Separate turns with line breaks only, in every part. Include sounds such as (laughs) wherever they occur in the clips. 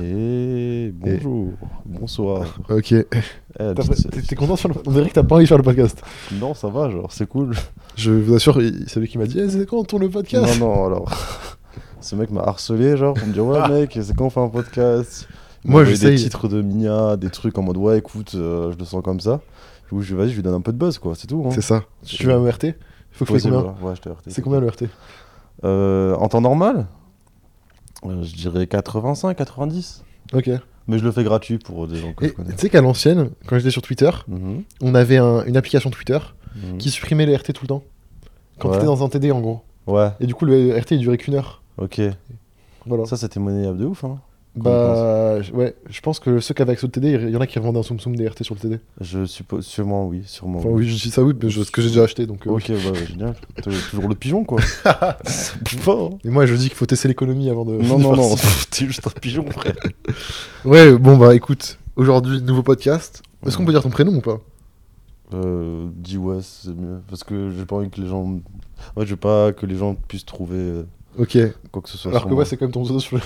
Et bonjour, bonsoir.
Ok.
Eh, c'est-
T'as pas- T'es t'es content de faire le... On dirait que t'as pas envie de faire le podcast.
non, ça va, genre, c'est cool.
Je vous assure, il- c'est lui qui m'a dit Eh, c'est quand on tourne le podcast
Non, non, alors. Ce mec m'a harcelé, genre, pour me dire
Ah.
Ouais, mec, c'est quand on fait un podcast Il
Moi,
m'a envoyé
j'essaye.
Des titres de Mia, des trucs en mode Ouais, écoute, euh, je le sens comme ça. Du coup, je lui vas-y, je lui donne un peu de buzz, quoi, c'est tout. hein.
C'est ça. Tu veux un E ERT Faut que je fasse
Posez-le,
combien
Ouais, je t'ai heurté.
C'est combien le E ERT
Euh, En temps normal Euh, Je dirais 85, 90.
Ok. Et
Mais je le fais gratuit pour des gens que
tu
je connais.
sais qu'à l'ancienne, quand j'étais sur Twitter,
Mhm,
on avait un- une application Twitter
mhm.
qui supprimait les RT tout le temps. Quand
Ouais.
t'étais dans un TD en gros.
Ouais,
Et du coup, le RT il durait qu'une heure.
ok.
Voilà.
Ça, c'était monnayable de ouf, hein.
bah, je- ouais, je pense que ceux qui avaient accès au TD, il y en a qui revendaient un soum soum des RT sur le TD.
Je suppose, sûrement, oui, sûrement.
Enfin, oui, je dis ça oui, mais je- parce que j'ai déjà acheté donc. euh,
Ok, ouais, ouais, génial. T'as Toujours le pigeon, quoi. C'est fort. hein.
Et moi, je dis qu'il faut tester l'économie avant de.
Non,
(laughs) de
non, non,
participer.
t'es juste un pigeon, frère.
Ouais, bon, bah écoute, aujourd'hui, nouveau podcast. Est-ce qu'on peut dire ton prénom ou pas
Euh, dis ouais, c'est mieux. Parce que j'ai pas envie que les gens. Ouais, je veux pas que les gens puissent trouver euh,
Ok.
quoi que ce soit.
Alors
sur
que
moi.
ouais, c'est quand même ton pseudo sur, le...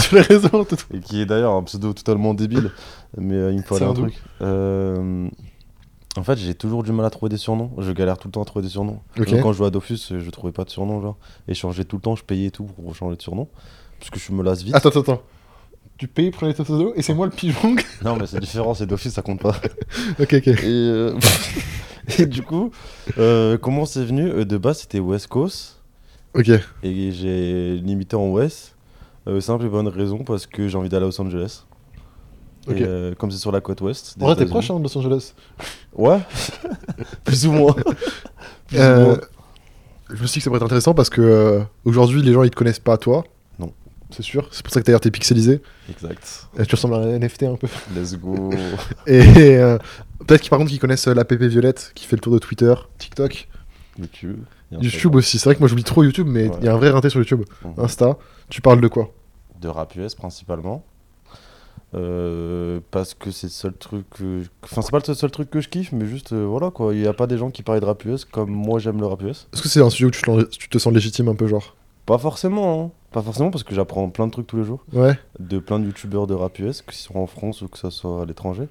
sur les (laughs) réseaux. tout-
Et qui est d'ailleurs un pseudo totalement débile. Mais euh, il me faut
C'est
aller un
un double.
truc. Euh, En fait, j'ai toujours du mal à trouver des surnoms. Je galère tout le temps à trouver des surnoms.
Ok.
Genre, quand je jouais à Dofus, euh, je trouvais pas de surnom. Genre. Et je changeais tout le temps, je payais et tout pour changer de surnom. Parce que je me lasse vite.
Attends, attends, attends. Tu payes pour les pseudo et c'est moi le pigeon.
Non, mais c'est différent, c'est Dofus, ça compte pas.
(laughs) ok, ok.
Et, euh, et du coup, euh, comment c'est venu Euh, De base, c'était West Coast.
Ok.
Et j'ai limité en West. Euh, simple et bonne raison, parce que j'ai envie d'aller à Los Angeles. Et,
Ok.
euh, comme c'est sur la côte ouest. des
En vrai, t'es
États-Unis.
proche hein, de Los Angeles.
Ouais. Plus ou moins. Plus ou
(laughs) Euh,
moins.
je me suis dit que ça pourrait être intéressant parce que euh, aujourd'hui, les gens ils te connaissent pas à toi.
Non.
C'est sûr. C'est pour ça que d'ailleurs t'es pixelisé.
Exact.
Euh, Tu ressembles à un NFT un peu.
Let's go. (laughs)
Et euh, peut-être qu'ils par contre qu'ils connaissent euh, la PP Violette qui fait le tour de Twitter, TikTok,
YouTube. Et
YouTube aussi. C'est vrai que moi j'oublie trop YouTube, mais il
Ouais.
y a un vrai raté sur YouTube.
Mhm.
Insta, tu parles de quoi
Instagram. De rap US principalement. Euh, parce que c'est le seul truc que... Enfin, c'est pas le seul truc que je kiffe, mais juste, euh, voilà, quoi. Il n'y a pas des gens qui parlent de rap US comme moi j'aime le rap US.
Est-ce que c'est un sujet où tu te, tu te sens légitime un peu, genre
Pas forcément, hein. pas forcément parce que j'apprends plein de trucs tous les jours
Ouais.
de plein de youtubeurs de rap US, que ce soit en France ou que ce soit à l'étranger.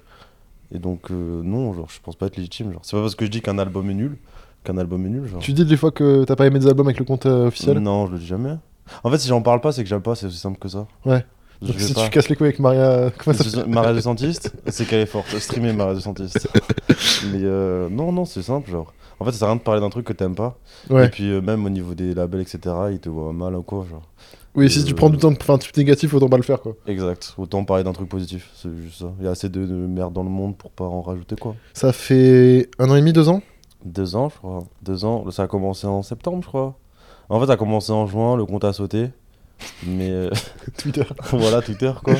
Et donc euh, non, genre je pense pas être légitime. Genre c'est pas parce que je dis qu'un album est nul qu'un album est nul. Genre.
Tu dis des fois que t'as pas aimé des albums avec le compte euh, officiel
Non, je le dis jamais. En fait, si j'en parle pas, c'est que j'aime pas. C'est aussi simple que ça.
Ouais.
Je
Donc
vais
si
pas.
tu casses les couilles avec Maria. (laughs) Comment ça
Je- Maria de Santiste, c'est qu'elle est forte. Streamer Maria de
(laughs)
Santiste. Mais euh, non, non, c'est simple. Genre, en fait, ça sert à rien de parler d'un truc que t'aimes pas. Et
Ouais.
puis euh, même au niveau des labels, etc. Ils te voient mal ou quoi, genre.
Oui, si tu
Euh,
prends du temps pour faire un truc négatif, autant pas le faire, quoi.
Exact, autant parler d'un truc positif, c'est juste ça. Il y a assez de, de merde dans le monde pour pas en rajouter quoi.
Ça fait un an et demi, deux ans
Deux ans, je crois. Deux ans, ça a commencé en septembre, je crois. En fait, ça a commencé en juin, le compte a sauté. Mais euh, (laughs)
Twitter.
voilà, (laughs) Twitter quoi.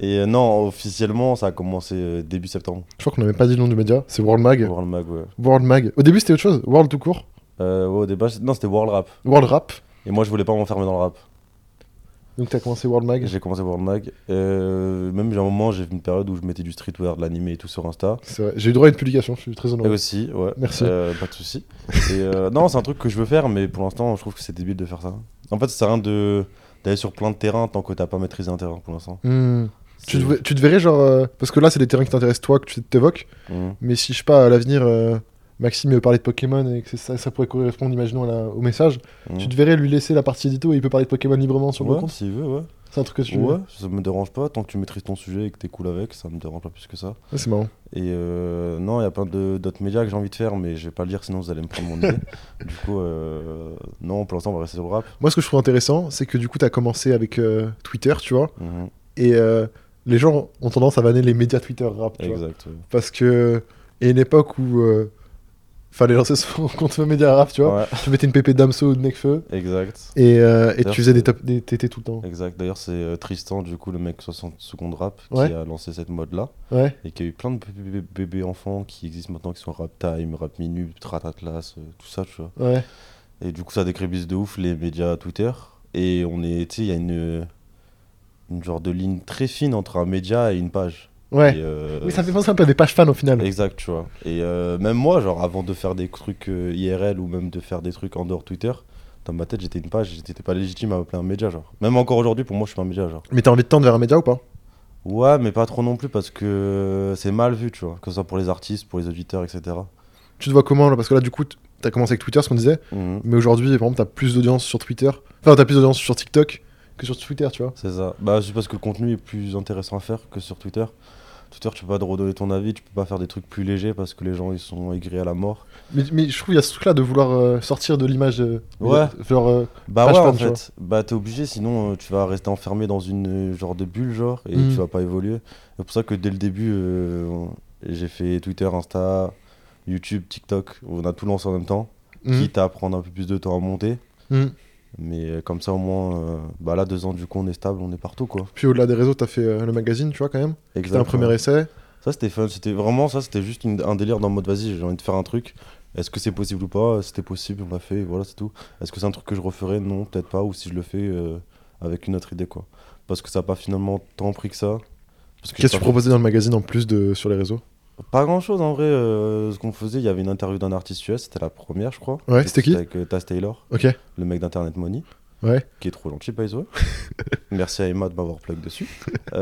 Et euh, non, officiellement, ça a commencé euh, début septembre.
Je crois qu'on n'avait pas dit le nom du média, c'est World Mag.
World Mag, ouais.
World Mag. Au début, c'était autre chose. World tout court.
Euh, ouais, au départ, c'est- non, c'était World Rap.
World Rap.
Et moi, je voulais pas m'enfermer dans le rap.
Donc, t'as commencé World Mag.
J'ai commencé World Mag. Euh, même, j'ai un moment, j'ai fait une période où je mettais du streetwear, de l'animé et tout sur Insta.
C'est vrai. J'ai eu droit à une publication, je suis très
Et
honoré.
aussi, ouais.
Merci.
Euh, pas de souci. Et, euh, non, c'est un truc que je veux faire, mais pour l'instant, je trouve que c'est débile de faire ça. En fait, ça sert à rien de d'aller sur plein de terrains tant que t'as pas maîtrisé un terrain pour l'instant.
Hmm. Tu,
C'est-
te, tu te verrais, genre. euh, parce que là, c'est les terrains qui t'intéressent, toi, que tu t'évoques.
Mhm.
Mais si, je sais pas, à l'avenir, euh, Maxime il veut parler de Pokémon et que c'est ça, ça pourrait correspondre, imaginons, à la- au message,
Mhm.
tu te verrais lui laisser la partie édito et il peut parler de Pokémon librement sur
Ouais,
le compte
s'il veut, ouais.
C'est un truc que tu.
Ouais, ça me dérange pas. Tant que tu maîtrises ton sujet et que t'es cool avec, ça me dérange pas plus que ça.
Ouais, c'est marrant.
Et euh, non, il y a plein de- d'autres médias que j'ai envie de faire, mais je vais pas le dire, sinon vous allez me prendre mon
(laughs)
idée. Du coup, euh, non, pour l'instant, on va rester sur le rap.
Moi, ce que je trouve intéressant, c'est que du coup, t'as commencé avec euh, Twitter, tu vois.
Mhm.
Et euh, les gens ont tendance à vanner les médias Twitter rap, tu vois.
Exact. ouais.
parce que et une époque où euh, fallait lancer son (laughs) compte média rap, tu vois,
Ouais,
tu mettais une pépé d'Amso ou de Necfeu
exact.
et, euh, et
D'ailleurs,
tu faisais des,
c'est-
top, des TT tout le temps.
Exact. D'ailleurs, c'est euh, Tristan, du coup, le mec 60 secondes rap,
Ouais.
qui a lancé cette mode-là.
Ouais.
et qu'il y a eu plein de bé- bé- bé- bébés enfants qui existent maintenant, qui sont rap time, rap minute, tratatlas, euh, tout ça, tu vois.
Ouais.
Et du coup, ça décrépisse de ouf les médias Twitter. Et on est, tu sais, il y a une, euh, une genre de ligne très fine entre un média et une page.
Ouais.
Et, euh,
Oui, ça fait penser un peu à des pages fans au final.
Exact, tu vois. Et euh, même moi, genre, avant de faire des trucs euh, IRL ou même de faire des trucs en dehors Twitter, dans ma tête, j'étais une page, j'étais pas légitime à appeler un média, genre. Même encore aujourd'hui, pour moi, je suis pas un média, genre.
Mais t'as envie de tendre vers un média ou pas
Ouais, mais pas trop non plus parce que c'est mal vu, tu vois, que ce soit pour les artistes, pour les auditeurs, etc.
Tu te vois comment là Parce que là, du coup, t- t'as commencé avec Twitter, ce qu'on disait,
Mhm,
mais aujourd'hui, par exemple, t'as plus d'audience sur Twitter. Enfin, t'as plus d'audience sur TikTok que sur Twitter, tu vois.
c'est ça. Bah, c'est parce que le contenu est plus intéressant à faire que sur Twitter. Twitter, tu peux pas te redonner ton avis, tu peux pas faire des trucs plus légers parce que les gens ils sont aigris à la mort.
Mais, mais je trouve qu'il y a ce truc-là de vouloir euh, sortir de l'image. euh,
Ouais.
Genre, euh,
Bah
Page
ouais, en
fan, tu
fait. Bah t'es obligé, sinon euh, tu vas rester enfermé dans une euh, genre de bulle, genre, et
Mhm.
tu vas pas évoluer. C'est pour ça que dès le début, euh, on- j'ai fait Twitter, Insta, YouTube, TikTok. On a tout lancé en même temps,
mhm,
quitte à prendre un peu plus de temps à monter.
mhm.
Mais euh, comme ça, au moins, euh, bah là, deux ans, du coup, on est stable, on est partout, quoi.
Puis au-delà des réseaux, t'as fait euh, le magazine, tu vois, quand même. T'as un
Exactement.
premier essai.
Ça, c'était fun. C'était vraiment ça, c'était juste une- un délire dans le mode vas-y, j'ai envie de faire un truc. Est-ce que c'est possible ou pas C'était possible, on l'a fait, et voilà, c'est tout. Est-ce que c'est un truc que je referais Non, peut-être pas. Ou si je le fais euh, avec une autre idée, quoi. Parce que ça n'a pas finalement tant pris que ça. Parce j'ai
Qu'est-ce que tu
pas-
proposais dans le magazine en plus de sur les réseaux
Pas grand-chose en vrai. euh, ce qu'on faisait, il y avait une interview d'un artiste US, c'était la première, je crois.
Ouais, c'était qui
Avec euh, Taz Taylor,
Ok.
le mec d'Internet Money.
Ouais.
qui est trop gentil, by the way. (laughs) Merci à Emma de m'avoir plug
(laughs)
dessus.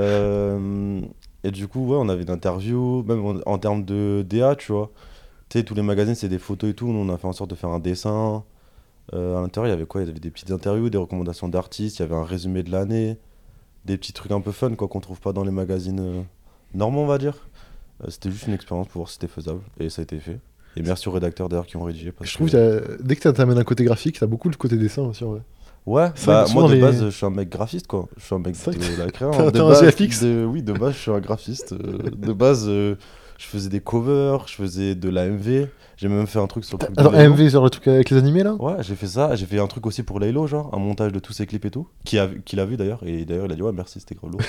Euh, et du coup, ouais, on avait une interview, même en, en termes de DA, tu vois. Tu sais, tous les magazines, c'est des photos et tout. Nous, on a fait en sorte de faire un dessin. Euh, à l'intérieur, il y avait quoi Il y avait des petites interviews, des recommandations d'artistes, il y avait un résumé de l'année, des petits trucs un peu fun, quoi, qu'on trouve pas dans les magazines euh, normands, on va dire. Euh, c'était juste une expérience pour voir si c'était faisable, et ça a été fait. Et merci aux rédacteurs d'ailleurs qui ont rédigé. parce
Je trouve
que-
que t'as- dès que t'as- t'amènes un côté graphique, t'as beaucoup le côté dessin aussi en vrai.
Ouais,
C'est vrai
bah,
que souvent
moi de
les-
base, je suis un mec graphiste quoi. Je suis un mec
C'est vrai (laughs)
de la créa.
t'as
hein.
été
De
un
base,
GFX.
de- Oui, de base, je suis un graphiste. euh, De base, euh, je faisais des covers, je faisais de l'AMV. J'ai même fait un truc sur le truc de
Attends,
Laylo.
AMV, genre le truc avec les animés là
Ouais, j'ai fait ça. J'ai fait un truc aussi pour Laylo, genre un montage de tous ses clips et tout. Qui a, qui l'a vu d'ailleurs. Et d'ailleurs, il a dit Ouais, merci, c'était
(laughs)
grave lourd.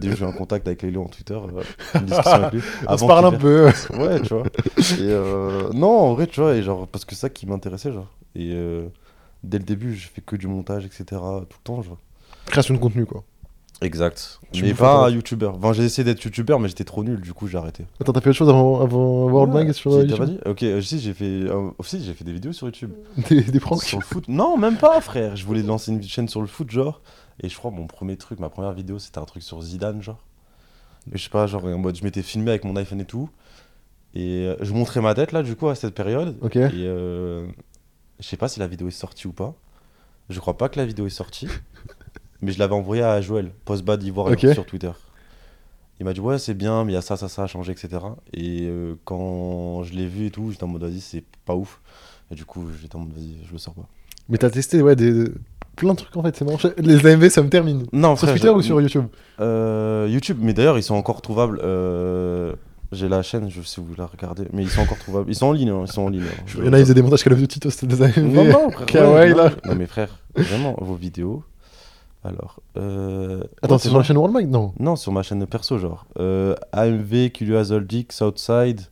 Dès que j'ai eu un contact avec Laylo en Twitter, euh, une discussion avec lui.
On se
avant
parle
qu'il
un peu. (laughs)
Ouais, (laughs) tu vois. Et euh, non, en vrai, tu vois, et genre, parce que c'est ça qui m'intéressait, genre. Et euh, dès le début, je fais que du montage, etc. Tout le temps, genre.
Création de contenu quoi.
Exact.
Tu
mais
me fais pas
pas un
rêver.
youtubeur. Enfin, j'ai essayé d'être youtubeur, mais j'étais trop nul, du coup, j'ai arrêté.
Attends, t'as fait autre chose avant, avant World Mag sur
J'ai
euh,
déjà
YouTube
pas dit Ok, euh, si, j'ai fait, euh, si, j'ai fait des vidéos sur YouTube.
(laughs) Des, des pranks
Sur le foot Non, même pas, frère. Je voulais lancer une chaîne sur le foot, genre. Et je crois, mon premier truc, ma première vidéo, c'était un truc sur Zidane, genre. Et je sais pas, genre, en mode, je m'étais filmé avec mon iPhone et tout. Et euh, je montrais ma tête, là, du coup, à cette période.
Ok.
Et euh, je sais pas si la vidéo est sortie ou pas. Je crois pas que la vidéo est
(laughs)
sortie. mais je l'avais envoyée à Joël, post-bad ivoirien,
Ok.
sur Twitter. Il m'a dit ouais c'est bien mais il y a ça ça ça à changer etc et euh, quand je l'ai vu et tout j'étais en mode vas-y c'est pas ouf et du coup j'étais en mode vas-y je le sors pas
Mais t'as testé ouais, des, des- plein de trucs en fait, c'est marrant. Les AMV, ça me termine.
non
Sur
frère,
Twitter
je-
ou sur YouTube
Euh, YouTube mais d'ailleurs ils sont encore trouvables euh, j'ai la chaîne je sais où vous la regardez mais ils sont encore trouvables ils sont en ligne hein, ils sont en ligne hein.
Il y en a, ils faisaient des montages Call of Duty, toi, c'était des AMV.
Non, non, frère,
Kawaii,
ouais,
là.
Non, Non, mais frère, vraiment, vos vidéos. Alors. Euh...
Attends,
ouais,
c'est
c'est
sur la
bon.
chaîne World Mag Non.
Non, sur ma chaîne perso, genre. Euh, AMV, Kulu Azoldik, Southside,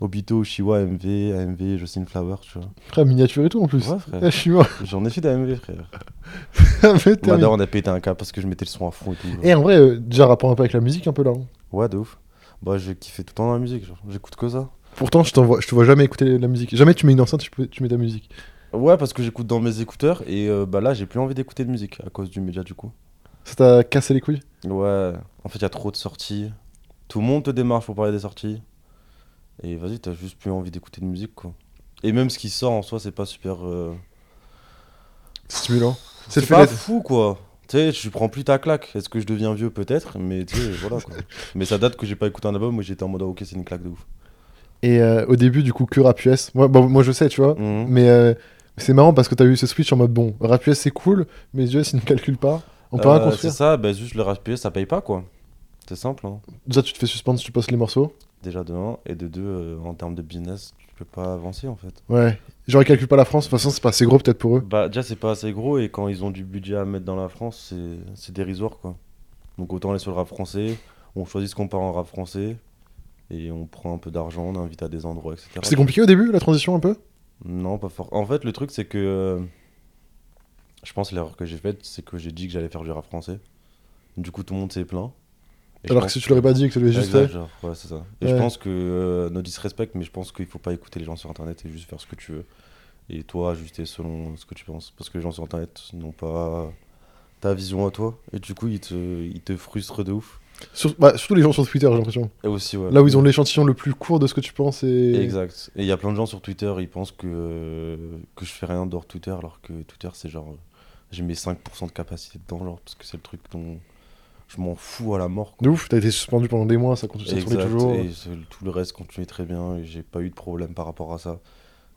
Obito, Shiwa, AMV, AMV, Jocelyne Flower, tu vois.
Frère, miniature et tout en plus.
Ouais,
Ah,
frère.
je suis mort. (laughs)
J'en ai fait d'AMV, frère. Bah,
AMV, termine.
Madame, on a pété un câble parce que je mettais le son à fond et tout. genre.
Et en vrai, euh, déjà rapport un peu avec la musique un peu là. hein.
Ouais, de ouf. Bah, j'ai kiffé tout le temps dans la musique, genre. J'écoute que ça.
Pourtant, je, t'envoie- je te vois jamais écouter la musique. Jamais tu mets une enceinte, tu, peux- tu mets de la musique.
Ouais, parce que j'écoute dans mes écouteurs et euh, bah là, j'ai plus envie d'écouter de musique à cause du média, du coup.
Ça t'a cassé les couilles
Ouais, en fait, il y a trop de sorties. Tout le monde te démarche pour parler des sorties. Et vas-y, t'as juste plus envie d'écouter de musique, quoi. Et même ce qui sort en soi, c'est pas super. euh,
Stimulant. C'est
C'est
le fait
pas
d'être.
fou, quoi. Tu sais, je prends plus ta claque. Est-ce que je deviens vieux, peut-être Mais tu sais, voilà,
(laughs)
quoi. Mais ça date que j'ai pas écouté un album, moi j'étais en mode, ah, ok, c'est une claque de ouf.
Et euh, au début, du coup, que rap US. Moi, bon, moi je sais, tu vois.
Mhm.
Mais euh, c'est marrant parce que t'as eu ce switch en mode bon, rap US c'est cool, mais les US ils ne calculent pas. On peut rien
Euh,
construire.
C'est ça, bah, juste le rap ça paye pas, quoi. C'est simple, hein.
Déjà, tu te fais suspendre si tu passes les morceaux.
Déjà de 1, et de 2, en termes de business, tu peux pas avancer, en fait.
Ouais. Genre, ils calculent pas la France. De toute façon, c'est pas assez gros peut-être pour eux.
Bah déjà c'est pas assez gros et quand ils ont du budget à mettre dans la France c'est- c'est dérisoire quoi. Donc autant aller sur le rap français, on choisit ce qu'on part en rap français et on prend un peu d'argent, on invite à des endroits etc.
C'était compliqué au début, la transition un peu
Non pas fort. En fait le truc c'est que euh, je pense que l'erreur que j'ai faite c'est que j'ai dit que j'allais faire du rap français. Du coup tout le monde s'est plaint. Et je
Alors que
pense-
si tu l'aurais pas dit et que tu l'avais juste
Exact,
fait.
genre, ouais, c'est ça. Et je
Ouais.
pense que euh, no disrespect, mais je pense qu'il faut pas écouter les gens sur internet et juste faire ce que tu veux. Et toi, ajuster selon ce que tu penses. Parce que les gens sur internet n'ont pas ta vision à toi. Et du coup, ils te, ils te frustrent de ouf.
Sur- bah, surtout les gens sur Twitter, j'ai l'impression.
Et aussi, ouais.
Là où ils ont l'échantillon le plus court de ce que tu penses et.
Exact. Et il y a plein de gens sur Twitter, ils pensent que, euh, que je fais rien dehors Twitter, alors que Twitter, c'est genre. euh, J'ai mes 5% de capacité dedans, genre, parce que c'est le truc dont je m'en fous à la mort. quoi.
De ouf, t'as été suspendu pendant des mois, ça continue, ça tournait
Exact.
toujours.
Et ce- tout le reste continuait très bien, et j'ai pas eu de problème par rapport à ça.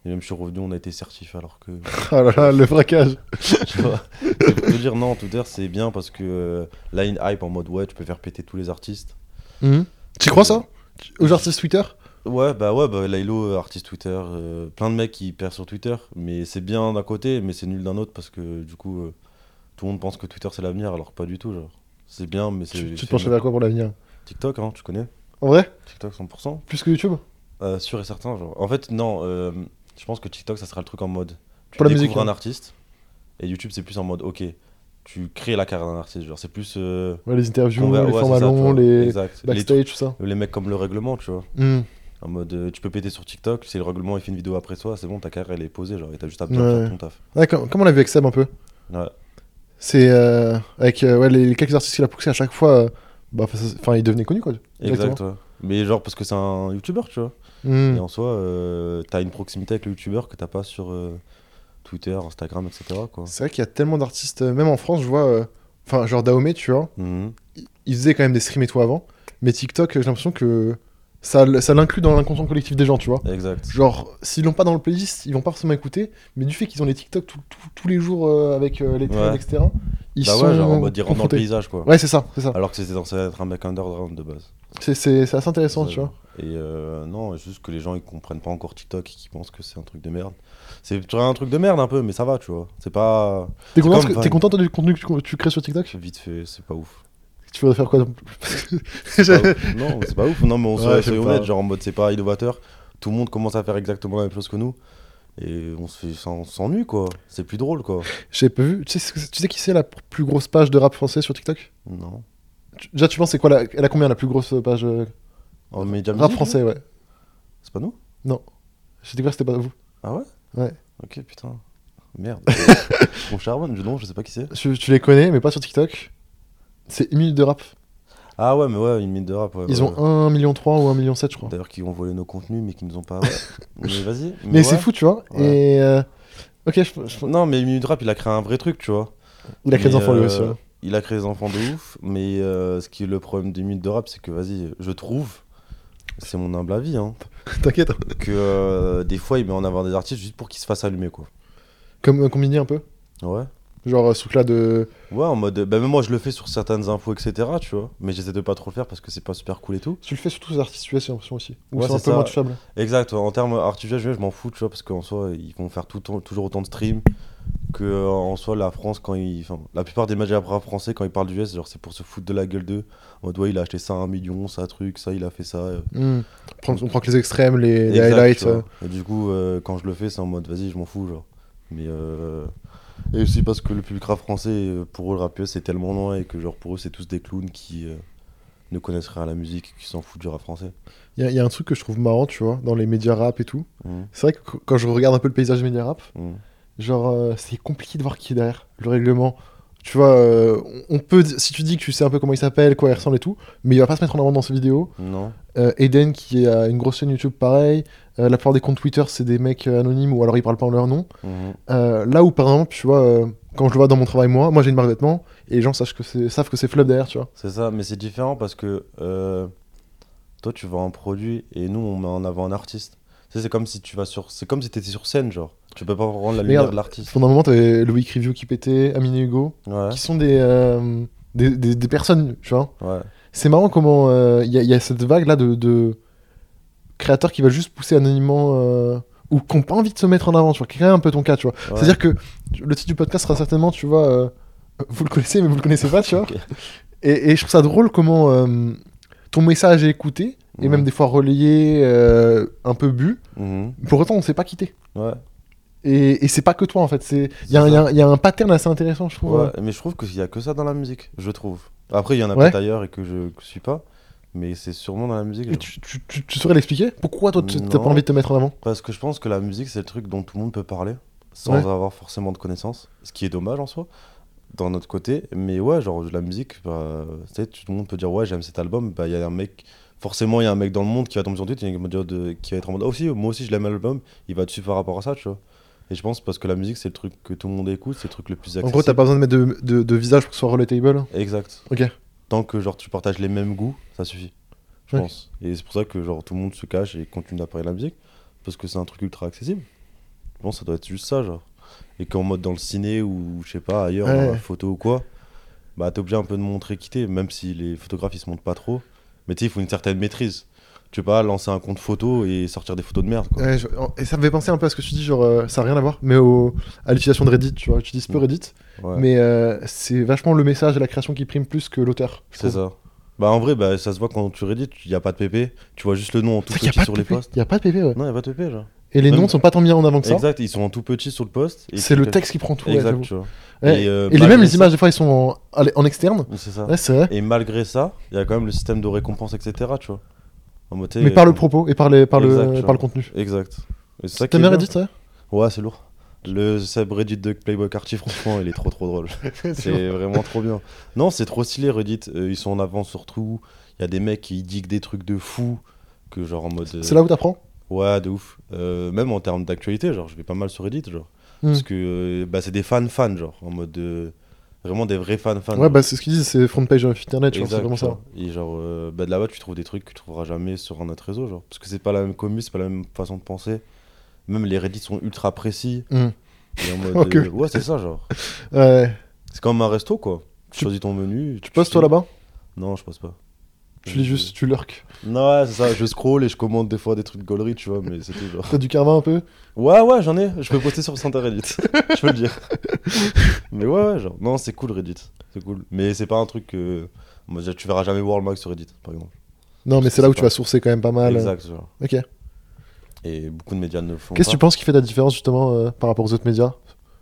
Et même, je suis revenu, on a été certifié, alors que.
(laughs)
(laughs)
Ah là là, le braquage.
tu vois. C'est pour te dire, non, Twitter, c'est bien parce que euh, là, une hype en mode, ouais, tu peux faire péter tous les artistes.
Tu crois ça Aux artistes Twitter
Ouais, bah ouais, bah, Lilo, euh, artiste Twitter, euh, plein de mecs qui perdent sur Twitter, mais c'est bien d'un côté, mais c'est nul d'un autre parce que du coup, euh, tout le monde pense que Twitter c'est l'avenir, alors que pas du tout, genre. C'est bien, mais c'est.
Tu, tu
c'est
te penches
nul.
vers quoi pour l'avenir
TikTok, hein, tu connais
En vrai
TikTok 100%
Plus que YouTube
Euh, Sûr et certain, genre. En fait, non, euh, je pense que TikTok ça sera le truc en mode. Tu
Pour la
découvres
musique,
un
hein.
artiste, et YouTube c'est plus en mode, ok, tu crées la carrière d'un artiste, genre. C'est plus. euh,
Ouais, Les interviews,
conver-
les
ouais, c'est
formats
ça, tu
longs,
vois,
les
exact. Les
backstage, tout ça.
trucs- les mecs comme le règlement, tu vois.
Mhm.
En mode, euh, tu peux péter sur TikTok, c'est le règlement, il fait une vidéo après toi, c'est bon, ta carrière elle est posée, genre, et t'as juste à bien
Ouais.
faire ton taf.
Ouais, comme, comme on l'a vu avec Seb un peu.
Ouais.
C'est euh, avec euh, ouais, les, les quelques artistes qu'il a poussé à chaque fois. euh, bah, enfin, ça- enfin, ils devenaient connus quoi.
Exact, ouais. Mais genre, parce que c'est un youtubeur, tu vois.
Mhm.
Et en soi, euh, t'as une proximité avec le youtubeur que t'as pas sur euh, Twitter, Instagram, etc. Quoi.
C'est vrai qu'il y a tellement d'artistes, euh, même en France, je vois. euh, Enfin, genre Dahomey, tu vois.
Mhm.
il faisait quand même des streams et tout avant, mais TikTok, euh, j'ai l'impression que ça, l- ça l'inclut dans l'inconscient collectif des gens, tu vois.
Exact.
Genre, s'ils l'ont pas dans le playlist, ils vont pas forcément écouter, mais du fait qu'ils ont les TikTok tout- tout- tous les jours euh, avec euh, les trends,
Ouais.
etc., ils
bah
sont
ouais, genre, en mode, ils rentrent dans le
confrontés.
paysage, quoi.
Ouais, c'est ça, c'est ça.
Alors que c'était censé être un mec underground de base.
C'est- C'est c'est assez intéressant,
Ça,
tu vois.
Et euh, non, c'est juste que les gens ils comprennent pas encore TikTok et qu'ils pensent que c'est un truc de merde. C'est tu vois, un truc de merde un peu, mais ça va, tu vois. C'est pas.
T'es content,
comme,
parce que-
enfin,
t'es content toi, du contenu que tu, tu crées sur TikTok
Vite fait, c'est pas ouf.
Tu voudrais faire quoi donc (laughs)
C'est pas ouf. non, c'est pas ouf. Non, mais on se
Ouais, je sais
soyons honnêtes,
pas.
genre en mode c'est pas innovateur. Tout le monde commence à faire exactement la même chose que nous. Et on se fait- s'en- on s'ennuie, quoi. C'est plus drôle, quoi.
J'ai pas vu. Tu sais, ce que c'est- tu sais qui c'est la plus grosse page de rap français sur TikTok
Non.
Tu- Déjà, tu penses, c'est quoi la, Elle a combien la plus grosse page euh,
En média
rap
musique,
français, ouais.
Oh, C'est pas nous
J'ai découvert que c'était pas vous.
Ah ouais
Ouais.
Ok, putain. Merde. (laughs) Mon charbonne, je, non, je sais pas qui c'est.
Tu, tu les connais, mais pas sur TikTok. C'est une minute de rap.
Ah ouais, mais ouais, une mine de rap. ouais,
Ils
ouais, Bah
ont 1 million 3 ou 1 million 7, je crois.
D'ailleurs, qui ont volé nos contenus, mais qui nous ont
(laughs)
pas. ouais. mais vas-y.
Mais c'est
ouais.
fou, tu vois.
Ouais.
Et. euh, Ok, je, je-
Non, mais Minute Rap, il a créé un vrai truc, tu vois.
il a créé des
Mais,
enfants lui
euh,
aussi. hein. ouais.
Il a créé des enfants de ouf, mais euh, ce qui est le problème des minutes de rap, c'est que vas-y, je trouve, c'est mon humble avis, hein,
(laughs) T'inquiète. hein.
que euh, des fois il met en avant des artistes juste pour qu'ils se fassent allumer, quoi.
Comme euh, combiné un peu.
Ouais.
Genre, euh, ce truc-là de.
Ouais, en mode, bah même moi je le fais sur certaines infos, etc., tu vois, mais j'essaie de pas trop le faire parce que c'est pas super cool et tout.
Tu le fais surtout aux artistes US, j'ai l'impression aussi. Ou
Ouais,
c'est un
c'est
peu
ça.
moins touchable.
Exact, ouais, en termes artificiels, je je m'en fous, tu vois, parce qu'en soi, ils vont faire tout, le temps- toujours autant de streams que euh, en soi, la France, quand ils. Enfin, la plupart des médias bras français, quand ils parlent du US, genre, c'est pour se foutre de la gueule d'eux. En mode, ouais, il a acheté ça à un million, ça, truc, ça, il a fait ça. euh.
Hmm. On, prend, on prend que les extrêmes, les, les
Exact,
highlights.
tu vois.
euh.
Et du coup, euh, quand je le fais, c'est en mode, vas-y, je m'en fous, genre. Mais. euh, Et aussi parce que le public rap français, euh, pour eux, le rap US, c'est tellement loin et que, genre, pour eux, c'est tous des clowns qui. euh, ne connaissent rien à la musique, qui s'en foutent du rap français.
Il y, a- il y a un truc que je trouve marrant, tu vois, dans les médias rap et tout.
Mhm,
C'est vrai que qu- quand je regarde un peu le paysage des médias rap,
mhm.
genre, euh, c'est compliqué de voir qui est derrière le règlement. Tu vois, euh, on on peut. di- Si tu dis que tu sais un peu comment il s'appelle, quoi il ressemble et tout, mais il va pas se mettre en avant dans ses vidéos.
Non.
Euh, Eden qui a une grosse chaîne YouTube pareil. Euh, la plupart des comptes Twitter c'est des mecs euh, anonymes ou alors ils parlent pas en leur nom.
mhm.
Euh, là où par exemple tu vois euh, quand je le vois dans mon travail moi, moi j'ai une marque de vêtements et les gens sachent que c'est, savent que c'est Flub derrière tu vois.
C'est ça, mais c'est différent parce que euh, toi tu vends un produit et nous on met en avant un artiste. Tu sais, c'est comme si tu vas sur, c'est comme si t'étais sur scène genre. Tu peux pas rendre la lumière
Regarde.
de l'artiste.
Pendant un moment t'avais Louis Crivio qui pétait, Amine Hugo,
Ouais,
qui sont des, euh, des, des- des personnes tu vois.
ouais,
C'est marrant comment euh, il y, a- il y a cette vague là de, de créateurs qui veulent juste pousser anonymement euh, ou qui n'ont pas envie de se mettre en avant tu vois. Crée un peu ton cas tu vois.
ouais.
C'est-à-dire que le titre du podcast sera certainement, tu vois, euh, vous le connaissez, mais vous le connaissez pas, tu vois.
Ok.
Et, et je trouve ça drôle comment euh, ton message est écouté, et
Mhm.
même des fois relayé, euh, un peu bu.
Mhm,
Pour autant, on ne s'est pas quitté.
ouais,
Et, et c'est pas que toi, en fait. C'est- Il y, a
C'est
un- il y a un- il y a un pattern assez intéressant, je trouve. euh.
ouais. Mais je trouve qu'il y a que ça dans la musique, je trouve. Après il y en a
Ouais.
peut-être ailleurs et que je que je suis pas, mais c'est sûrement dans la musique.
Et
genre.
tu, tu- tu- tu saurais l'expliquer Pourquoi toi, tu n'as pas
Non.
envie de te mettre en avant
Parce que je pense que la musique c'est le truc dont tout le monde peut parler sans
Ouais.
avoir forcément de connaissances, ce qui est dommage en soi. dans notre côté. Mais ouais, genre, la musique, bah, tu sais, tout le monde peut dire, ouais, j'aime cet album. Bah, il y a un mec, forcément, il y a un mec dans le monde qui va tomber sur Twitter et qui va dire de- qui va être en mode, ah, aussi, moi aussi, je l'aime l'album. Il va dessus par rapport à ça, tu vois. Et je pense parce que la musique, c'est le truc que tout le monde écoute, c'est le truc le plus accessible.
En gros, t'as pas besoin de mettre de, de- de visage pour que ce soit relatable.
Exact.
Ok.
Tant que genre tu partages les mêmes goûts, ça suffit. Je
Ok.
pense. Et c'est pour ça que genre tout le monde se cache et continue d'apprécier la musique parce que c'est un truc ultra accessible. Je pense que ça doit être juste ça genre. Et qu'en mode dans le ciné ou je sais pas ailleurs
Ouais,
dans la
ouais.
photo ou quoi, bah t'es obligé un peu de montrer qui t'es même si les photographes ils se montrent pas trop. Mais tu sais il faut une certaine maîtrise. Tu peux pas lancer un compte photo et sortir des photos de merde quoi.
Ouais, je- en- Et ça me fait penser un peu à ce que tu dis, genre, euh, ça a rien à voir, mais au... à l'utilisation de Reddit, tu vois. Tu dis peu
Mm.
Reddit,
Ouais,
mais euh, c'est vachement le message et la création qui prime plus que l'auteur. je
c'est
trouve.
ça. Bah en vrai bah ça se voit quand tu Reddit, il y a pas de PP, tu vois juste le nom en tout
C'est vrai qu'il y a
petit
pas
sur
de
les
PP,
posts.
Il y a pas de PP, ouais.
Non, il a pas de PP genre.
Et les
Même-
noms ne sont pas tant mis en avant que ça.
Exact, ils sont en tout petit sur le poste. et
C'est
tu
le
fais-
texte qui prend tout. ouais,
Exact,
j'avoue.
tu vois.
Ouais.
Et, euh,
Et les
malgré
mêmes, les
ça-
images, des fois, ils sont en, allez, en externe.
(laughs) C'est ça.
Ouais, c'est vrai.
Et malgré ça, il y a quand même le système de récompense, etc. Tu vois. En mode, t'es-
Mais par le propos et par, les, par,
Exact,
le,
tu
par le
vois.
contenu.
Exact. Et C'est ça qui
T'as
est
bien
bien.
Reddit, ouais
Ouais, c'est lourd. Le sub Reddit de Playboy Carty, franchement, il est trop trop
(laughs)
drôle. (laughs) C'est vraiment trop bien. Non, c'est trop stylé, Reddit. Euh, ils sont en avance sur tout. Il y a des mecs qui diguent des trucs de fou. Que genre en mode. euh,
C'est là où t'apprends
Ouais, de ouf. Euh, même en termes d'actualité, genre, je vais pas mal sur Reddit, genre.
Hmm.
Parce que euh, bah, c'est des fans-fans, genre, en mode de- Vraiment des vrais fans-fans.
Ouais, bah c'est ce qu'ils disent, c'est front page of internet, tu vois, c'est
Exact,
vraiment
tu
ça.
vois. Et genre, euh, bah, de là-bas, tu trouves des trucs que tu trouveras jamais sur un autre réseau, genre. Parce que c'est pas la même commu, c'est pas la même façon de penser. Même les Reddit sont ultra précis.
Hmm. (laughs)
Et en mode,
Ok.
euh, ouais, c'est ça, genre.
Ouais.
C'est comme un resto, quoi. Tu
Tu-
choisis ton menu. Tu
Poste toi là-bas,
Non, je pose pas.
tu lis juste, tu lurk.
Non, ouais, c'est ça. Je scroll et je commande des fois des trucs gauleries, tu vois, mais c'est tout, genre.
T'as du karma un peu
Ouais, ouais, j'en ai. Je peux poster sur Santa Reddit. (laughs) je peux le dire. Mais ouais, ouais, genre. Non, c'est cool Reddit. C'est cool. Mais c'est pas un truc que. moi, je- tu verras jamais World Max sur Reddit, par exemple.
Non, mais
Parce que
c'est là où
c'est
tu
pas-
vas sourcer quand même pas mal.
Exact, genre.
Ok.
Et beaucoup de médias ne le font
Qu'est-ce que
pas.
tu penses qui fait la différence justement euh, par rapport aux autres médias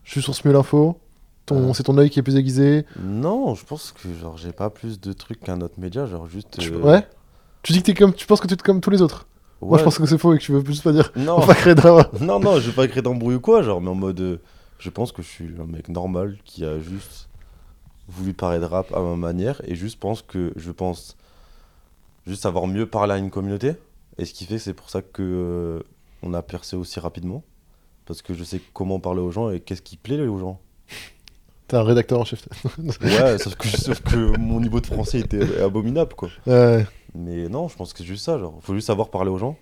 Je source mieux l'info, ton...
Euh.
c'est ton œil qui est plus aiguisé.
Non, je pense que genre j'ai pas plus de trucs qu'un autre média, genre juste.
Tu-
euh,
Ouais Tu dis que t'es comme... tu penses que t'es comme tous les autres Moi
ouais. Oh.
je pense que c'est faux et que tu veux plus pas dire.
Non,
On va créer de drama.
non, non, je vais pas créer d'embrouille ou quoi, genre, mais en mode. euh, je pense que je suis un mec normal qui a juste voulu parler de rap à ma manière et juste pense que je pense juste savoir mieux parler à une communauté. Et ce qui fait que c'est pour ça que euh, on a percé aussi rapidement. Parce que je sais comment parler aux gens et qu'est-ce qui plaît aux (laughs) gens.
T'es un rédacteur en chef.
Ouais, sauf que, sauf que mon niveau de français était abominable, quoi.
Ouais.
Mais non, je pense que c'est juste ça, genre. Faut juste savoir parler aux gens,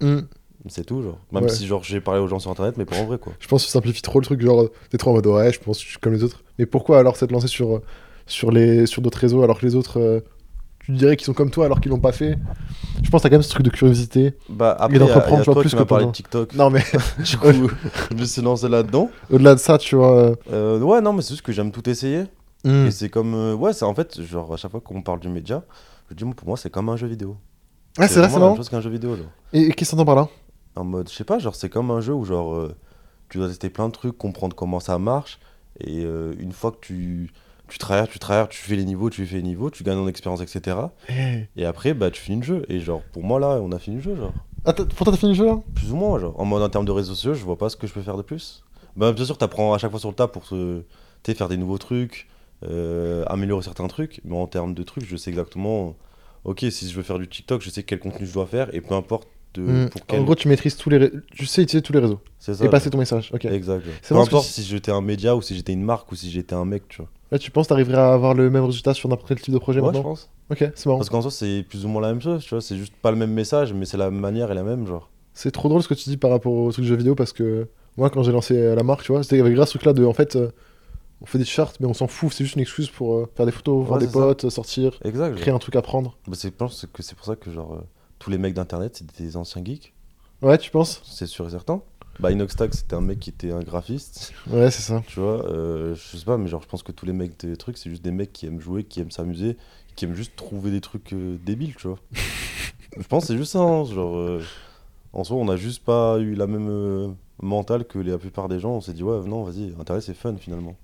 Hmm.
c'est tout, genre. Même
Ouais.
si, genre, j'ai parlé aux gens sur internet, mais pas en vrai, quoi.
Je pense que ça simplifie trop le truc, genre t'es trop en mode ouais, je pense que je suis comme les autres. Mais pourquoi alors s'être lancé sur, euh, sur, les, sur d'autres réseaux alors que les autres, euh, tu dirais qu'ils sont comme toi alors qu'ils l'ont pas fait Je pense que t'as quand même ce truc de curiosité.
Bah, après, il
Et
y a,
d'entreprendre,
y a
tu vois,
toi
plus
qui
que
m'as parlé de
pendant.
TikTok.
Non mais (laughs)
(laughs) Du coup, je me suis lancé là-dedans.
au-delà de ça, tu vois. euh,
Euh, ouais, non, mais c'est juste que j'aime tout essayer.
hmm.
Et c'est comme. euh, ouais, c'est en fait, genre, à chaque fois qu'on parle du média, je dis, moi, pour moi, c'est comme un jeu vidéo.
Ah, c'est
vraiment
là, c'est
la même
marrant.
chose qu'un jeu vidéo, genre.
Et, et qu'est-ce que t'entends par là
En mode, je sais pas, genre, c'est comme un jeu où, genre, euh, tu dois tester plein de trucs, comprendre comment ça marche. Et euh, une fois que tu. Tu travailles, tu travailles, tu fais les niveaux, tu fais les niveaux, tu gagnes en expérience, etc.
Eh.
Et après, bah, tu finis le jeu. Et genre, pour moi, là, on a fini le jeu, genre.
Ah, t'as- Pour toi, t'as fini le jeu là
Plus ou moins, genre. En mode, en termes de réseaux sociaux, je vois pas ce que je peux faire de plus. Bah, bien sûr, t'apprends à chaque fois sur le tas pour se... tu sais, faire des nouveaux trucs, euh, améliorer certains trucs. Mais en termes de trucs, je sais exactement. Ok, si je veux faire du TikTok, je sais quel contenu je dois faire. Et peu importe de-
Hmm.
Euh, pour
En
quel.
gros, tu maîtrises tous les. ré- Tu sais utiliser tous les réseaux
c'est ça.
et passer
genre.
ton message. Ok.
Exact. genre.
C'est
Peu
marrant parce que
importe
si-
si j'étais un média ou si j'étais une marque ou si j'étais un mec, tu vois.
Là, tu penses t'arriverais à avoir le même résultat sur n'importe quel type de projet
Ouais, je
maintenant
pense.
Ok, c'est marrant.
Parce qu'en soi, c'est plus ou moins la même chose, tu vois. C'est juste pas le même message, mais c'est la manière et la même, genre.
C'est trop drôle ce que tu dis par rapport au truc jeux vidéo parce que moi quand j'ai lancé euh, la marque, tu vois, c'était avec grâce à ce truc là de en fait euh, on fait des t-shirts mais on s'en fout, c'est juste une excuse pour euh, faire des photos, voir des
c'est ça.
potes, euh, sortir,
Exact. genre.
créer un truc à prendre.
Bah, c'est- je pense que c'est pour ça que genre euh, tous les mecs d'internet c'est des anciens geeks,
Ouais, tu penses
c'est sûr et certain. Bah Inoxtag c'était un mec qui était un graphiste, (laughs)
Ouais, c'est ça.
tu vois. euh, je sais pas, mais genre je pense que tous les mecs des trucs c'est juste des mecs qui aiment jouer, qui aiment s'amuser, qui aiment juste trouver des trucs euh, débiles, tu vois. je pense que c'est juste ça, hein, genre euh, en soi on a juste pas eu la même euh, mentale que la plupart des gens. On s'est dit ouais non vas-y internet c'est fun finalement.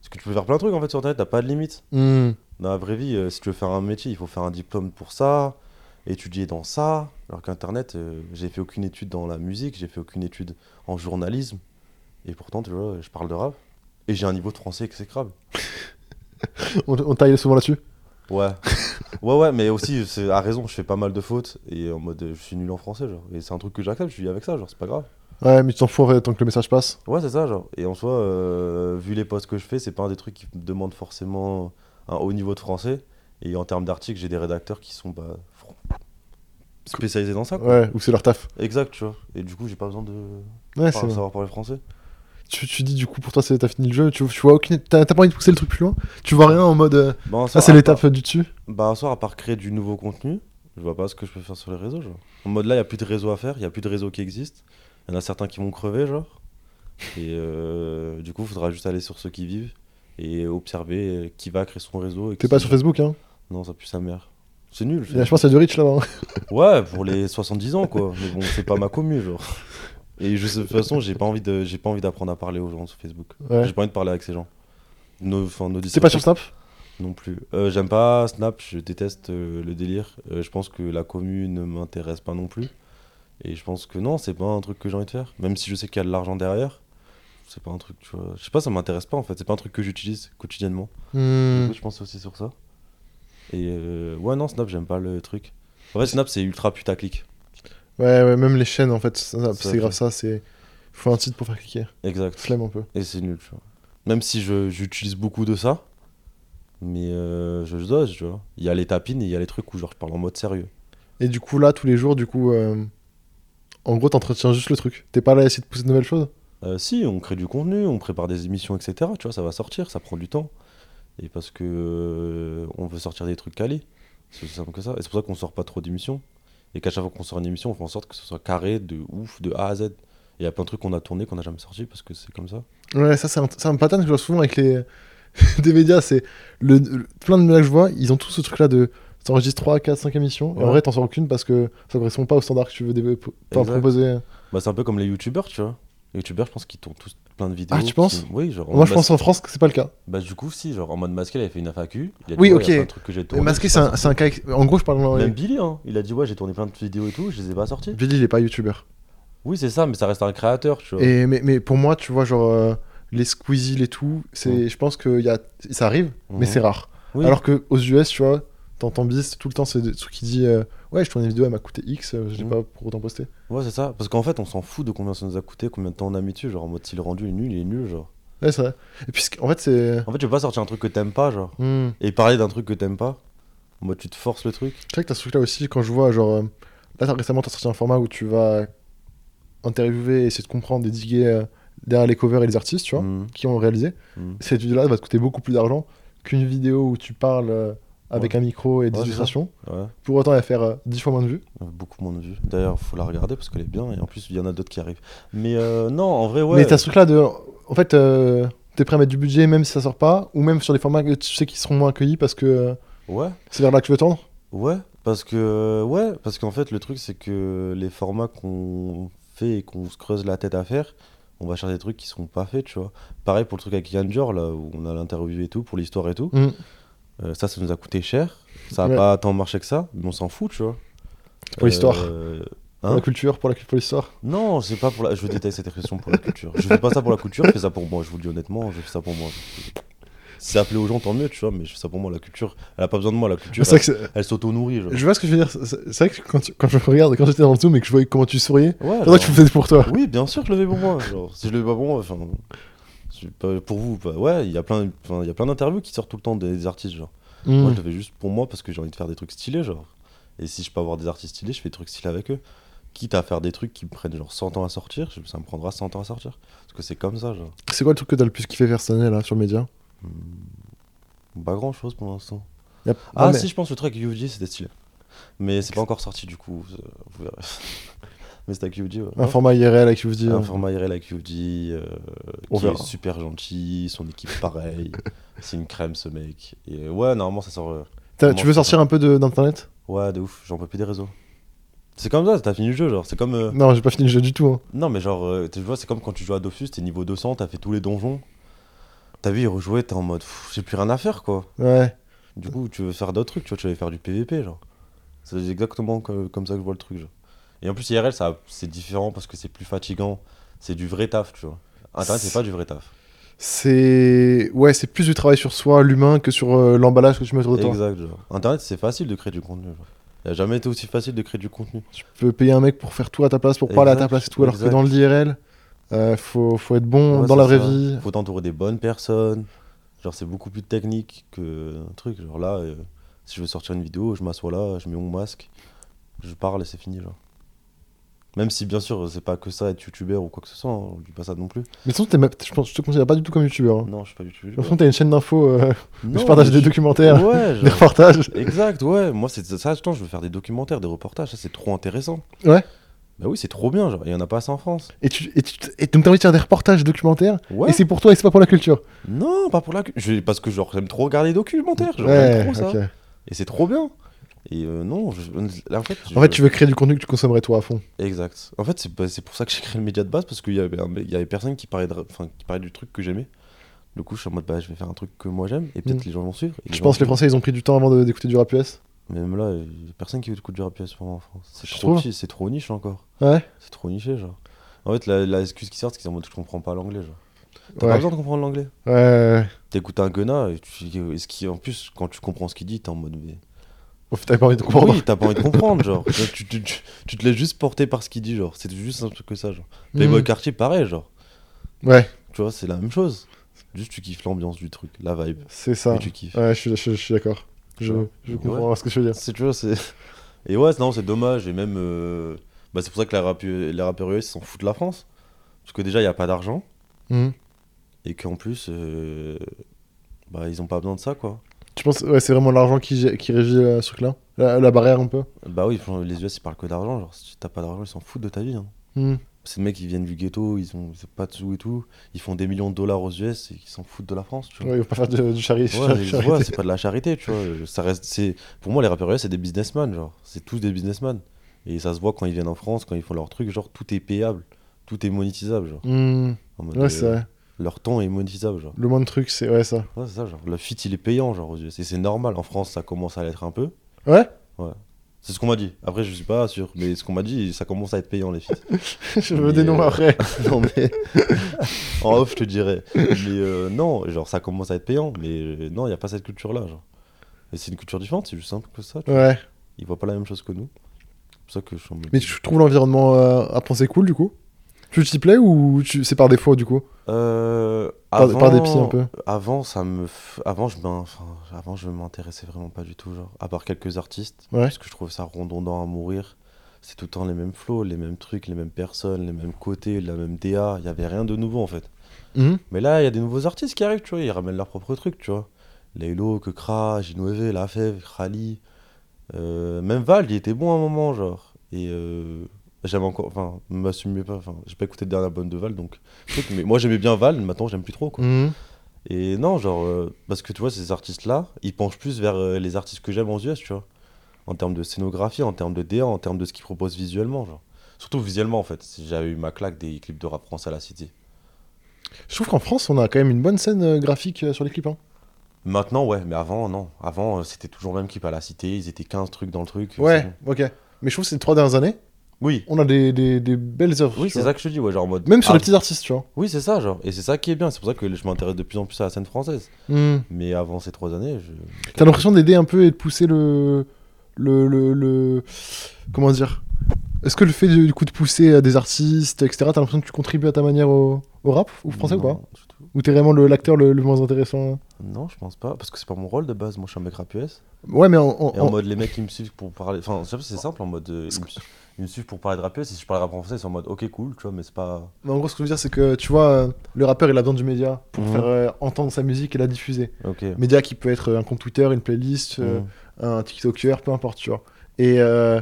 Parce que tu peux faire plein de trucs en fait sur internet, t'as pas de limite.
Hmm.
Dans la vraie vie, euh, si tu veux faire un métier, il faut faire un diplôme pour ça, étudier dans ça. Alors qu'Internet, euh, j'ai fait aucune étude dans la musique, j'ai fait aucune étude en journalisme. Et pourtant, tu vois, je parle de rap. Et j'ai un niveau de français exécrable.
On, on taille souvent là-dessus
Ouais. ouais, ouais, mais aussi, c'est à raison, je fais pas mal de fautes. Et en mode, euh, je suis nul en français, genre. Et c'est un truc que j'accepte, je suis avec ça, genre, c'est pas grave.
Ouais, mais tu t'en fous en fait, tant que le message passe.
Ouais, c'est ça, genre. Et en soi, euh, vu les posts que je fais, c'est pas un des trucs qui me demande forcément un haut niveau de français. Et en termes d'articles, j'ai des rédacteurs qui sont bah, fr- spécialisés dans ça, quoi.
Ouais, ou c'est leur taf.
Exact, tu vois. Et du coup, j'ai pas besoin de
Ouais,
par-
Ah, c'est vrai.
savoir parler français.
Tu, tu dis du coup pour toi c'est t'as fini le jeu, tu, tu vois aucune. T'as t'as pas envie de pousser le truc plus loin Tu vois rien en mode. euh,
Bah, un
Ça
soir,
c'est
à
l'étape euh, du dessus
part- Bah, un soir, à part créer du nouveau contenu, je vois pas ce que je peux faire sur les réseaux, genre. En mode là, y a plus de réseaux à faire, y a plus de réseaux qui existent. Y en a certains qui vont crever, genre. Et euh, du coup, faudra juste aller sur ceux qui vivent et observer euh, qui va créer son réseau. et
T'es
qui-
pas sur Facebook hein
Non, ça pue sa mère. C'est nul.
Je pense qu'il y a du rich là-bas. hein.
Ouais, pour les 70 ans, quoi. Mais bon, c'est pas ma commu, genre. Et je sais, de toute façon, j'ai pas envie de, j'ai pas envie d'apprendre à parler aux gens sur Facebook.
Ouais.
J'ai pas envie de parler avec ces gens. Nos, enfin, nos
C'est pas sur
discussions
Snap
Non plus. Euh, J'aime pas Snap, je déteste euh, le délire. Euh, je pense que la commu ne m'intéresse pas non plus. Et je pense que non, c'est pas un truc que j'ai envie de faire. Même si je sais qu'il y a de l'argent derrière, c'est pas un truc, tu vois. Je sais pas, ça m'intéresse pas en fait. C'est pas un truc que j'utilise quotidiennement. Du
Hmm.
coup, je pense aussi sur ça. Et euh, ouais, non, Snap, j'aime pas le truc. En fait, Snap, c'est ultra putaclic.
Ouais, ouais, même les chaînes en fait, ça- ça-
Ça,
c'est grave ça, c'est. Faut un titre pour faire cliquer.
Exact.
Flemme un peu.
Et c'est nul, tu vois. Même si je- j'utilise beaucoup de ça, mais euh, je dose, tu vois. Il y a les tapines et il y a les trucs où genre je parle en mode sérieux.
Et du coup là, tous les jours, du coup. euh, En gros, t'entretiens juste le truc. T'es pas là à essayer de pousser de nouvelles choses
Euh, si, on crée du contenu, on prépare des émissions, etc. Tu vois, ça va sortir, ça prend du temps. Et parce que euh, on veut sortir des trucs calés. C'est aussi simple que ça. Et c'est pour ça qu'on sort pas trop d'émissions. Et qu'à chaque fois qu'on sort une émission, on fait en sorte que ce soit carré de ouf, de A à Z. Et il y a plein de trucs qu'on a tourné qu'on n'a jamais sorti parce que c'est comme ça.
Ouais, ça, c'est un, c'est un pattern que je vois souvent avec les. (laughs) des médias, c'est. Le, le- plein de médias que je vois, ils ont tous ce truc-là de. T'enregistres 3, 4, 5 émissions, et
Ouais.
en vrai, t'en sors aucune parce que ça correspond pas au standard que tu veux développer- enfin,
Exact.
proposer.
Bah, c'est un peu comme les youtubeurs, tu vois. Les youtubeurs, je pense qu'ils tournent tous plein de vidéos.
Ah, tu penses
qui- Oui, genre. en
Moi,
mode
je pense en France que c'est pas le cas.
mas- Bah, du coup, si, genre en mode masqué, il avait fait une FAQ. Il a dit,
Oui,
ouais,
ok.
Il y a plein de trucs que j'ai
Mais
tourné.
Masqué, c'est un, c'est un cas. ex- En gros, je parle.
Même
en
Billy, hein. Il a dit, ouais, j'ai tourné plein de vidéos et tout, je les ai pas sorties.
Billy, il est pas youtubeur.
Oui, c'est ça, mais ça reste un créateur, tu vois.
Et mais, mais pour moi, tu vois, genre euh, les squeezies, les tout, c'est,
Mhm.
je pense que y a, ça arrive, mais
Mhm.
c'est rare.
Oui.
Alors que aux US, tu vois, t'entends Beast tout le temps, c'est des trucs qui dit, euh, ouais, je tourne une vidéo, elle m'a coûté X, euh, je l'ai
Mhm.
pas pour autant posté.
Ouais, c'est ça. Parce qu'en fait, on s'en fout de combien ça nous a coûté, combien de temps on a mis dessus. Genre, en mode, si le rendu est nul, il est nul, genre.
Ouais, c'est vrai. Et puis en fait, c'est,
En fait, tu peux pas sortir un truc que t'aimes pas, genre.
hmm,
Et parler d'un truc que t'aimes pas. En mode, tu te forces le truc.
c'est vrai que t'as ce truc-là aussi quand je vois, genre, euh, là t'as- récemment t'as sorti un format où tu vas interviewer, essayer de comprendre, et diguer euh, derrière les covers et les artistes, tu vois,
Mhm,
qui ont réalisé.
mhm.
cette vidéo-là va te coûter beaucoup plus d'argent qu'une vidéo où tu parles euh, avec un micro et
Ouais,
des
c'est ça.
illustrations.
Ouais.
Pour autant, elle va faire euh, 10 fois moins de vues.
Euh, Beaucoup moins de vues. D'ailleurs, faut la regarder parce qu'elle est bien. Et en plus, il y en a d'autres qui arrivent. Mais euh, non, en vrai, ouais.
Mais t'as ce truc-là de. En fait, euh, t'es prêt à mettre du budget même si ça sort pas, ou même sur des formats que tu sais qui seront moins accueillis parce que euh,
Ouais,
c'est vers là que tu veux tendre.
ouais. Parce que, ouais, parce qu'en fait, le truc, c'est que les formats qu'on fait et qu'on se creuse la tête à faire, on va chercher des trucs qui seront pas faits, tu vois. Pareil pour le truc avec Yann Dior, là, où on a l'interview et tout, pour l'histoire et tout.
Mm.
Euh, ça, ça nous a coûté cher. Ça a
Ouais.
pas tant marché que ça, mais on s'en fout, tu vois.
Pour l'histoire.
Euh,
pour
hein
la culture, pour la culture, pour l'histoire.
Non, c'est pas pour la. Je déteste cette expression pour la culture. Je fais pas ça pour la culture, je fais ça pour moi. Je vous le dis honnêtement, je fais ça pour moi. Si ça plaît aux gens, tant mieux, tu vois. Mais je fais ça pour moi. La culture, elle a pas besoin de moi. La culture,
Ah, C'est vrai
elle,
que c'est-
elle s'auto-nourrit. genre.
je vois ce que je veux dire. C'est c'est vrai que quand, tu- quand je regarde, quand j'étais dans le zoom et que je voyais comment tu souriais,
Ouais,
c'est
genre.
vrai que tu le faisais pour toi.
Oui, bien sûr, que je le fais pour moi. Genre, si je le fais pas pour moi, enfin, c'est pas pour vous, bah, ouais, il y a plein, enfin, il y a plein d'interviews qui sortent tout le temps des, des artistes, genre.
Mm.
Moi, je le fais juste pour moi parce que j'ai envie de faire des trucs stylés, genre. Et si je peux avoir des artistes stylés, je fais des trucs stylés avec eux. Quitte à faire des trucs qui me prennent genre 100 ans à sortir, je- ça me prendra 100 ans à sortir. Parce que c'est comme ça, genre.
C'est quoi le truc que t'as le plus kiffé faire cette année là sur le média
Pas grand chose pour l'instant.
Y a- non,
Ah
mais-
si, je pense le truc avec UFG c'était stylé. Mais c'est pas encore sorti du coup, vous, euh, vous verrez. (laughs) Mais c'est avec UFG, ouais.
Un format IRL avec qui vous dit.
Un
euh,
format IRL avec UFG, euh,
On
qui
verra.
est super gentil, son équipe
(laughs)
pareil. c'est une crème ce mec. Et euh, ouais, normalement ça sort. euh,
t'as-
Comment
Tu veux
ça
sortir un peu de- d'internet
Ouais, de ouf, j'en peux plus des réseaux. C'est comme ça, t'as fini le jeu, genre. C'est comme. euh,
Non, j'ai pas fini le jeu du tout. hein.
Non, mais genre, euh, tu vois, c'est comme quand tu joues à Dofus, t'es niveau 200, t'as fait tous les donjons. T'as vu, il rejouait, t'es en mode, pff, j'ai plus rien à faire, quoi.
Ouais.
Du coup, tu veux faire d'autres trucs, tu vois, tu vas aller faire du PVP, genre. C'est exactement que- comme ça que je vois le truc, genre. Et en plus, IRL, ça- c'est différent parce que c'est plus fatigant. C'est du vrai taf, tu vois. Internet, c'est pas du vrai taf.
c'est ouais, c'est plus du travail sur soi, l'humain, que sur euh, l'emballage que tu mets autour de toi.
Exact, genre. Internet, c'est facile de créer du contenu. genre. Il a jamais été aussi facile de créer du contenu.
Tu peux payer un mec pour faire tout à ta place, pour parler à ta
Exact,
place et tout, alors que
exact.
dans l'IRL, euh, faut, faut être bon
Ouais,
dans la
c'est
vraie
ça.
vie.
Faut t'entourer des bonnes personnes. Genre, c'est beaucoup plus technique que un truc. Genre là, euh, si je veux sortir une vidéo, je m'assois là, je mets mon masque, je parle et c'est fini, genre. Même si, bien sûr, c'est pas que ça, être youtubeur ou quoi que ce soit, hein, on dit pas ça non plus.
Mais de toute façon, t'es ma- je, pense, je te considère pas du tout comme youtubeur. Hein.
Non, je suis pas
De (laughs)
youtubeur.
toute façon, t'as une chaîne d'infos euh, où
Non,
tu partages
mais
des
je-
documentaires, (laughs)
Ouais,
des
genre.
reportages.
Exact, ouais. Moi, c'est ça, attends, je veux faire des documentaires, des reportages, ça, c'est trop intéressant.
Ouais.
Bah oui, c'est trop bien, genre. Il y en a pas assez en France.
Et, tu, et, tu, et donc t'as envie de faire des reportages documentaires,
Ouais.
et c'est pour toi et c'est pas pour la culture.
Non, pas pour la. cu- je- Parce que, genre, j'aime trop regarder les documentaires. Genre,
ouais,
j'aime trop ça.
ok.
Et c'est trop bien. Et euh, non, je- là, en fait,
En fait, tu veux créer du contenu que tu consommerais toi à fond.
exact. En fait, c'est bah, c'est pour ça que j'ai créé le média de base parce qu'il y avait un mec- il y avait personne qui parlait de... enfin, qui parlait du truc que j'aimais. Du coup, je suis en mode bah, je vais faire un truc que moi j'aime et peut-être
Mm.
les gens vont suivre. Et
Je
gens-
pense que les Français, ils ont pris du temps avant de- d'écouter du rap US.
Même là, euh, y a personne qui écoute du rap US pour moi en France. C'est
Je
trop
trouve.
petit, c'est trop niche encore.
Ouais.
C'est trop niché, genre. En fait, la, la excuse qui sort, c'est qu'ils sont en mode je comprends pas l'anglais, genre. T'as pas
Ouais.
besoin de comprendre l'anglais.
Ouais, ouais.
T'écoutes un Gunna et tu... et ce qui, en plus, quand tu comprends ce qu'il dit, t'es en mode mais
Au fait, T'avais pas envie de comprendre.
Oui, t'as pas envie de comprendre, genre. tu, tu- tu- tu te laisses juste porter par ce qu'il dit, genre. C'est juste un truc que ça, genre.
Mm.
Playboy Cartier, pareil, genre.
Ouais,
Tu vois, c'est la même chose. Juste, tu kiffes l'ambiance du truc, la vibe.
c'est ça.
Et tu kiffes.
Ouais, je suis, je- je suis d'accord. Je,
Ouais.
je comprends ce que tu veux dire.
C'est, tu vois, c'est... (laughs) Et ouais, non, c'est dommage. Et même... euh, Bah, c'est pour ça que les, rappe- les rappeurs US ils s'en foutent de la France. Parce que déjà, il n'y a pas d'argent.
Mhm.
Et qu'en plus... euh, Bah, ils ont pas besoin de ça, quoi.
Tu penses, ouais, c'est vraiment l'argent qui, gé- qui régit euh, ce truc-là la, la barrière un peu
Bah oui, les US, ils parlent que d'argent. Genre, si t'as pas d'argent, ils s'en foutent de ta vie, hein.
Hmm.
Ces mecs, ils viennent du ghetto, ils ont, ils ont pas de sous et tout. Ils font des millions de dollars aux US et ils s'en foutent de la France, tu vois.
Ouais, ils vont pas faire du, du chari-
Ouais,
chari-
ils-
charité.
ouais, c'est pas de la charité, tu vois. Euh, Ça reste, c'est, pour moi, les rappeurs US, c'est des businessmen, genre. C'est tous des businessmen. Et ça se voit quand ils viennent en France, quand ils font leur truc, genre, tout est payable. Tout est monétisable, genre.
Hmm.
En mode,
Ouais,
euh,
c'est vrai.
leur temps est monétisable, genre.
Le moins de trucs, c'est ouais, (laughs) ça.
Ouais, c'est ça, genre. Le fit, il est payant, genre, aux US. Et c'est normal. En France, ça commence à l'être un peu.
Ouais
C'est ce qu'on m'a dit. Après, je suis pas sûr, mais ce qu'on m'a dit, ça commence à être payant, les fits.
Je
Mais,
veux des noms
euh,
(laughs) après.
Non mais en off je te dirais. Mais euh, non, genre ça commence à être payant, mais euh, non, il y a pas cette culture là genre. Et c'est une culture différente, c'est juste simple que ça. tu vois.
Ouais.
Ils voient pas la même chose que nous. C'est pour ça que je suis en mode-
Mais tu trouves l'environnement euh, à penser cool du coup Tu t'y plais ou tu... c'est par défaut du coup
Euh,
par,
avant,
par dépit un peu.
Avant ça me f- avant je m'in- enfin, avant je m'intéressais vraiment pas du tout genre à part quelques artistes
Ouais.
parce que je trouvais ça rondondant à mourir. C'est tout le temps les mêmes flots, les mêmes trucs, les mêmes personnes, les mêmes côtés, la même DA, il y avait rien de nouveau en fait.
Hmm.
Mais là, il y a des nouveaux artistes qui arrivent, tu vois, ils ramènent leur propre truc, tu vois. Laylo, Kekra, Ginové, Lafèvre, Khali. Euh, même Val, il était bon à un moment, genre. Et euh, j'aime encore. Enfin, m'assumez pas. Enfin, j'ai pas écouté le dernier album de Val, donc. truc, mais moi, j'aimais bien Val, maintenant, j'aime plus trop, quoi.
Hmm.
Et non, genre. euh, parce que tu vois, ces artistes-là, ils penchent plus vers euh, les artistes que j'aime en US, tu vois. En termes de scénographie, en termes de DA, en termes de ce qu'ils proposent visuellement, genre. Surtout visuellement, en fait. J'avais eu ma claque des clips de rap français à la City.
Je trouve qu'en France, on a quand même une bonne scène euh, graphique euh, sur les clips. hein.
Maintenant, ouais, mais avant, non. Avant, euh, c'était toujours le même clip à la cité, ils étaient 15 trucs dans le truc. euh, c'est
Ouais,
bon.
ok. Mais je trouve que ces trois dernières années,
Oui,
on a des, des- des belles œuvres.
oui
tu
c'est
vois.
ça que je te dis, ouais, genre en mode.
Même sur
Ah,
les petits artistes, tu vois.
Oui, c'est ça, genre. Et c'est ça qui est bien, c'est pour ça que je m'intéresse de plus en plus à la scène française.
Hmm.
Mais avant ces trois années, je.
T'as l'impression d'aider un peu et de pousser le. le. le. le- Comment dire Est-ce que le fait du coup de pousser à des artistes, etc., t'as l'impression que tu contribues à ta manière au, au rap ou français ou pas
Non, du tout.
Ou t'es vraiment le- l'acteur le, le moins intéressant hein
Non, je pense pas, parce que c'est pas mon rôle de base, moi je suis un mec rap US.
Ouais, mais en. en-
Et en,
en-
mode, les mecs, ils me suivent pour parler. Enfin, je sais pas, c'est simple, en mode. euh, ils, me... su- ils me suivent pour parler de rap US, et si je parle rap français, ils sont en mode, ok, cool, tu vois, mais c'est pas.
mais en gros, ce que je veux dire, c'est que tu vois, euh, le rappeur, il a besoin du média pour
Mhm.
faire euh, entendre sa musique et la diffuser.
Ok.
Média qui peut être euh, un compte Twitter, une playlist, euh,
Mm.
un TikToker, peu importe, tu vois. Et euh,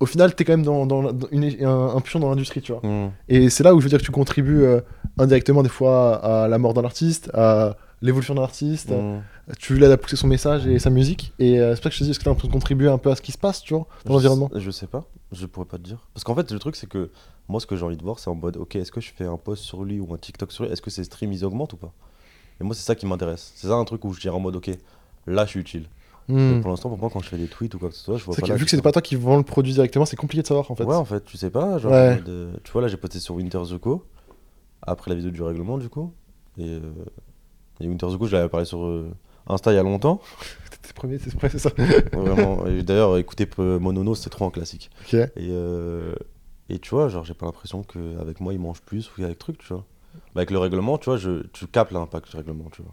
au final, t'es quand même dans, dans la- dans une- un, un pion dans l'industrie, tu vois.
Mm.
Et c'est là où je veux dire que tu contribues euh, indirectement des fois à, à la mort d'un artiste, à l'évolution d'un artiste.
Mm.
Tu l'aides à pousser son message et sa musique. Et euh, c'est pour ça que je te dis, est-ce que t'as l'impression de contribuer un peu à ce qui se passe, tu vois,
Je
dans l'environnement
sais- Je sais pas, je pourrais pas te dire. Parce qu'en fait, le truc, c'est que moi, ce que j'ai envie de voir, c'est en mode, ok, est-ce que je fais un post sur lui ou un TikTok sur lui Est-ce que ses streams, ils augmentent ou pas Et moi, c'est ça qui m'intéresse. C'est ça un truc où je dirais en mode, ok, là, je suis utile. Mais
Hmm.
Pour l'instant, pour moi, quand je fais des tweets ou quoi que ce soit, je vois
C'est
pas.
que,
là
vu
qui
que c'est
sort.
pas toi qui vends le produit directement, c'est compliqué de savoir en fait.
Ouais, en fait, tu sais pas. Genre,
Ouais.
en mode, euh, tu vois, là, j'ai posté sur Winter Zuko, après la vidéo du règlement, du coup. Et, euh, et Winter the Good, je l'avais parlé sur euh, Insta il y a longtemps.
C'était premier, c'est ouais, c'est ça. (laughs)
Vraiment. Et D'ailleurs, écoutez euh, Monono, c'est trop un classique.
Ok.
Et, euh, et tu vois, genre, j'ai pas l'impression qu'avec moi, ils mangent plus ou avec truc, tu vois. Bah, avec le règlement, tu vois, je, tu capes l'impact du règlement, tu vois.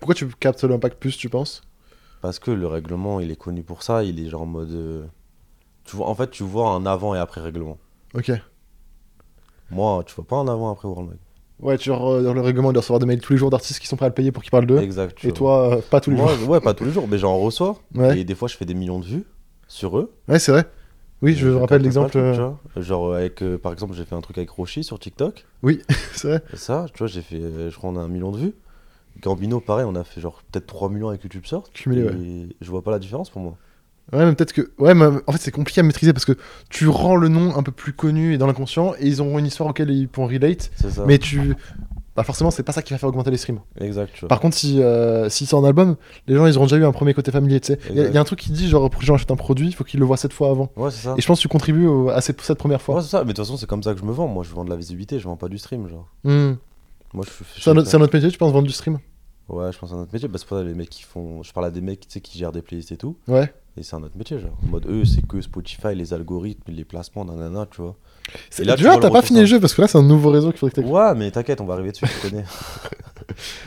Pourquoi tu captes l'impact plus, tu penses
Parce que le règlement, il est connu pour ça, il est genre en mode. euh, tu vois, en fait, tu vois un avant et après règlement.
Ok.
Moi, tu vois pas un avant et après World Mag.
Ouais, tu re- dans le règlement, de recevoir des mails tous les jours d'artistes qui sont prêts à le payer pour qu'ils parlent d'eux.
Exact. tu
Et
vois.
toi, euh, pas tous les
Moi,
jours.
Ouais, pas tous les jours, mais j'en reçois.
Ouais,
Et des fois, je fais des millions de vues sur eux.
ouais c'est vrai. Oui, je
Et
me
capte
rappelle
pas
l'exemple.
le truc, tu
euh,
vois. Genre, avec, euh, par exemple, j'ai fait un truc avec Roshi sur TikTok.
(laughs) C'est vrai.
Et ça, tu vois, j'ai fait, euh, je crois, on a un million de vues. Gambino, pareil, on a fait genre peut-être 3 millions avec YouTube Short.
Cumulé, ouais.
Et je vois pas la différence pour moi.
Ouais, mais peut-être que. Ouais, mais en fait, c'est compliqué à maîtriser parce que tu rends le nom un peu plus connu et dans l'inconscient et ils auront une histoire auquel ils pourront relate.
C'est ça.
Mais tu. Bah, forcément, c'est pas ça qui va faire augmenter les streams.
Exact, tu vois.
Par contre, si, euh, si c'est en album, les gens, ils auront déjà eu un premier côté familier, tu sais. Il y, a-
Exact.
y a un truc qui dit, genre, pour que les gens achètent un produit, il faut qu'ils le voient cette fois avant.
Ouais, c'est ça.
Et je pense que tu contribues au- à cette, cette première
Ouais,
fois.
c'est ça. Mais de toute façon, c'est comme ça que je me vends. Moi, je vends de la visibilité, je vends pas du stream, genre.
Hmm.
Moi, je suis.
C'est un, autre- c'est un autre métier, tu penses, vendre du stream
Ouais, je pense à un autre métier. Bah, c'est pour ça les mecs qui font. Je parle à des mecs, tu sais, qui gèrent des playlists et tout.
Ouais.
Et c'est un autre métier, genre. En mode, eux, c'est que Spotify, les algorithmes, les placements, nanana, tu vois.
C'est-
là,
tu
tu
vois,
vois le
t'as pas
retour
fini
sur-
le jeu parce que là, c'est un nouveau réseau qu'il faudrait que tu
Ouais, mais t'inquiète, on va arriver dessus,
(laughs)
je connais.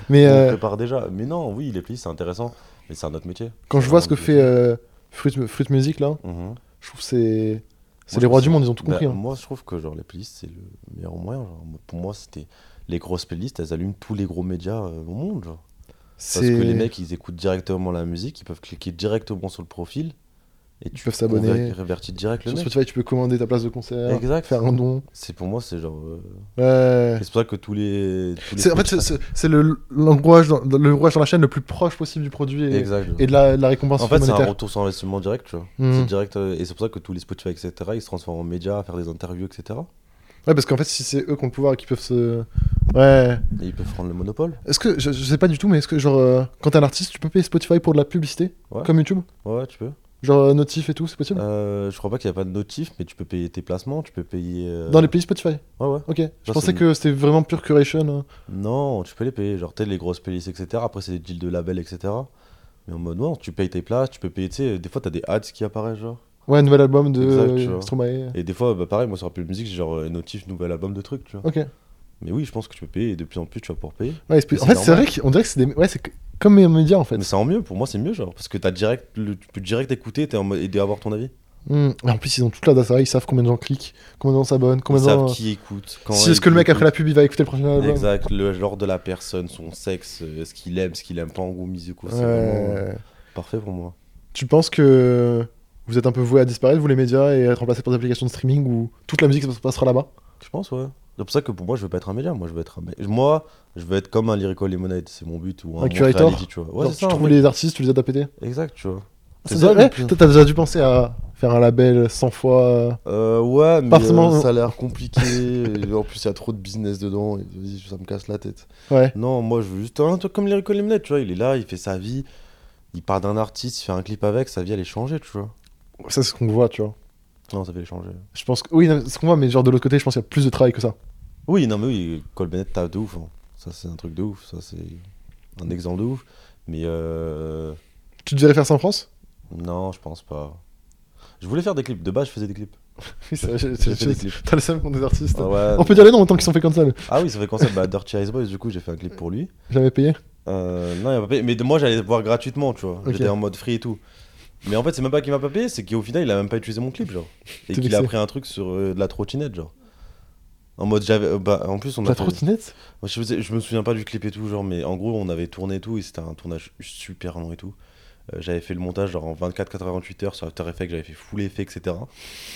Mais
on
euh,
prépare déjà. Mais non, oui, les playlists, c'est intéressant. Mais c'est un autre métier.
quand je vois ce que
Vraiment,
fait euh, Fruit, Fruit Music, là,
Mhm.
je trouve que c'est. C'est
Moi,
les
je
rois du
pense-
monde, ils ont tout
Bah,
compris. hein.
Moi, je trouve que genre, les playlists, c'est le meilleur moyen. Genre. Moi, Pour moi, c'était. Les grosses playlists, elles allument tous les gros médias euh, au monde. Genre. Parce
C'est-
que les mecs, ils écoutent directement la musique, ils peuvent cliquer directement sur le profil. Et
Ils
tu
peuvent s'abonner.
conver- révertis direct le
Sur
mec.
Spotify, tu peux commander ta place de concert,
Exact.
faire un don.
C'est pour moi, c'est genre. euh,
Ouais.
C'est pour ça que tous les. tous les
C'est- En fait, c'est-
Spotify-
c'est c'est le langouage dans, le langouage dans la chaîne le plus proche possible du produit et,
Exact. genre.
et de, la, de la récompense
En fait, c'est un
monétaire.
retour sur investissement direct, tu vois.
Mhm.
C'est direct, euh, et c'est pour ça que tous les Spotify, etc., ils se transforment en médias, à faire des interviews, etc.
Ouais, parce qu'en fait, si c'est eux qui ont le pouvoir et qui peuvent se. Ouais.
Et ils peuvent prendre le monopole.
Est-ce que. Je, je sais pas du tout, mais est-ce que, genre, euh, quand t'es un artiste, tu peux payer Spotify pour de la publicité
Ouais.
Comme YouTube
Ouais, ouais, tu peux.
Genre, euh, notif et tout, c'est possible
Euh, je crois pas qu'il n'y a pas de notif, mais tu peux payer tes placements, tu peux payer. euh,
Dans les pays Spotify
Ouais, ouais.
Ok. je
c'est
pensais
une-
que c'était vraiment pure curation. hein.
Non, tu peux les payer. Genre, t'es les grosses playlists, etc. Après, c'est des deals de labels, etc. Mais en mode, non, tu payes tes places, tu peux payer, tu sais, des fois, t'as des ads qui apparaissent, genre.
Ouais, nouvel album de
Exact, tu
euh,
vois.
Stromae.
Et des fois, bah, pareil, moi, sur Apple Music, j'ai genre euh, notif, nouvel album de trucs, tu vois.
Ok.
Mais oui, je pense que tu peux payer, et de plus en plus, tu vas pouvoir payer.
Ouais, c'est-
Mais
en
c'est
fait, c'est vrai
normal.
qu'on dirait que c'est des. Ouais, c'est que- comme mes médias en fait.
Mais c'est en mieux, pour moi, c'est mieux, genre, parce que t'as direct, le- tu peux direct écouter t'es en mode- et avoir ton avis.
Hmm. Et En plus, ils ont toute la data, ils savent combien de gens cliquent, combien de gens s'abonnent,
Ils
combien de gens.
savent qui écoute. quand
Si
ils
est-ce que le mec après
écoutent.
la pub il va écouter le prochain album
Exact, le genre de la personne, son sexe, euh, ce qu'il aime, ce qu'il aime pas, en goût musical, c'est vraiment euh,
Ouais.
parfait pour moi.
Tu penses que vous êtes un peu voué à disparaître, vous les médias, et être remplacés par des applications de streaming où toute la musique se passera là-bas
Je pense, ouais. C'est pour ça que pour moi, je veux pas être un média. Moi, je veux être un... mec- Moi, je veux être comme un Lyrical Lemonade, c'est mon but. Ou un,
Un
Monk
curator
Reality, tu vois. Ouais,
Genre,
c'est
Tu
ça, un
trouves
mec.
les artistes, tu les aides à péter
Exact, tu vois. C'est
Ah,
ça,
déjà-
le
eh,
plus-
toi, T'as déjà dû penser à faire un label 100 fois. euh,
Euh, ouais, mais
Pas forcément-
euh, ça a l'air compliqué. et en plus, il y a trop de business dedans. Et vas-y, ça me casse la tête.
Ouais.
Non, moi, je veux juste un truc comme Lyrical Lemonade, tu vois. Il est là, il fait sa vie. Il part d'un artiste, il fait un clip avec, sa vie, elle est changée, tu vois.
Ça, c'est ce qu'on voit, tu vois.
Non, ça fait changer.
Je pense que. Oui, non, c'est ce qu'on voit, mais genre de l'autre côté, je pense qu'il y a plus de travail que ça.
Oui, non, mais oui, Cole Bennett tape de ouf. hein. Ça, c'est un truc de ouf. Ça, c'est un exemple de ouf. Mais euh,
Tu devrais faire ça en France (laughs)
non, je pense pas. Je voulais faire des clips. De base, je faisais des
(laughs)
clips.
Oui, c'est c'est-
J'ai fait des
c'est-
clips.
T'as le seum contre des artistes.
Ah, ouais.
On peut dire les noms tant qu'ils sont fait cancel.
Ah oui, ça fait concept. Bah, Dirty Ice Boys, du coup, j'ai fait un clip pour lui.
J'avais payé.
Euh, non, il m'a pas payé. Mais de- moi, j'allais voir gratuitement, tu vois.
Ok.
J'étais en mode free et tout. Mais en fait, c'est même pas qu'il m'a pas payé, c'est qu'au final, il a même pas utilisé mon
(laughs)
clip, genre. Et
T'es
qu'il a
vexé.
pris un truc sur euh, de la trottinette, genre. En mode, j'avais. euh, bah, en plus, on
La
a fait-
trottinette
Moi, je, faisais- je me souviens pas du clip et tout, genre, mais en gros, on avait tourné et tout, et c'était un tournage super long et tout. Euh, j'avais fait le montage genre en 24-48 heures sur After Effects, j'avais fait full effet, etc.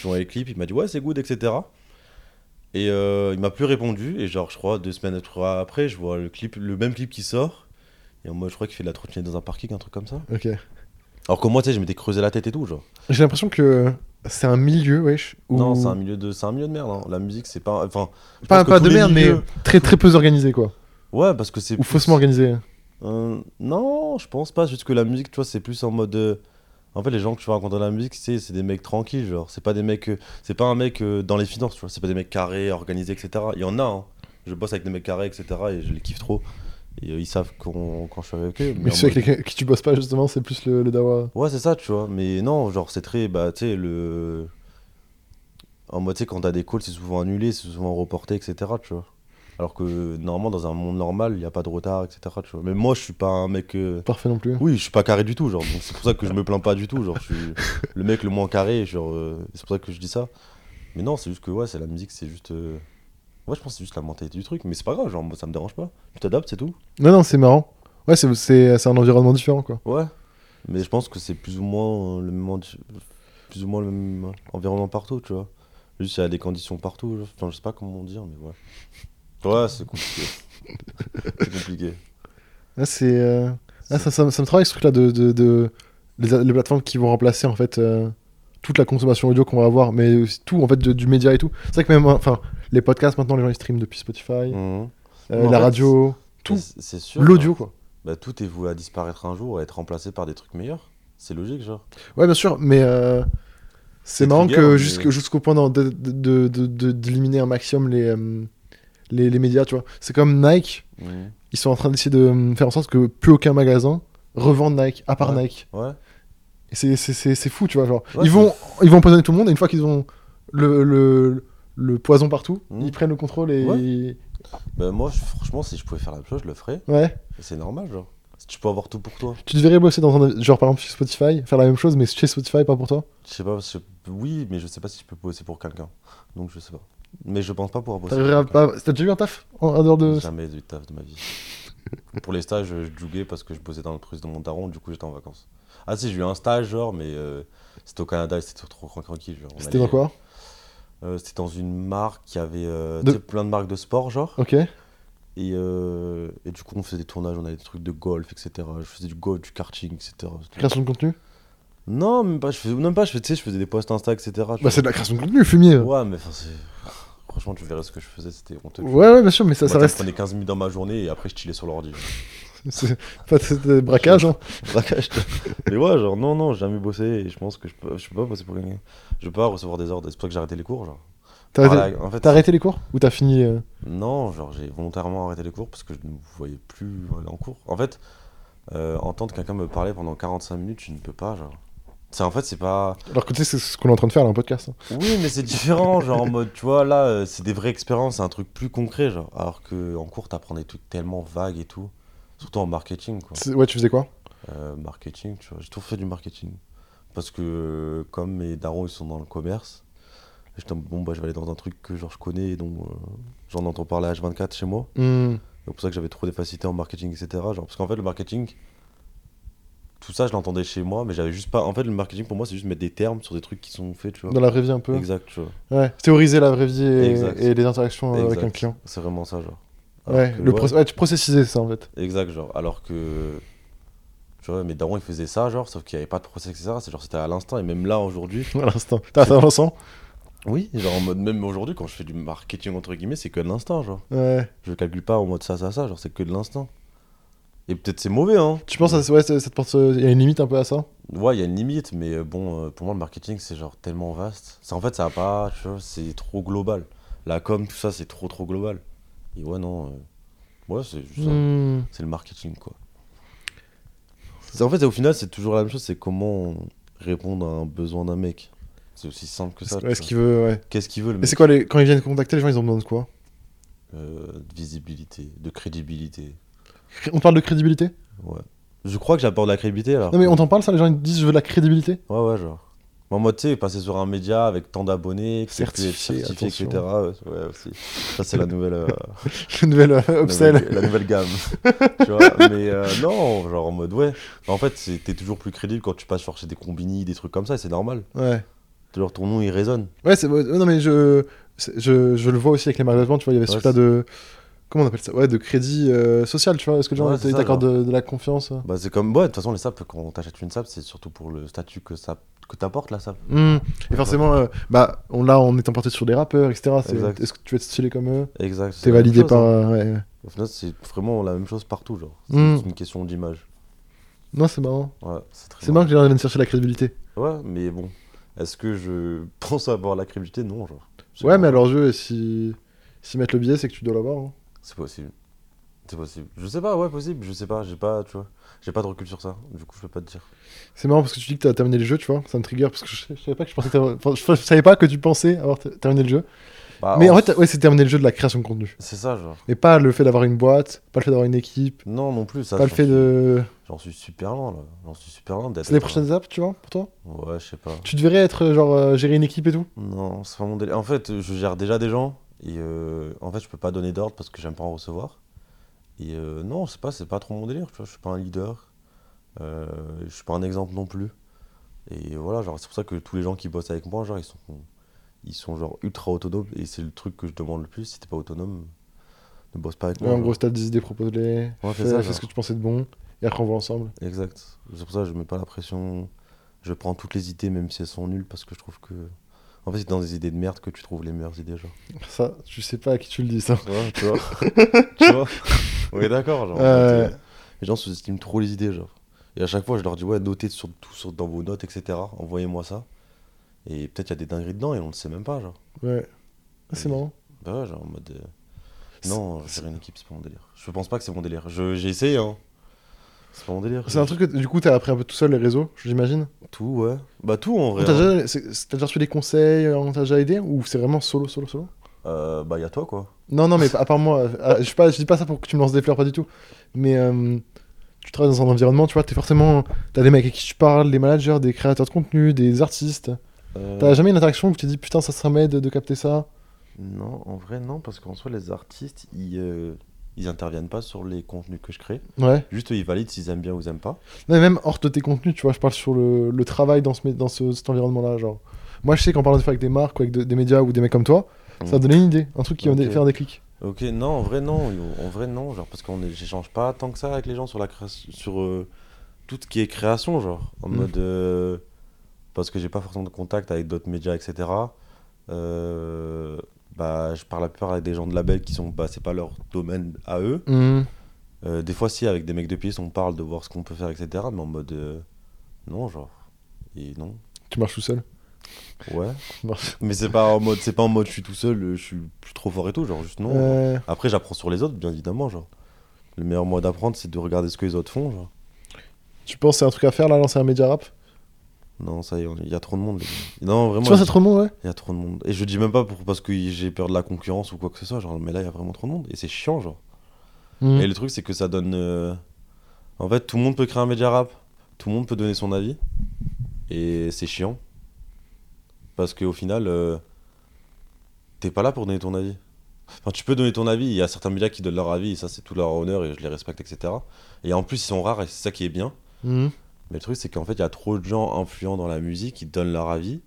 J'ai envoyé le clip, il m'a dit ouais, c'est good, etc. Et euh, il m'a plus répondu, et genre, je crois, deux semaines trois après, je vois le clip, le même clip qui sort, et moi, je crois qu'il fait de la trottinette dans un parking, un truc comme ça.
Ok.
Alors que moi, tu sais, je m'étais creusé la tête et tout, genre.
J'ai l'impression que c'est un milieu, wesh. Où...
Non, c'est un milieu de, c'est un milieu de merde, hein. la musique, c'est pas. Enfin, je
Pas,
pense que
pas
tous
de
les
merde,
milieux-
mais très très peu organisé, quoi.
Ouais, parce que c'est.
Ou
plus-
faussement organisé.
Euh, non, je pense pas. Juste que la musique, tu vois, c'est plus en mode. euh, En fait, les gens que tu vas rencontrer dans la musique, c'est c'est des mecs tranquilles, genre. C'est pas des mecs. euh, C'est pas un mec euh, dans les finances, tu vois. C'est pas des mecs carrés, organisés, etc. Il y en a, hein. je bosse avec des mecs carrés, etc. Et je les kiffe trop. Et euh, ils savent qu'on- quand je suis avec eux.
Mais
en
ceux
mode-
avec lesquels- qui tu bosses pas, justement, c'est plus le, le dawa.
Ouais, c'est ça, tu vois. Mais non, genre, c'est très. Bah, tu sais, le. En mode, tu sais, quand t'as des calls, c'est souvent annulé, c'est souvent reporté, etc., tu vois. Alors que normalement, dans un monde normal, il n'y a pas de retard, etc., tu vois. Mais moi, je suis pas un mec. euh,
Parfait non plus.
Oui, je suis pas carré du tout, genre. donc c'est pour ça que je me plains pas du tout, genre. Je suis le mec le moins carré, genre. euh, c'est pour ça que je dis ça. Mais non, c'est juste que, ouais, c'est la musique, c'est juste. euh, Ouais, je pense que c'est juste la mentalité du truc. Mais c'est pas grave, genre, moi, ça me dérange pas. Tu t'adaptes, c'est tout.
Non, non, c'est marrant. Ouais, c'est- c'est c'est un environnement différent, quoi.
Ouais. Mais je pense que c'est plus ou moins euh, le même endi- plus ou moins le même environnement partout, tu vois. Juste il y a des conditions partout, genre. Enfin, je sais pas comment dire mais ouais. Ouais, c'est compliqué. c'est
(laughs)
compliqué.
Ah, c'est. euh, ah, ça, ça me- ça me travaille ce truc-là de. de, de- Les, les plateformes qui vont remplacer, en fait, euh, toute la consommation audio qu'on va avoir, mais aussi tout, en fait, de- du média et tout. C'est vrai que même. Enfin, les podcasts, maintenant, les gens, ils streament depuis Spotify,
Mhm.
euh,
Mais en
la
fait,
radio, Tout.
Mais c'est- C'est sûr.
l'audio, quoi.
Bah, tout est voué à disparaître un jour et être remplacé par des trucs meilleurs. C'est logique, genre.
Ouais, bien sûr, mais euh, c'est
C'est
marrant
trigger,
que
mais-
jusqu'- jusqu'au point d'en- de- de- de- de- d'éliminer un maximum les, euh, les, les médias, tu vois. C'est comme Nike,
Mhm.
ils sont en train d'essayer de euh, faire en sorte que plus aucun magasin revende Nike, à part Nike.
Ouais.
Et c'est- c'est- c'est c'est fou, tu vois. Genre,
Ouais,
ils, vont, ils vont empoisonner tout le monde, et une fois qu'ils ont le, le, le poison partout,
Mm.
ils prennent le contrôle et.
Ouais.
ils-
Bah, moi, je- franchement, si je pouvais faire la même chose, je le ferais.
Ouais.
Et C'est normal, genre. Si tu peux avoir tout pour toi.
Tu devrais bosser dans un. Genre, par exemple, chez Spotify, faire la même chose, mais chez Spotify, pas pour toi.
Je sais pas, je- oui, mais je sais pas si je peux bosser pour quelqu'un. Donc je sais pas. Mais je pense pas pouvoir bosser. pour
T'arriverais à
quelqu'un.
pas- T'as déjà eu un taf en, en dehors de.
Jamais de taf de ma vie. pour les stages, je jouais parce que je bossais dans l'entreprise de mon daron, du coup j'étais en vacances. Ah si, j'ai eu un stage, genre, mais euh, c'était au Canada et c'était trop tranquille. Genre, on
C'était
allait-
dans quoi
Euh, C'était dans une marque qui avait euh,
De-
tu sais, plein de marques de sport, genre.
Ok.
Et, euh, et du coup, on faisait des tournages, on avait des trucs de golf, etc. Je faisais du golf, du karting, etc.
Création de contenu
Non, même pas, je faisais, même pas, je fais- tu sais, je faisais des posts Insta, etc. tu vois.
Bah c'est de la création de contenu, fumier. Ouais,
Ouais, mais enfin, c'est. Franchement, tu verrais ce que je faisais, c'était honteux. tu vois.
ouais, bien sûr, mais ça,
Moi,
ça
Je
reste.
prenais 15 minutes dans ma journée et après je chillais sur l'ordi.
C'est pas des braquages. Hein.
Braquage. mais ouais, genre, non, non, j'ai jamais bossé et je pense que je peux, je peux pas bosser pour gagner. Je peux pas recevoir des ordres, c'est pour ça que j'ai arrêté les cours, genre.
T'as
Par
arrêté...
la- en fait,
t'as arrêté les cours Ou t'as fini euh,
non, genre, j'ai volontairement arrêté les cours parce que je ne voyais plus aller en cours. En fait, euh, entendre quelqu'un me parler pendant 45 minutes, je ne peux pas, genre. C'est en fait, c'est pas.
Alors que tu sais, c'est ce qu'on est en train de faire là, un podcast. hein.
Oui, mais c'est différent, genre en mode, tu vois, là, euh, c'est des vraies expériences, c'est un truc plus concret, genre. Alors que en cours, t'apprends des trucs tellement vagues et tout. Surtout en marketing, quoi.
C'est- Ouais, tu faisais quoi
Euh, marketing, tu vois. J'ai toujours fait du marketing. Parce que, euh, comme mes darons, ils sont dans le commerce, j'étais en mode, bon, bah, je vais aller dans un truc que, genre, je connais et dont euh, j'en entends parler à H24 chez moi.
Hmm,
C'est pour ça que j'avais trop des facilités en marketing, etc. Genre, parce qu'en fait, le marketing, tout ça, je l'entendais chez moi, mais j'avais juste pas. En fait, le marketing, pour moi, c'est juste mettre des termes sur des trucs qui sont faits, tu vois.
Dans la vraie vie un peu.
Exact, tu vois.
Ouais. Théoriser la vraie vie et,
Exact.
et les interactions euh, avec
Exact.
un client.
C'est vraiment ça, genre. Alors
Ouais,
que,
le proc- ouais, tu processisais ça en
(laughs)
fait.
Exact, genre. Alors que. Tu vois, mes darons, ils faisaient ça, genre, sauf qu'il n'y avait pas de procès, etc. C'est genre, c'était à l'instant, et même là, aujourd'hui.
À l'instant. T'as fait un instant
Oui, genre, en mode, même aujourd'hui, quand je fais du marketing, entre guillemets, c'est que de l'instant, genre.
Ouais.
Je calcule pas en mode ça, ça, ça, genre, c'est que de l'instant. Et peut-être c'est mauvais, hein.
Tu penses à ouais, ça, ça te porte, euh, y a une limite un peu à ça
Ouais, il y a une limite, mais euh, bon, euh, pour moi, le marketing, c'est genre tellement vaste. Ça, en fait, ça va pas, tu vois, c'est trop global. La com, tout ça, c'est trop, trop global. Et ouais, non. euh, Ouais, c'est juste ça.
Hmm.
C'est le marketing, quoi. C'est- En fait, au final, c'est toujours la même chose, c'est comment répondre à un besoin d'un mec. C'est aussi simple que ça. Hmm. tu
Ouais, ce
vois.
qu'il veut, ouais.
Qu'est-ce qu'il veut, le
Mais
mec
c'est quoi les... quand ils viennent te contacter, les gens ils ont besoin de quoi
Euh, de visibilité, de crédibilité.
On te parle de crédibilité
Ouais. Je crois que j'apporte de la crédibilité alors.
Non mais
que-
on t'en parle ça, les gens ils te disent je veux de la crédibilité
Ouais, ouais, genre. En mode, tu sais, passer sur un média avec tant d'abonnés, que c'est plus être
Certifié,
certifié,
attention.
etc. Ouais, ouais, aussi. Ça, c'est la nouvelle. euh,
(laughs) Le nouvel euh,
la
upsell.
nouvelle- La nouvelle
(laughs)
gamme. tu vois Mais euh, non, genre en mode, ouais. En fait, c'est- t'es toujours plus crédible quand tu passes genre, chez des combini, des trucs comme ça, et c'est normal.
Ouais.
Genre, ton nom, il résonne.
Ouais, c'est ouais, non mais je, c'est- je je le vois aussi avec les marques de vêtements, tu vois, il y avait ce
Ouais,
truc-là de comment on appelle ça Ouais, de crédit euh, social, tu vois, est-ce que les gens
Ouais,
ils
c'est ça,
t'accordent de, de la confiance euh
Bah, c'est comme. Ouais, de toute façon, les sapes, quand t'achètes une sape, c'est surtout pour le statut que, ça... que t'apportes, la sape.
Hmm. Et forcément euh, bah on là on est emporté sur des rappeurs etc. c'est-
Exact.
Est-ce que tu veux être stylé comme eux
Exact. c'est
T'es
la même
validé
chose,
par
hein.
euh, ouais, ouais.
Au final, c'est vraiment la même chose partout, genre. C'est
Mm.
juste une question d'image.
Non, c'est marrant.
Ouais, c'est très
C'est marrant que les gens viennent chercher la crédibilité.
Ouais, mais bon. Est-ce que je pense avoir la crédibilité Non, genre. C'est
Ouais,
bon.
mais à leur jeu si S'ils mettent le billet, c'est que tu dois l'avoir. hein.
C'est possible. C'est possible. Je sais pas, ouais, possible. Je sais pas, j'ai pas, tu vois. J'ai pas de recul sur ça. Du coup, je peux pas te dire.
C'est marrant parce que tu dis que t'as terminé le jeu, tu vois. Ça me trigger parce que je, je savais pas que je pensais. t'avoir- enfin, je, je savais pas que tu pensais avoir t- terminé le jeu.
Bah,
Mais en
on-
fait, ouais, c'est terminer le jeu de la création de contenu.
c'est ça, genre.
Mais pas le fait d'avoir une boîte, pas le fait d'avoir une équipe,
Non, non plus. Ça,
pas le
j'en
fait
suis-
de.
J'en suis super loin, là. J'en suis super loin d'être.
C'est les prochaines étapes, tu vois, pour toi
Ouais, je sais pas.
Tu devrais être euh, genre euh, gérer une équipe et tout
Non, c'est pas mon délire. En fait, je gère déjà des gens. Et euh, en fait, je peux pas donner d'ordre parce que j'aime pas en recevoir. Et euh, non, c'est pas, c'est pas trop mon délire, tu vois. Je suis pas un leader. Euh, je suis pas un exemple non plus. Et voilà, genre, c'est pour ça que tous les gens qui bossent avec moi, genre, ils sont, ils sont genre ultra autonomes. Et c'est le truc que je demande le plus. Si t'es pas autonome, ne bosse pas avec
Ouais,
moi.
En
genre.
gros, si t'as des idées, propose-les.
Ouais,
fais
c'est ça,
fais ce
genre.
que tu pensais de bon. Et après, on voit ensemble.
Exact. C'est pour ça que je mets pas la pression. Je prends toutes les idées, même si elles sont nulles, parce que je trouve que. En fait, c'est dans des idées de merde que tu trouves les meilleures idées, genre.
Ça, tu sais pas à qui tu le dis, ça.
Tu vois, tu vois.
(laughs)
tu vois On est d'accord, genre. en fait,
Euh.
euh, les gens sous-estiment trop les idées, genre. Et à chaque fois, je leur dis, ouais, notez sur, tout sur- dans vos notes, etc. Envoyez-moi ça. Et peut-être il y a des dingueries dedans et on le sait même pas, genre.
Ouais. Ah, C'est
Oui.
marrant.
Bah ouais, genre en mode. euh,
C'est-
Non, gérer une équipe, c'est pas mon délire. Je pense pas que c'est mon délire. Je- J'ai essayé, hein. C'est pas mon délire.
C'est un truc que du coup, t'as appris un peu tout seul les réseaux, j'imagine.
Tout, ouais. Bah, tout en
On
vrai.
t'a
hein.
déjà, c'est- c'est- t'as déjà reçu des conseils, euh, on t'a déjà aidé Ou c'est vraiment solo, solo, solo
Euh, bah, y a toi, quoi.
Non, non, mais à part moi, euh, ah, je, sais pas, je dis pas ça pour que tu me lances des fleurs, pas du tout. Mais euh, tu travailles dans un environnement, tu vois, t'es forcément. T'as des mecs avec qui tu parles, des managers, des créateurs de contenu, des artistes.
Euh,
T'as jamais une interaction où tu te dis putain, ça serait m'aide de capter ça
Non, en vrai, non, parce qu'en soi, les artistes, ils, euh, ils interviennent pas sur les contenus que je crée.
Ouais.
Juste, ils valident s'ils aiment bien ou ils aiment pas.
Non, mais même hors de tes contenus, tu vois, je parle sur le, le travail dans, ce, mé- dans ce- cet environnement-là. Genre, moi, je sais qu'en parlant des fois avec des marques ou avec de- des médias ou des mecs comme toi, ça va
Mm.
donner une idée, un truc qui va
Ok.
dé- faire des clics.
Ok, non, en vrai, non. yo, En vrai, non, genre, parce qu'on est- j'échange pas tant que ça avec les gens sur la création, sur euh, tout ce qui est création, genre, en
Mm.
mode. euh, parce que j'ai pas forcément de contact avec d'autres médias, etc. Euh, bah, je parle la plupart avec des gens de label qui sont. Bah, c'est pas leur domaine à eux. Euh, des fois, si, avec des mecs de piste, on parle de voir ce qu'on peut faire, etc. Mais en mode. euh, non, genre. Et non.
Tu marches tout seul.
Ouais.
Bon.
(laughs) Mais c'est pas en mode, c'est pas en mode, je suis tout seul, euh, je suis plus trop fort et tout, genre juste non.
Euh,
Après, j'apprends sur les autres, bien évidemment, genre. Le meilleur moyen d'apprendre, c'est de regarder ce que les autres font, genre.
tu penses que c'est un truc à faire là, lancer un média rap
Non, ça y est, on- il y a trop de monde. les gars. Non,
Tu vois,
vraiment,
c'est trop bon, ouais
il y a trop de monde. Et je dis même pas pour, parce que j'ai peur de la concurrence ou quoi que ce soit, genre, mais là, il y a vraiment trop de monde. Et c'est chiant, genre.
Mm.
Et le truc, c'est que ça donne. euh, En fait, tout le monde peut créer un média rap. Tout le monde peut donner son avis. Et c'est chiant. Parce qu'au final, euh, t'es pas là pour donner ton avis. Enfin, tu peux donner ton avis. Il y a certains médias qui donnent leur avis. Et ça, c'est tout leur honneur. Et je les respecte, etc. Et en plus, ils sont rares. Et c'est ça qui est bien.
Mm.
Mais le truc, c'est qu'en fait, il y a trop de gens influents dans la musique qui donnent leur avis.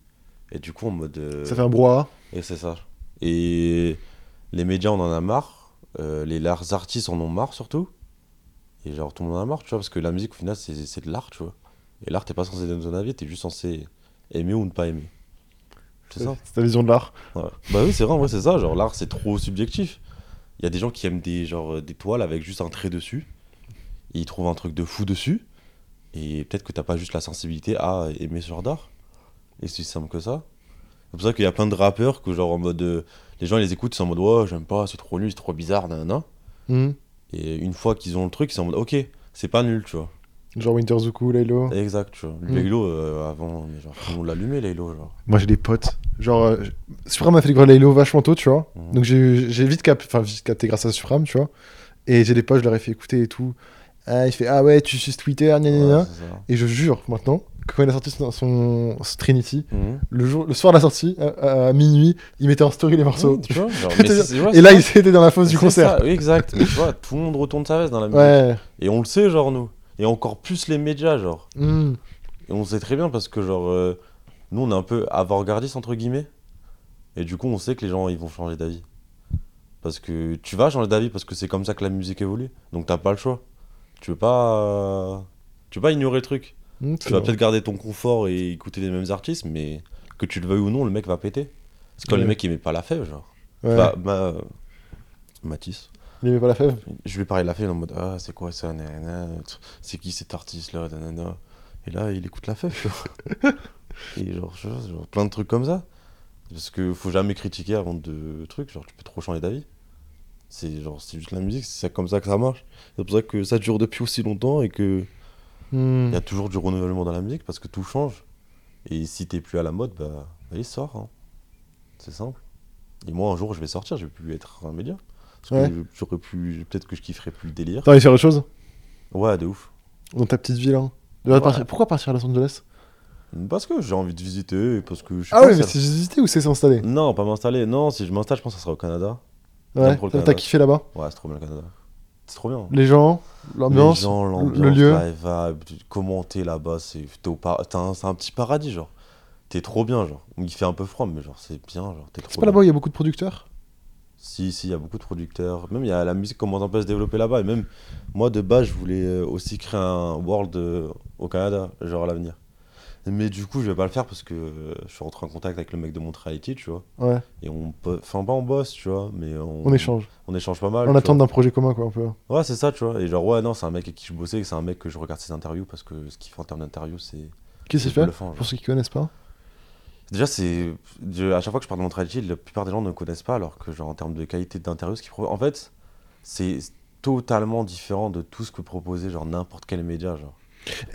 Et du coup, en mode. euh,
Ça fait un brouhaha.
et c'est ça. Et les médias, on en a marre. Euh, les lars artistes en ont marre, surtout. Et genre, tout le monde en a marre, tu vois, parce que la musique, au final, c'est c'est de l'art, tu vois. Et l'art, t'es pas censé donner ton avis, t'es juste censé aimer ou ne pas aimer. C'est ça.
C'est ta vision de l'art.
Ouais. Bah oui, c'est vrai, en vrai, c'est ça. Genre, l'art, c'est trop subjectif. Il y a des gens qui aiment des, genre, euh, des toiles avec juste un trait dessus. Et ils trouvent un truc de fou dessus. Et peut-être que t'as pas juste la sensibilité à aimer ce genre d'art. Et c'est aussi simple que ça. C'est pour ça qu'il y a plein de rappeurs que, genre, en mode. euh, les gens, ils les écoutent, ils sont en mode, ouais, j'aime pas, c'est trop nul, c'est trop bizarre, nanana.
Mm.
Et une fois qu'ils ont le truc, ils sont en mode, ok, c'est pas nul, tu vois.
Genre Winter Zuku, Laylo.
Exact, tu vois.
Mm.
Laylo, euh, avant, mais genre, tout le monde l'allumait, Laylo, genre.
Moi j'ai des potes. Genre, euh, Supram m'a fait découvrir Laylo vachement tôt, tu vois.
Mhm.
Donc j'ai j'ai vite, cap... enfin, vite capté grâce à Supram, tu vois. Et j'ai des potes, je leur ai fait écouter et tout. Ah, il fait Ah ouais, tu suis Twitter, gna gna gna.
Ouais, c'est ça.
Et hein je jure maintenant que quand il a sorti son, son- son Trinity,
Mhm.
le, jour, le soir de la sortie, à, à minuit, il mettait en story les morceaux.
Ouais, Hmm, tu vois,
(laughs)
genre,
Je veux
mais
dire,
c'est- ouais,
et là,
c'est
il était dans la fosse du
C'est ça,
concert.
oui, exact. Mais tu vois, tout le monde retourne sa veste dans la musique.
Ouais.
Et on le sait, genre, nous. Et encore plus les médias, genre.
Mm.
Et on sait très bien parce que, genre, euh, nous, on est un peu avant-gardistes, entre guillemets. Et du coup, on sait que les gens, ils vont changer d'avis. Parce que tu vas changer d'avis parce que c'est comme ça que la musique évolue. Donc, t'as pas le choix. Tu peux pas. euh, Tu peux pas ignorer le truc.
Mm,
Tu vas peut-être garder ton confort et écouter les mêmes artistes, mais que tu le veuilles ou non, le mec va péter. Parce que
Ouais.
le mec, il met pas la fève, genre.
Ouais.
Bah, bah, euh, Matisse.
Il aimait pas la fève.
Je lui parlais de la fève en mode Ah, c'est quoi ça nanana, tch, C'est qui cet artiste là nanana. Et là, il écoute la fève. genre. Et genre, je- genre, plein de trucs comme ça. Parce que faut jamais critiquer avant de trucs, genre tu peux trop changer d'avis. C'est genre c'est juste la musique, c'est comme ça que ça marche. C'est pour ça que ça dure depuis aussi longtemps et que
Hmm.
il y a toujours du renouvellement dans la musique parce que tout change. Et si t'es plus à la mode, bah allez sors. hein. C'est simple. Et moi un jour je vais sortir, je vais plus être un média. Parce que j'aurais pu, peut-être que je kifferais plus le délire.
T'as envie de faire autre chose
Ouais, de ouf.
Dans ta petite ville, hein. De
Ouais.
partir- Pourquoi partir à Los Angeles
Parce que j'ai envie de visiter, parce que je sais
Ah
pas,
ouais, mais
ça-
c'est visiter ou c'est s'installer
Non, pas m'installer. Non, si je m'installe, je pense que ça sera au Canada.
Ouais.
pour le
T'as
Canada.
kiffé là-bas
Ouais, c'est trop bien le Canada. C'est trop bien. hein.
Les gens, l'ambiance.
Les gens, l'ambiance,
le lieu.
la vibe, tu- commenter là-bas, c'est t'es au par- t'as un, c'est un petit paradis, genre. T'es trop bien, genre. Il fait un peu froid, mais genre, c'est bien, genre. T'es
C'est
trop
pas
bien.
là-bas où il y a beaucoup de producteurs
Si, si, il y a beaucoup de producteurs. Même, il y a, la musique commence un peu à se développer là-bas. Et même, moi, de base, je voulais euh, aussi créer un world euh, au Canada, genre à l'avenir. Mais du coup, je vais pas le faire parce que euh, je suis rentré en contact avec le mec de Montreality, tu vois.
Ouais,
Et on. po- Enfin, pas on bosse, tu vois, mais on.
on échange.
On échange pas mal.
On
tu
attend
vois.
d'un projet commun, quoi, un peu.
Ouais, c'est ça, tu vois. Et genre, ouais, non, c'est un mec avec qui je bossais, et c'est un mec que je regarde ses interviews parce que ce qu'il fait en termes d'interviews, c'est.
Qu'est-ce
c'est
qu'il fait
bluffant, genre.
Pour ceux qui connaissent pas.
Déjà, c'est. je- À chaque fois que je parle de Montreal, la plupart des gens ne connaissent pas, alors que, genre, en termes de qualité d'interview, ce qu'il propose. En fait, c'est totalement différent de tout ce que proposait, genre, n'importe quel média, genre.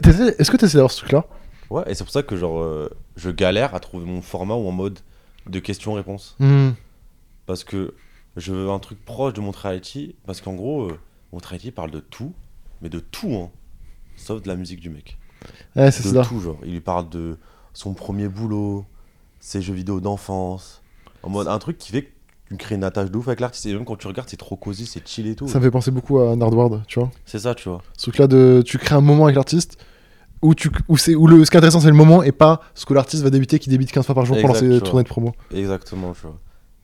T'essaies- Est-ce que t'essaies d'avoir ce truc-là
Ouais, et c'est pour ça que, genre, euh, je galère à trouver mon format ou en mode de questions-réponses.
Hmm.
Parce que je veux un truc proche de Montreality, parce qu'en gros, euh, Montreality parle de tout, mais de tout, hein. Sauf de la musique du mec.
Ouais, c'est
de
ça.
tout genre. Il lui parle de son premier boulot, ses jeux vidéo d'enfance, en mode un truc qui fait que tu crées une attache de ouf avec l'artiste et même quand tu regardes c'est trop cosy, c'est chill et tout.
Ça me fait penser beaucoup à Nardward, tu vois.
C'est ça, tu vois.
Ce truc-là de tu crées un moment avec l'artiste où, tu, où, c'est- où le, ce qui est intéressant c'est le moment et pas ce que l'artiste va débiter qui débite 15 fois par jour pendant
Exact,
ses
tu vois.
tournées de promo.
Exactement, tu vois.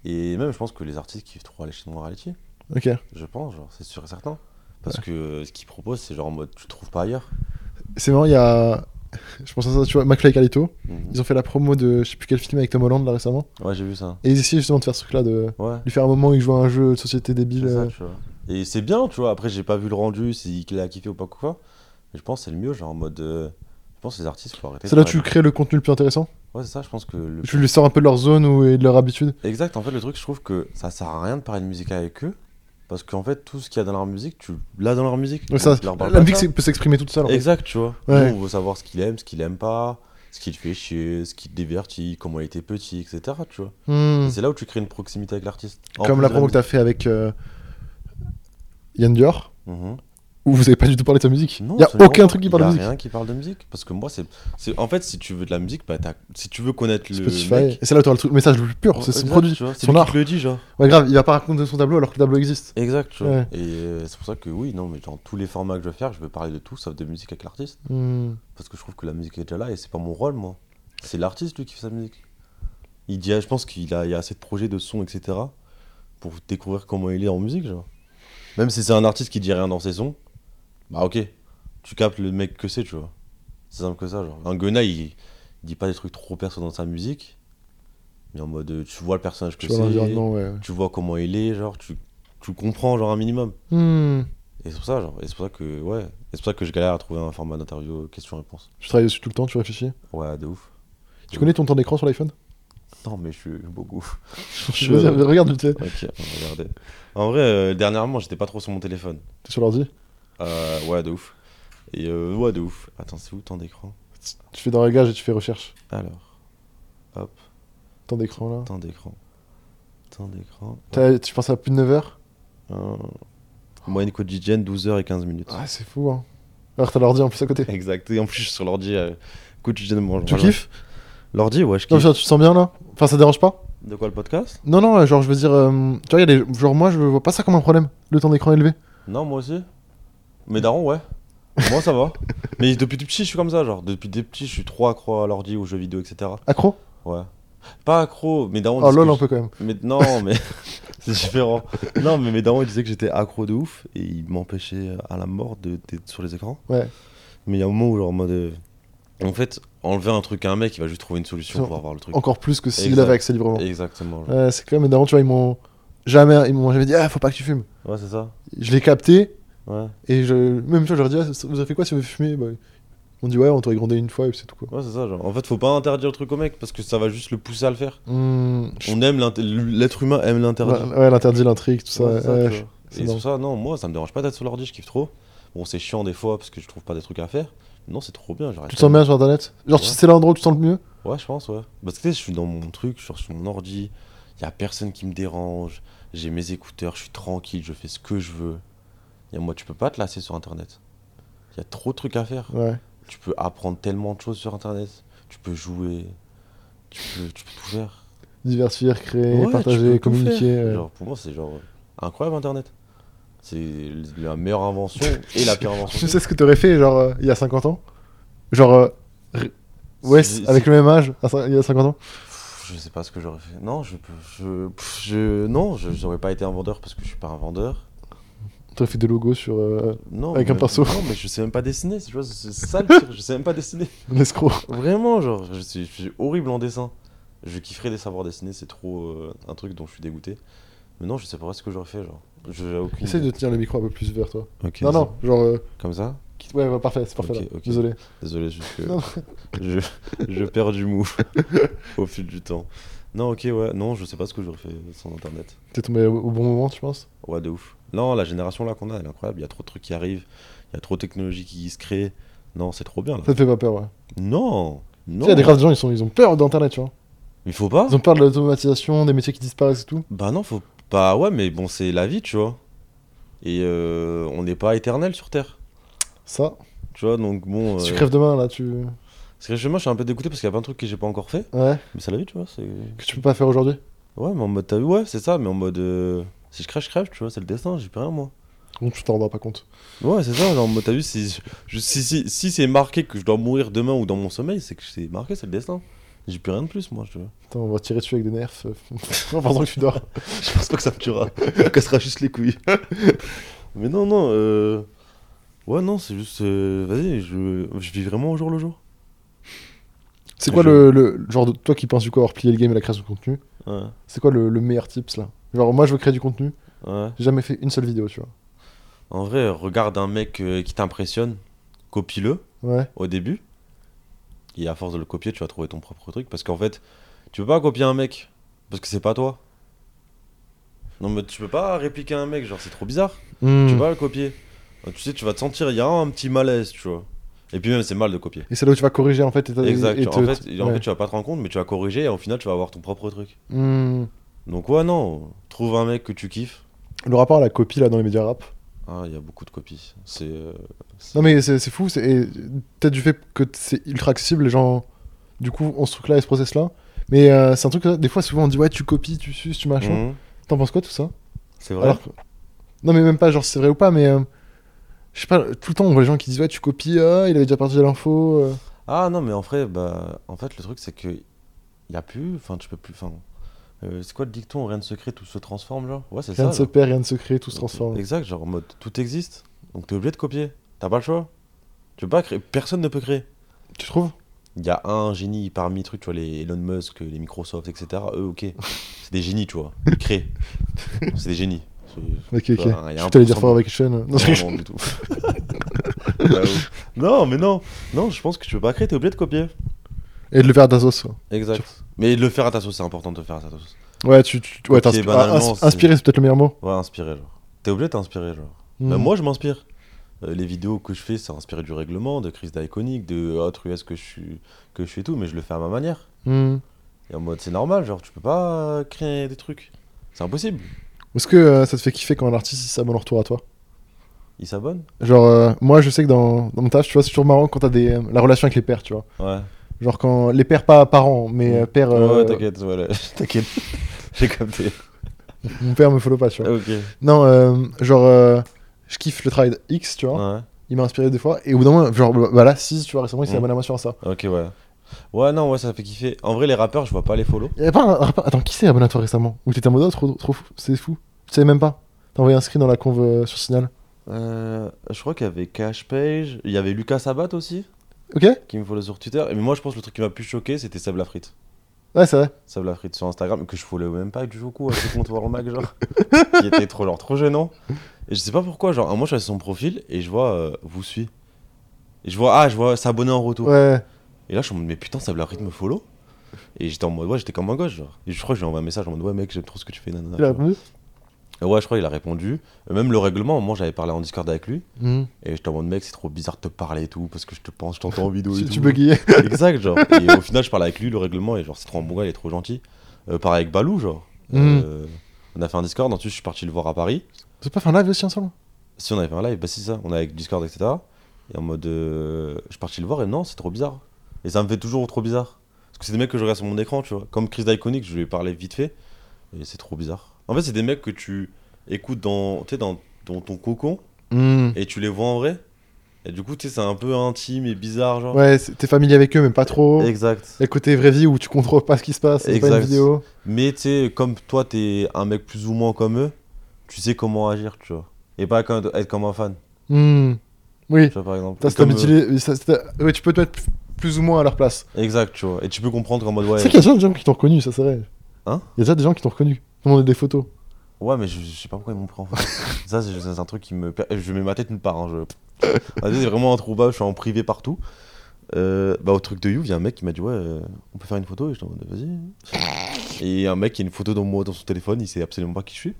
Et même je pense que les artistes kiffent trop aller chez Morality,
Ok.
je pense, genre c'est sûr et certain. Parce que euh, ce qu'ils proposent c'est genre en mode tu trouves pas ailleurs.
C'est marrant, il y a. (laughs) Je pense à ça, tu vois, McFly et Carlito.
Mhm.
Ils ont fait la promo de je sais plus quel film avec Tom Holland là récemment.
Ouais, j'ai vu ça.
Et ils essayaient justement de faire ce truc-là, de
Ouais.
lui faire un moment où il joue à un jeu de société débile.
C'est ça,
euh.
tu vois. Et c'est bien, tu vois. Après, j'ai pas vu le rendu, s'il a kiffé ou pas quoi. Mais je pense que c'est le mieux, genre en mode. euh, Je pense que les artistes faut arrêter.
C'est
de
là où
faire-
tu crées le contenu le plus intéressant.
Ouais, c'est ça, je pense que le
Tu les sors un peu de leur zone ou et de leur habitude.
Exact, en fait, le truc, je trouve que ça sert à rien de parler de musique avec eux, parce qu'en fait, tout ce qu'il y a dans leur musique, tu l'as dans leur musique.
Ouais,
Donc,
ça,
tu leur parles
la
pas
musique
de
c'est- peut s'exprimer toute seule. en
ça.
fait.
Exact, tu vois.
Ouais.
Nous, on veut savoir ce qu'il aime, ce qu'il aime pas, ce qui le fait chier, ce qui le divertit, comment il était petit, etc. Tu vois.
Hmm.
Et C'est là où tu crées une proximité avec l'artiste. En
Comme
plus
la
de
promo que t'as fait avec euh, Yann Dior.
musique. Mhm.
où vous avez pas du tout parlé de sa musique.
Non,
Il y a
absolument
aucun
pas.
truc qui
Il
parle
y
de
a
musique.
rien qui parle de musique, parce que moi, c'est, c'est- en fait, si tu veux de la musique, bah, t'as- si tu veux connaître le
Spotify.
mec, Oh,
Et c'est là où t'auras le truc- le message le plus pur, c'est son
Exact,
produit.
tu vois, c'est
son
lui qui
art.
te le dit, genre.
Ouais, grave, il va pas raconter son tableau alors que le tableau existe.
Exact, tu vois.
Ouais.
Et euh, c'est pour ça que oui, non, mais dans tous les formats que je veux faire, je veux parler de tout sauf de musique avec l'artiste.
Hmm.
Parce que je trouve que la musique est déjà là et c'est pas mon rôle, moi. C'est l'artiste, lui, qui fait sa musique. Il dit, ah, je pense qu'il a, il y a assez de projets de sons, etc. pour découvrir comment il est en musique, genre. Même si c'est un artiste qui dit rien dans ses sons, bah ok, tu captes le mec que c'est, tu vois. C'est simple que ça, genre. Un Gunna, il, il dit pas des trucs trop perso dans sa musique, mais en mode, euh, tu vois le personnage que
Tu vois
c'est,
l'environnement, ouais.
tu vois comment il est, genre, tu, tu comprends, genre, un minimum.
Hmm.
Et c'est pour ça, genre, et c'est pour ça que, ouais, et c'est pour ça que je galère à trouver un format d'interview question-réponse.
Tu travailles dessus tout le temps, tu réfléchis.
Ouais, de ouf.
Tu connais ton temps d'écran sur l'iPhone
Non, mais je suis beaucoup. (laughs)
Je veux
euh,
dire, Regarde, tu sais,
Ok, on va regarder. En vrai, euh, dernièrement, j'étais pas trop sur mon téléphone.
t'es sur l'ordi.
Euh, ouais, de ouf. Et euh, ouais, de ouf. Attends, c'est où temps d'écran
Tu fais dans réglage et tu fais recherche.
Alors, hop,
Temps d'écran là.
temps d'écran. Temps d'écran.
T'as- Tu penses à plus de 9 heures
Euh, Moyenne quotidienne, 12h et 15 minutes.
Ah, c'est fou, hein. Alors que t'as l'ordi en plus à côté.
(laughs) Exact. Et en plus, je suis sur l'ordi euh, quotidiennement.
Tu
Voilà.
kiffes
L'ordi, ouais, je
Comme
kiffe.
ça, tu te sens bien là Enfin, ça te dérange pas
De quoi le podcast
Non, non, genre, je veux dire, euh, tu vois, il y a des- genre, moi, je vois pas ça comme un problème, le temps d'écran élevé.
Non, moi aussi. Mais daron, ouais. Moi, ça
(laughs)
va. Mais depuis tout petit, je suis comme ça, genre. Depuis des petits, je suis trop accro à l'ordi, aux jeux vidéo, etc.
Accro
Ouais. Pas accro, mais daron.
Oh,
disait
lol,
que
un peu quand même.
j- Mais non, mais (laughs) c'est différent. Non, mais mes darons, ils disaient que j'étais accro de ouf et ils m'empêchaient à la mort de- d'être sur les écrans.
Ouais.
Mais il y a un moment où, genre, en mode. euh, En fait, enlever un truc à un mec, il va juste trouver une solution
Sur-
pour avoir le truc.
Encore plus que s'il
Exact.
avait accès librement.
Exactement. genre.
Ouais, c'est clair, mais d'avant, tu vois, ils m'ont jamais, ils m'ont jamais dit, ah, faut pas que tu fumes.
Ouais, c'est ça.
Je l'ai capté,
Ouais.
et je, même tu vois, je leur dis, ah, vous avez fait quoi si vous avez fumé Bah, On dit ouais, on t'aurait grondé une fois et c'est tout quoi.
Ouais, c'est ça. Genre. En fait, faut pas interdire le truc au mec parce que ça va juste le pousser à le faire.
Hmm, je-
On aime l'int- l'être humain aime l'interdit.
Ouais, ouais, l'interdit, l'intrigue, tout ça.
Ouais, c'est ça,
ouais,
tu
je-
vois.
c'est
Et
dingue.
sur ça, non, moi, ça me dérange pas d'être sur l'ordi, je kiffe trop. Bon, c'est chiant des fois parce que je trouve pas des trucs à faire. Non, c'est trop bien. j'arrête
Tu te sens bien sur internet Genre,
Ouais.
c'est l'endroit où tu te sens le mieux
Ouais, je pense, ouais. Parce que tu sais, je suis dans mon truc, je suis sur mon ordi, il y a personne qui me dérange, j'ai mes écouteurs, je suis tranquille, je fais ce que je veux. Et moi, tu peux pas te lasser sur Internet. Il y a trop de trucs à faire.
Ouais.
Tu peux apprendre tellement de choses sur Internet. Tu peux jouer, tu peux, tu peux tout faire.
Diversifier, créer,
Ouais, tu peux
partager,
tout
communiquer.
faire.
euh,
Genre, pour moi, c'est genre euh, incroyable Internet. C'est la meilleure invention et la pire
(laughs)
invention.
Tu sais ce que t'aurais fait, genre, euh, il y a 50 ans Genre, euh, Wes,
Si-
avec le même âge, à cin- il y a 50 ans
Pff, Je sais pas ce que j'aurais fait. Non, je peux. Je, pff, je- non, je- j'aurais pas été un vendeur parce que je suis pas un vendeur.
T'aurais fait des logos sur euh, (laughs)
Non.
Avec un
mais-
pinceau.
Non, mais je sais même pas dessiner. Tu vois, c'est c'est ça le pire. je sais même pas
(laughs)
dessiner.
l'escroc.
Vraiment, genre, je suis, je suis horrible en dessin. Je kifferais les savoir dessiner. C'est trop euh, un truc dont je suis dégoûté. Mais non, je sais pas ce que j'aurais fait. Genre, je j'ai aucune.
Essaye de
idée.
tenir le micro un peu plus vers toi.
Ok,
non,
vas-y.
non, genre. euh,
Comme ça.
quitte- Ouais, ouais, parfait, c'est parfait
Ok,
là.
ok.
Désolé.
Désolé, juste que
Non.
(laughs) je, je perds du mou (laughs) au fil du temps. Non, ok, ouais. Non, je sais pas ce que j'aurais fait sans internet.
T'es tombé au au bon moment, tu penses
Ouais, de ouf. Non, la génération là qu'on a, elle est incroyable. Il y a trop de trucs qui arrivent. Il y a trop de technologies qui se créent. Non, c'est trop bien là.
Ça te fait pas peur, ouais.
Non,
Tu sais,
non.
il y a des graves de gens, ils, sont, ils ont peur d'internet, tu vois.
Il faut pas.
Ils ont peur de l'automatisation, des métiers qui disparaissent et tout.
Bah non, faut pas. Ouais, mais bon, c'est la vie, tu vois. Et euh, on n'est pas éternel sur Terre.
Ça,
Tu vois, donc bon.
si
Euh...
tu crèves demain là, tu.
C'est que moi, je suis un peu dégoûté parce qu'il y a plein de trucs que j'ai pas encore fait.
Ouais,
Mais c'est la vie, tu vois. c'est-
que tu peux pas faire aujourd'hui.
Ouais, mais en mode. t'as vu, Ouais, c'est ça, mais en mode. euh, Si je crève, je crève, tu vois, c'est le destin, j'y peux rien, moi.
Donc tu t'en rendras pas compte.
Ouais, c'est ça, genre, en mode, t'as vu, si, je- je- si, si, si c'est marqué que je dois mourir demain ou dans mon sommeil, c'est que c'est marqué, c'est le destin. J'y peux rien de plus, moi, tu vois.
Putain, on va tirer dessus avec des nerfs euh, (laughs) en pensant que tu dors.
(laughs) Je pense pas que ça me tuera. (laughs) Ça me cassera juste les couilles. (laughs) Mais non, non. euh, Ouais, non, c'est juste. euh, Vas-y, je... je vis vraiment au jour le jour.
C'est quoi
Je-
le, le- genre de toi qui penses du coup avoir plié le game et la création de contenu
Ouais.
C'est quoi le, le meilleur tips là Genre moi je veux créer du contenu,
ouais.
j'ai jamais fait une seule vidéo, tu vois.
En vrai, regarde un mec euh, qui t'impressionne, copie-le
Ouais.
au début. Et à force de le copier, tu vas trouver ton propre truc. Parce qu'en fait, tu peux pas copier un mec. Parce que c'est pas toi. Non, mais tu peux pas répliquer un mec, genre, c'est trop bizarre. Tu
Hmm.
vas le copier. Euh, Tu sais, tu vas te sentir, il y a un petit malaise, tu vois. Et puis même, c'est mal de copier.
Et c'est là où tu vas corriger en fait. Et t'as-
Exact.
et
en,
te-
fait, en
ouais.
fait, tu vas pas te rendre compte, mais tu vas corriger et au final, tu vas avoir ton propre truc.
Hmm.
Donc, ouais, non, trouve un mec que tu kiffes.
Le rapport à la copie là dans les médias rap.
Ah, il y a beaucoup de copies. C'est. euh, c'est-
Non mais c'est c'est fou, c'est et peut-être du fait que t- c'est ultra accessible, les gens du coup ont ce truc là et ce process là. Mais euh, c'est un truc, des fois souvent on dit ouais tu copies, tu suces, tu machin.
Mhm.
T'en penses quoi tout ça
C'est vrai.
Alors que- Non, mais même pas, genre, c'est vrai ou pas, mais. euh, Je sais pas, tout le temps on voit les gens qui disent Ouais, tu copies, ah, il avait déjà partagé l'info. euh.
Ah, non, mais en vrai, bah, en fait, le truc, c'est que. Il y a plus. Enfin, tu peux plus. Enfin. euh, c'est quoi le dicton Rien ne se crée, tout se transforme, genre Ouais, c'est ça.
Rien ne se
genre.
perd, rien ne se crée, tout se transforme.
Exact, genre en mode tout existe. Donc, t'es obligé de copier. T'as pas le choix. Tu peux pas créer. Personne ne peut créer.
Tu trouves
Il y a un génie parmi les trucs, tu vois, les Elon Musk, les Microsoft, etc. Eux, ok. C'est des génies, tu vois. Ils
(laughs)
créent. C'est des génies. C'est-
Ok, ok.
Tu vois, Bah, il y a
Je t'allais dire
1%.
Forever Vacation. euh. Non,
Non,
je-
non, du tout. (laughs) Là où- non, mais non. Non, je pense que tu peux pas créer, t'es obligé de copier.
Et de le faire à ta sauce. quoi.
Exact. Mais de le faire à ta sauce, c'est important de le faire à ta sauce.
Ouais, tu. tu- ouais,
Copier
t'inspires-
banalement,
ins-
bah, c'est-
inspirer, c'est peut-être le meilleur mot.
Ouais, inspirer, genre. T'es obligé de t'inspirer, genre. Bah,
Hmm.
moi, je m'inspire. Euh, les vidéos que je fais, c'est inspiré du règlement, de Chris d'Iconic, de autre US que je suis, que je fais tout, mais je le fais à ma manière.
Hmm.
Et en mode, c'est normal, genre, tu peux pas euh, créer des trucs. C'est impossible.
Est-ce que euh, ça te fait kiffer quand un artiste il s'abonne en retour à toi
Ils s'abonnent
Genre, euh, moi, je sais que dans, dans mon taf, tu vois, c'est toujours marrant quand t'as des, euh, la relation avec les pères, tu vois.
Ouais.
Genre, quand les pères, pas parents, mais euh, pères. euh,
Hmm. Ouais, t'inquiète, voilà. (laughs) t'inquiète. J'ai capté.
mon père me follow pas, tu vois.
Ah, Ok.
Non, euh, genre, euh, je kiffe le travail de X, tu vois.
Ouais.
il m'a inspiré des fois et au bout d'un moment genre bah là si tu vois récemment il s'est
Mm.
abonné à moi sur ça
Ok, ouais. Ouais, non, ouais, ça fait kiffer. En vrai, les rappeurs, je vois pas les follow.
il y avait pas un rappeur- attends qui s'est abonné à toi récemment ou t'étais en mode oh, trop, trop fou c'est fou tu savais même pas t'as envoyé un screen dans la conve euh, sur Signal
Euh, je crois qu'il y avait Cash Page. Il y avait Lucas Sabat aussi,
ok
qui me follow sur Twitter. Et moi, je pense que le truc qui m'a plus choqué, c'était Seb Lafrite.
ouais c'est vrai
Seb Lafrite sur Instagram, que je follow même pas du coup à ce compte voir Mac,
(laughs)
genre. qui était trop, genre, trop gênant. Et je sais pas pourquoi, genre, un mois, je suis allé sur son profil et je vois, euh, vous suit. Et je vois, ah, je vois s'abonner en retour.
Ouais.
Et là, je suis en mode, mais putain, ça veut leur rythme follow. Et j'étais en mode, ouais, j'étais comme un gauche, genre. Et je crois que je lui ai envoyé un message en mode, ouais, mec, j'aime trop ce que tu fais, nanana.
Il a répondu
Et ouais, je crois qu'il a répondu. Et même le règlement, moi, j'avais parlé en Discord avec lui.
Mhm.
Et j'étais en mode, mec, c'est trop bizarre de te parler et tout, parce que je te pense, je t'entends en vidéo. et
Tu, tu
tout.
(laughs) buguais.
Exact, genre. Et au final, je parle avec lui, le règlement, et genre, c'est trop un bon gars, il est trop gentil. Euh, pareil avec Balou, genre.
Mm.
Euh, on a fait un Discord, ensuite, je suis parti le voir à Paris.
T'as pas fait un live aussi ensemble
Si on avait fait un live, bah si, ça, on est avec Discord, etc. Et en mode. euh, je suis parti le voir, et non, c'est trop bizarre. Et ça me fait toujours trop bizarre. Parce que c'est des mecs que je regarde sur mon écran, tu vois. Comme Chris Iconic, je lui ai parlé vite fait, et c'est trop bizarre. En fait, c'est des mecs que tu écoutes dans, tu sais, dans, dans ton cocon, et tu les vois en vrai. Et du coup, tu sais, c'est un peu intime et bizarre, genre.
Ouais, c'est- t'es familier avec eux, mais pas trop. Et...
Exact.
Le côté vraie vie où tu contrôles pas ce qui se passe, c'est pas une
Exact.
vidéo.
Mais tu sais, comme toi, t'es un mec plus ou moins comme eux, tu sais comment agir, tu vois. Et pas quand- être comme un fan,
Hmm. Oui,
tu vois, par exemple.
T'as- c'est
Comme,
ta mutilé- ça- c'est ta- ouais, tu peux te mettre p- plus ou moins à leur place.
euh, Exact, tu vois. Et tu peux comprendre qu'en mode, ouais,
C'est qu'il y a déjà des gens qui t'ont reconnu, ça c'est vrai.
Hein
Il y a déjà des gens qui t'ont reconnu. Tout le monde a des photos.
ouais mais je, je sais pas pourquoi ils m'ont pris en photo. Ça, c'est c'est un truc qui me. per- Je mets ma tête nulle part. Hein, je...
(laughs)
Ah, c'est vraiment un trou bas, je suis en privé partout. Euh, bah, au truc de You, il y a un mec qui m'a dit, ouais, euh, on peut faire une photo. Et je t'en mode, vas-y. Et un mec qui a une photo dans, moi, dans son téléphone, il sait absolument pas qui je suis.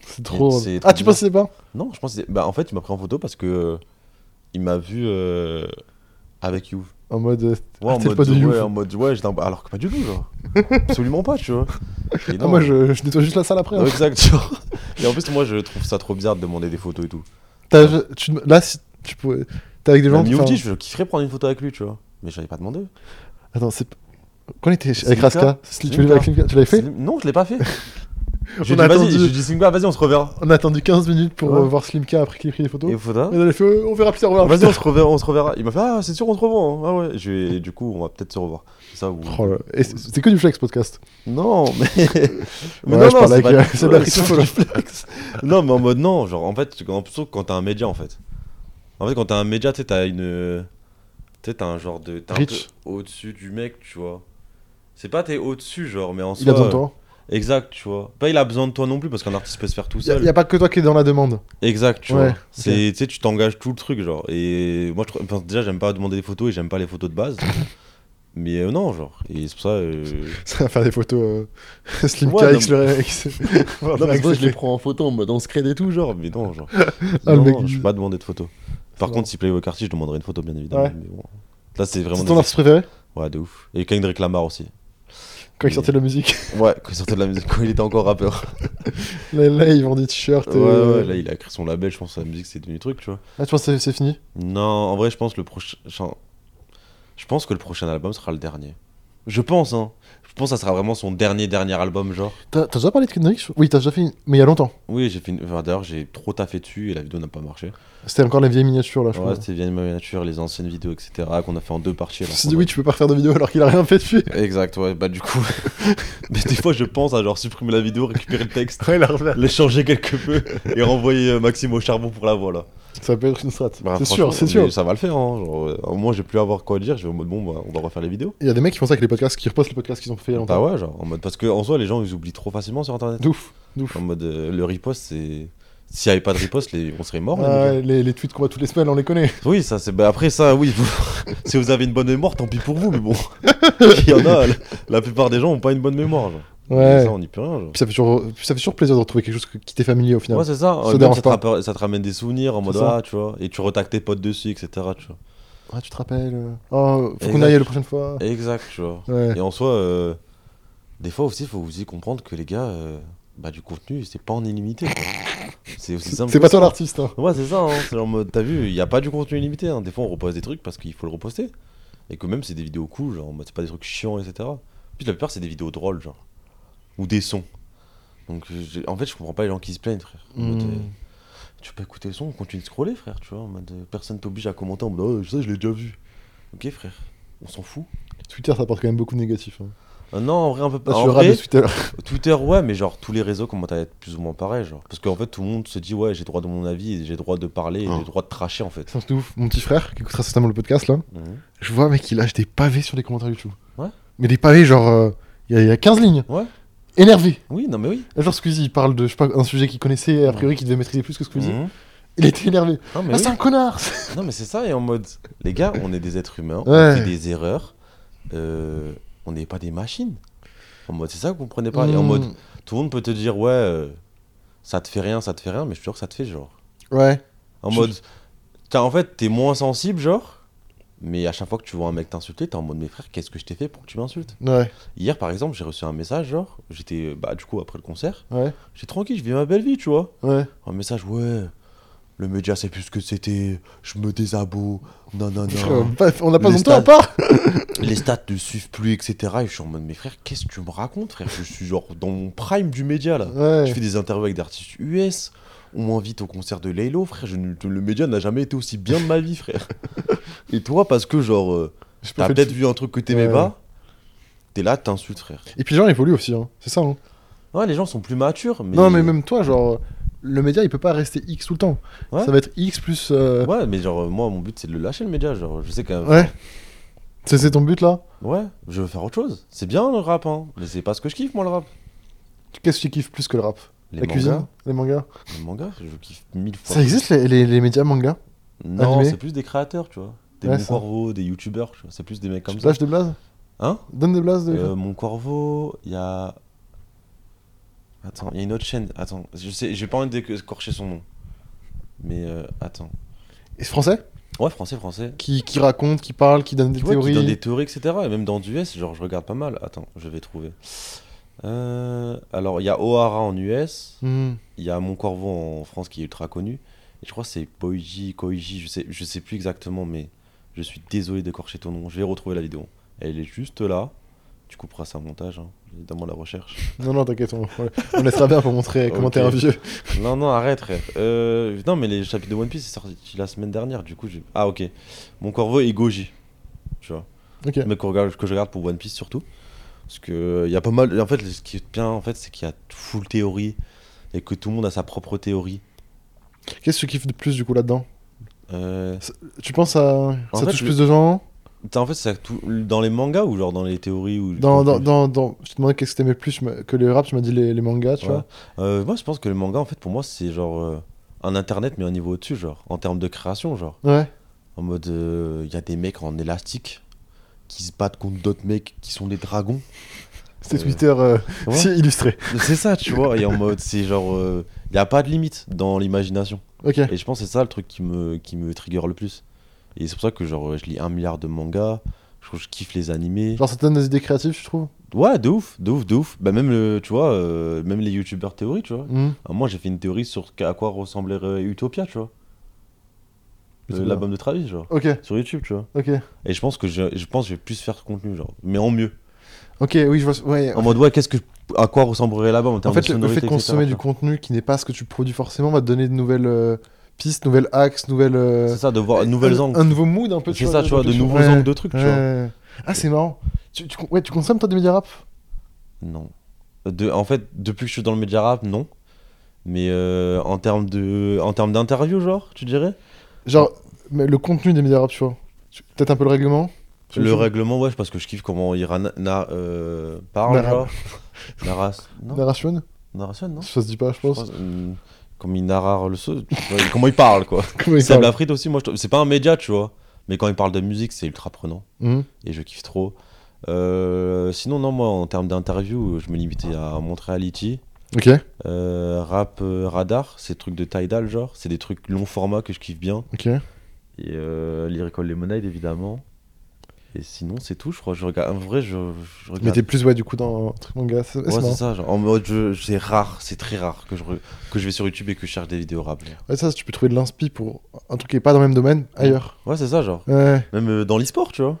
C'est trop.
c'est trop
Ah, tu
bien.
penses que c'est pas
Non, je pense que c'est- bah en fait, il m'a pris en photo parce que euh, il m'a vu euh, avec You.
En mode. euh,
Ouais,
Ah,
en,
t'es le
mode,
pote de Youf.
ouais en mode ouais, j'étais un- alors que pas du tout
(laughs)
genre. Absolument pas, tu vois. Et
Ah,
non,
moi je, je nettoie juste la salle après. hein.
non, exact, tu vois. Et en plus moi je trouve ça trop bizarre de demander des photos et tout.
T'as- tu- là, si tu pouvais. T'es avec des gens.
Même
enfin,
Youf dit, je kifferais prendre une photo avec lui, tu vois. Mais j'avais pas demandé.
Attends, c'est. Quand on était
Slimka
avec Raska, tu
Slimka.
l'avais avec Slimka, tu l'avais
C'est-
fait
Non, je l'ai pas
(laughs)
fait. J'ai
On
dit
a
vas-y,
attendu.
j'ai dit Simba, vas-y, on se reverra.
On a attendu 15 minutes pour
Ouais.
euh, voir Slimka après qu'il ait pris les photos.
Et photo
Et on a fait, euh, on verra plus tard. Oh. on verra plus
Vas-y, on
tard.
se reverra, on se reverra. Il m'a fait ah, c'est sûr on se revoit. hein. Ah ouais, je vais- et du coup, on va peut-être se revoir. C'est Ça ou
Oh là, et c'est c'est que du flex podcast.
Non, mais.
Ouais, je parle avec, euh, c'est de la
Ouais,
question
c'est
follow.
du flex. Non, mais en mode non, genre en fait, en plus, quand t'as un média en fait. En fait, quand t'as un média, tu sais, t'as une. Tu sais, t'as un genre de. T'es un peu
Rich.
au-dessus du mec, tu vois. C'est pas t'es au-dessus, genre, mais en soi.
Il a hein. besoin de toi.
Exact, tu vois. Pas il a besoin de toi non plus parce qu'un artiste peut se faire tout
Il
seul.
n'y a, pas que toi qui est dans la demande. (laughs)
Exact, tu
Ouais,
vois.
ok.
C'est, tu sais, tu t'engages tout le truc, genre. Et moi, je, trouve- enfin, déjà, j'aime pas demander des photos et j'aime pas les photos de
(laughs)
base. mais euh, non, genre. Et c'est pour ça. euh,
Ça va faire des photos euh, (laughs) Slimka
Ouais, non,
avec le avec-
Non, mais
avec-
moi, je les prends en photo en mode on se crée des tout, genre. Mais non, genre.
(laughs) Ah, le
non,
mec,
non, je
il-
suis pas demandé de photo. Par
C'est
contre, si Playboy au quartier, je demanderais une photo, bien évidemment.
Ouais.
mais bon. Là, c'est vraiment.
C'est
des
ton artiste préféré
ex- Ouais, de ouf. Et Kendrick Lamar aussi.
Quand il sortait de la musique. (laughs)
Ouais, quand il sortait de la musique, quand il était encore rappeur.
Là, là, ils vendent des t-shirts.
ouais,
euh,
ouais, là, il a créé son label, je pense que la musique, c'est devenu truc, tu vois.
Ah, tu penses que c'est- c'est fini
Non, en vrai, je pense que le prochain. Je pense que le prochain album sera le dernier. Je pense, hein. Je pense que ça sera vraiment son dernier, dernier album, genre.
T'as t'as déjà parlé de Kendrick je- Oui, t'as déjà fait une... Mais il y a longtemps.
Oui, j'ai fait une... enfin, D'ailleurs, j'ai trop taffé dessus et la vidéo n'a pas marché.
C'était encore les vieilles miniatures là, je
Ouais,
crois.
c'était Vienne Ma Nature, les anciennes vidéos, etc. qu'on a fait en deux parties.
Je me
alors
suis
qu'on
dit,
a-
oui, tu peux pas refaire de vidéo alors qu'il a rien fait depuis.
Exact, ouais, bah du coup. mais des fois, je pense à genre supprimer la vidéo, récupérer le texte,
Ouais, il a refait.
l'échanger quelque peu et renvoyer euh, Maxime au charbon pour la voix là.
Ça peut être une strat.
Bah, franchement,
c'est sûr, c'est
mais
sûr.
Ça va le faire, hein. Genre, euh, au moins, j'ai plus à avoir quoi dire. Je vais en mode, bon, bah, on doit refaire les vidéos.
Il y a des mecs qui font ça avec les podcasts, qui repostent les podcasts qu'ils ont fait il y a
Bah
longtemps.
ouais, genre, en mode. Parce que en soi, les gens, ils oublient trop facilement sur internet.
D'ouf, d'ouf.
En mode, euh, le riposte, c'est. S'il n'y avait pas de riposte, les... on serait morts. les
Ah,
mecs.
les, les tweets qu'on voit toutes les semaines, on les connaît.
Oui, ça c'est. bah, après ça, oui. vous- (laughs) si vous avez une bonne mémoire, tant pis pour vous, mais bon. (laughs) Il y en a. La, la plupart des gens ont pas une bonne mémoire. Genre.
Ouais.
Et Ça, on n'y peut rien. Genre.
Puis ça fait toujours, puis ça fait toujours plaisir de retrouver quelque chose que- qui t'est familier au final.
Ouais, c'est ça.
Ça
Euh, même
dérange
ça, te
pas.
rappelle- ça te ramène des souvenirs en mode
ça.
ah, tu vois. Et tu retaques tes potes dessus, etc. Tu vois.
Ah, tu te rappelles euh, Oh, faut qu'on
Exact.
aille la prochaine fois.
Exact, tu vois.
Ouais.
Et en soi, euh, des fois aussi, faut aussi comprendre que les gars, euh, bah, du contenu, c'est pas en illimité. quoi. C'est aussi simple.
C'est
que
pas
ça.
toi l'artiste. hein.
Ouais, c'est ça. hein. C'est en mode, t'as vu, il n'y a pas du contenu illimité. hein. Des fois, on repose des trucs parce qu'il faut le reposter. Et que même, c'est des vidéos cool, genre, en mode, c'est pas des trucs chiants, etc. Puis la plupart, c'est des vidéos drôles, genre. Ou des sons. Donc, euh, j'ai- en fait, je comprends pas les gens qui se plaignent, frère. En mode,
Hmm.
euh, tu peux pas écouter le son, on continue de scroller, frère, tu vois. En mode, euh, personne t'oblige à commenter en mode, oh, ça, je l'ai déjà vu. Ok, frère, on s'en fout.
Twitter, ça porte quand même beaucoup de négatifs. Hein.
Euh, non, en vrai, un peu pas.
Là,
en
je suis Ah, le rat
vrai,
de Twitter. (laughs)
Twitter, ouais, mais genre tous les réseaux commencent à être plus ou moins pareils. Genre. Parce qu'en fait, tout le monde se dit, ouais, j'ai droit de mon avis, et j'ai droit de parler, et
Oh.
j'ai droit de tracher en fait.
C'est un truc de ouf. Mon petit frère, qui écoutera certainement le podcast là,
Mhm.
je vois, mec, il lâche des pavés sur les commentaires YouTube.
Ouais.
Mais des pavés, genre, euh, il y, a- il y a 15 lignes.
Ouais.
Énervé.
Oui, non, mais oui.
Genre, Squeezie, il parle de je sais pas, un sujet qu'il connaissait, a priori, qu'il devait maîtriser plus que Squeezie.
Mhm.
Il était énervé.
Non, mais
ah,
oui.
c'est un connard
Non, mais c'est ça, et en mode, les gars, on est des êtres humains, on
Ouais.
fait des erreurs, euh, on n'est pas des machines. En mode, c'est ça que vous comprenez pas.
Mm. Mmh.
Et en mode, tout le monde peut te dire, ouais, euh, ça te fait rien, ça te fait rien, mais je te jure que ça te fait genre.
Ouais.
En
Je-
mode, t'as- en fait, t'es moins sensible, genre, mais à chaque fois que tu vois un mec t'insulter, t'es en mode, mes frères, qu'est-ce que je t'ai fait pour que tu m'insultes
Ouais.
Hier, par exemple, j'ai reçu un message, genre, j'étais, bah, du coup, après le concert,
Ouais.
j'ai tranquille, je vis ma belle vie, tu vois.
Ouais.
Un message, ouais, le média, c'est plus ce que c'était, je me désabo, non, non,
Frère,
non.
pas- on n'a pas
Les
besoin de toi à
stades.
part
(laughs) les stats ne suivent plus, etc. Et je suis en mode, mais frère, qu'est-ce que tu me racontes, frère Je suis genre dans mon prime du média, là. Je
Ouais.
fais des interviews avec des artistes US. On m'invite au concert de Laylo, frère. Je, ne- le média n'a jamais été aussi bien de ma vie,
(laughs)
frère. Et toi, parce que, genre, euh,
Je peux
t'as
faire-
peut-être vu un truc que t'aimais
Ouais.
pas, t'es là, t'insultes, frère.
Et puis les gens évoluent aussi, hein. c'est ça. hein.
Ouais, les gens sont plus matures, mais.
Non, mais même toi, genre, le média, il peut pas rester X tout le temps.
Ouais.
Ça va être X plus. euh,
Ouais, mais genre, euh, moi, mon but, c'est de le lâcher, le média. Genre, je sais qu'un.
Ouais. C'est c'est ton but là
Ouais, je veux faire autre chose. C'est bien le rap, hein. Mais c'est pas ce que je kiffe, moi, le rap.
Qu'est-ce que tu kiffes plus que le rap
Les
La
mangas.
cuisine Les mangas
Les mangas, je kiffe mille fois.
Ça existe les, les- les médias mangas
Non,
Animé
c'est plus des créateurs, tu vois. Des
Ouais,
Mon
ça.
Corvo, des youtubeurs, tu vois. C'est plus des mecs comme ça.
Lâche des blazes
Hein
Donne des blazes de.
Euh, Mon Corvo, il y a. Attends, il y a une autre chaîne. Attends, je sais, j'ai pas envie d'écorcher son nom. Mais euh, attends.
Et c'est français
Ouais, français, français.
qui, qui raconte, qui parle, qui donne des
Tu vois, qui
théories.
donne des théories, etc. Et même dans du US, genre, je regarde pas mal. Attends, je vais trouver. Euh, alors, il y a O'Hara en US.
Hmm.
Il y a Mon Corvo en France qui est ultra connu. Et je crois que c'est Boiji, Koiji, je sais, je sais plus exactement, mais je suis désolé d'écorcher ton nom. Je vais retrouver la vidéo. Elle est juste là. Tu couperas ça au montage, hein. évidemment, la
(laughs)
recherche.
Non, non, t'inquiète, on, on- on laissera bien pour montrer comment
Ok.
t'es un vieux.
non, non, arrête, frère. Euh, non, mais les chapitres de One Piece, c'est sorti la semaine dernière, du coup. j'ai- Ah, ok. Mon Corvo et Goji. Tu vois.
Ok.
Mais que, regarde- que je regarde pour One Piece surtout. Parce que il y a pas mal. En fait, ce qui est bien, en fait, c'est qu'il y a full théorie et que tout le monde a sa propre théorie.
Qu'est-ce que tu kiffes de plus du coup là-dedans
Euh,
Tu penses à.
En
ça
fait,
touche
le-
plus de gens
T'as- En fait, ça, tout, dans les mangas ou genre dans les théories ou
dans, dans,
contenu
dans, dans- Je te demandais qu'est-ce que t'aimais plus tu m'as- que les rap, tu m'as dit les, les mangas, tu
Ouais.
vois.
Euh, Moi, je pense que le manga, en fait, pour moi, c'est genre euh, un internet, mais un niveau au-dessus, genre, en termes de création, genre.
Ouais.
En mode, il y a des mecs en élastique qui se battent contre d'autres mecs qui sont des
(laughs)
dragons.
C'était
Euh,
Twitter euh,
ouais.
si illustré.
c'est ça, tu vois. Et en mode, c'est genre, il n'y a pas de limite dans l'imagination.
Ok.
Et je pense que c'est ça le truc qui me, qui me trigger le plus. Et c'est pour ça que, genre, je lis un milliard de mangas, je, je kiffe les animés.
Genre, ça te donne des idées créatives, je trouve.
Ouais, de ouf, de ouf, de ouf. Bah, même, le, tu vois, euh, même les youtubeurs théories, tu vois.
Hmm.
Alors Ah, moi, j'ai fait une théorie sur qu- à quoi ressemblait euh, Utopia, tu vois. Le-
Utopia.
L'album de Travis, genre.
Ok,
Sur YouTube, tu vois.
ok.
Et je pense que je, je pense que je vais plus faire ce contenu, genre. Mais en mieux.
Ok, oui, je vois. Ouais.
En mode, ouais, qu'est-ce que. À quoi ressemblerait l'album en
En
termes
fait,
de
le- le
sonorité,
fait de
etc.,
consommer
tu
du
vois.
contenu qui n'est pas ce que tu produis forcément va te donner de nouvelles euh, pistes, nouvelles axes, nouvelles. euh,
C'est ça, de voir de nouvelles
un,
angles.
un nouveau mood un peu.
C'est ça, tu vois, de
réflexion.
nouveaux
Ouais,
angles de trucs, tu vois.
ouais. Ah, c'est marrant. Tu, tu con- ouais, tu consommes toi des médias rap
Non. De, en fait, depuis que je suis dans le média rap, non. Mais euh, en termes de, en termes d'interview, genre, tu dirais
Genre, mais le contenu des médias rap, tu vois. Tu- Peut-être un peu le règlement
Le
Je-
règlement, ouais, parce que je kiffe comment Irana na- euh, parle,
Nara.
genre. Naras. Non,
Narration
Narration, non
Ça se dit pas, je
Je
pense.
pense, euh, comme il narre le saut, comment il parle
(laughs)
quoi.
Comment il
Seb
parle
Lafrite aussi, moi je trouve- c'est pas un média, tu vois, mais quand il parle de musique, c'est ultra prenant
Mhm.
et je kiffe trop. Euh, sinon, non, moi en termes d'interview, je me limitais à Montreality,
Ok,
euh, rap euh, radar, ces trucs de Tidal, genre, c'est des trucs long format que je kiffe bien,
ok.
et euh, Lyrical Lemonade évidemment. Et sinon, c'est tout, je crois. Je regarde, en vrai, je, je
Mais
regarde.
t'es plus, ouais, du coup, dans un truc manga. C'est c'est
Ouais, c'est
marrant.
ça, genre, en mode, je- c'est rare, c'est très rare que je, re- que je vais sur YouTube et que je cherche des vidéos rap. genre.
Ouais, ça, tu peux trouver de l'inspi pour un truc qui est pas dans le même domaine ailleurs.
Ouais, c'est ça, genre.
Ouais,
Même euh, dans l'e-sport, tu vois.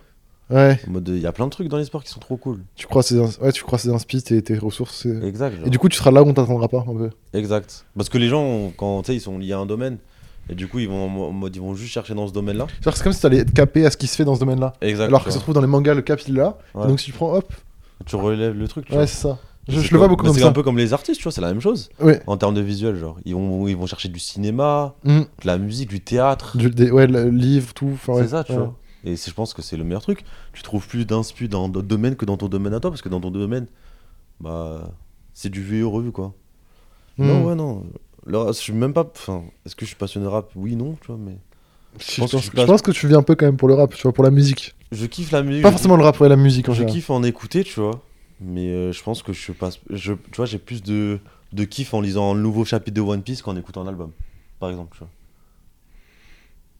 ouais.
En mode, il y a plein de trucs dans l'e-sport qui sont trop cool.
Tu crois ces ins- ouais, tu crois ces inspi, tes, tes ressources. c'est-
Exact. genre.
Et du coup, tu seras là où on t'attendra pas, un peu.
Exact. Parce que les gens, quand tu sais, ils sont liés à un domaine, et du coup, ils vont, en mode, ils vont juste chercher dans ce domaine-là.
Genre, C'est comme si t'allais être capé à ce qui se fait dans ce domaine-là.
Exact.
Alors
tu
que ça se
vois.
trouve dans les mangas, le cap il est là.
Ouais.
Et donc si tu prends hop,
Tu relèves le truc. tu
ouais,
vois.
c'est ça.
Et
Je,
c'est
je le vois
comme-
beaucoup
bah,
comme
C'est
ça.
un peu comme les artistes, tu vois, c'est la même chose.
Ouais.
En termes de visuel, genre. Ils vont, ils vont chercher du cinéma,
Mm.
de la musique, du théâtre.
Du- des- ouais, le livre, tout. enfin, ouais.
c'est ça, tu
Ouais.
vois. Et c'est- je pense que c'est le meilleur truc. Tu trouves plus d'inspu dans d'autres domaines que dans ton domaine à toi, parce que dans ton domaine, bah, c'est du vieux revu, quoi.
Mm.
Non, ouais, non. le rap, je suis même pas. Enfin, est-ce que je suis passionné de rap Oui, non, tu vois, mais.
Je pense,
pense que je
je
place-
pense que tu viens un peu quand même pour le rap, tu vois, pour la musique.
Je kiffe la musique.
Pas
je-
forcément le rap, ouais, la musique en
je
général.
kiffe en écouter, tu vois. Mais euh, je pense que je passe. Je, tu vois, j'ai plus de, de kiff en lisant le nouveau chapitre de One Piece qu'en écoutant un album, par exemple, tu vois.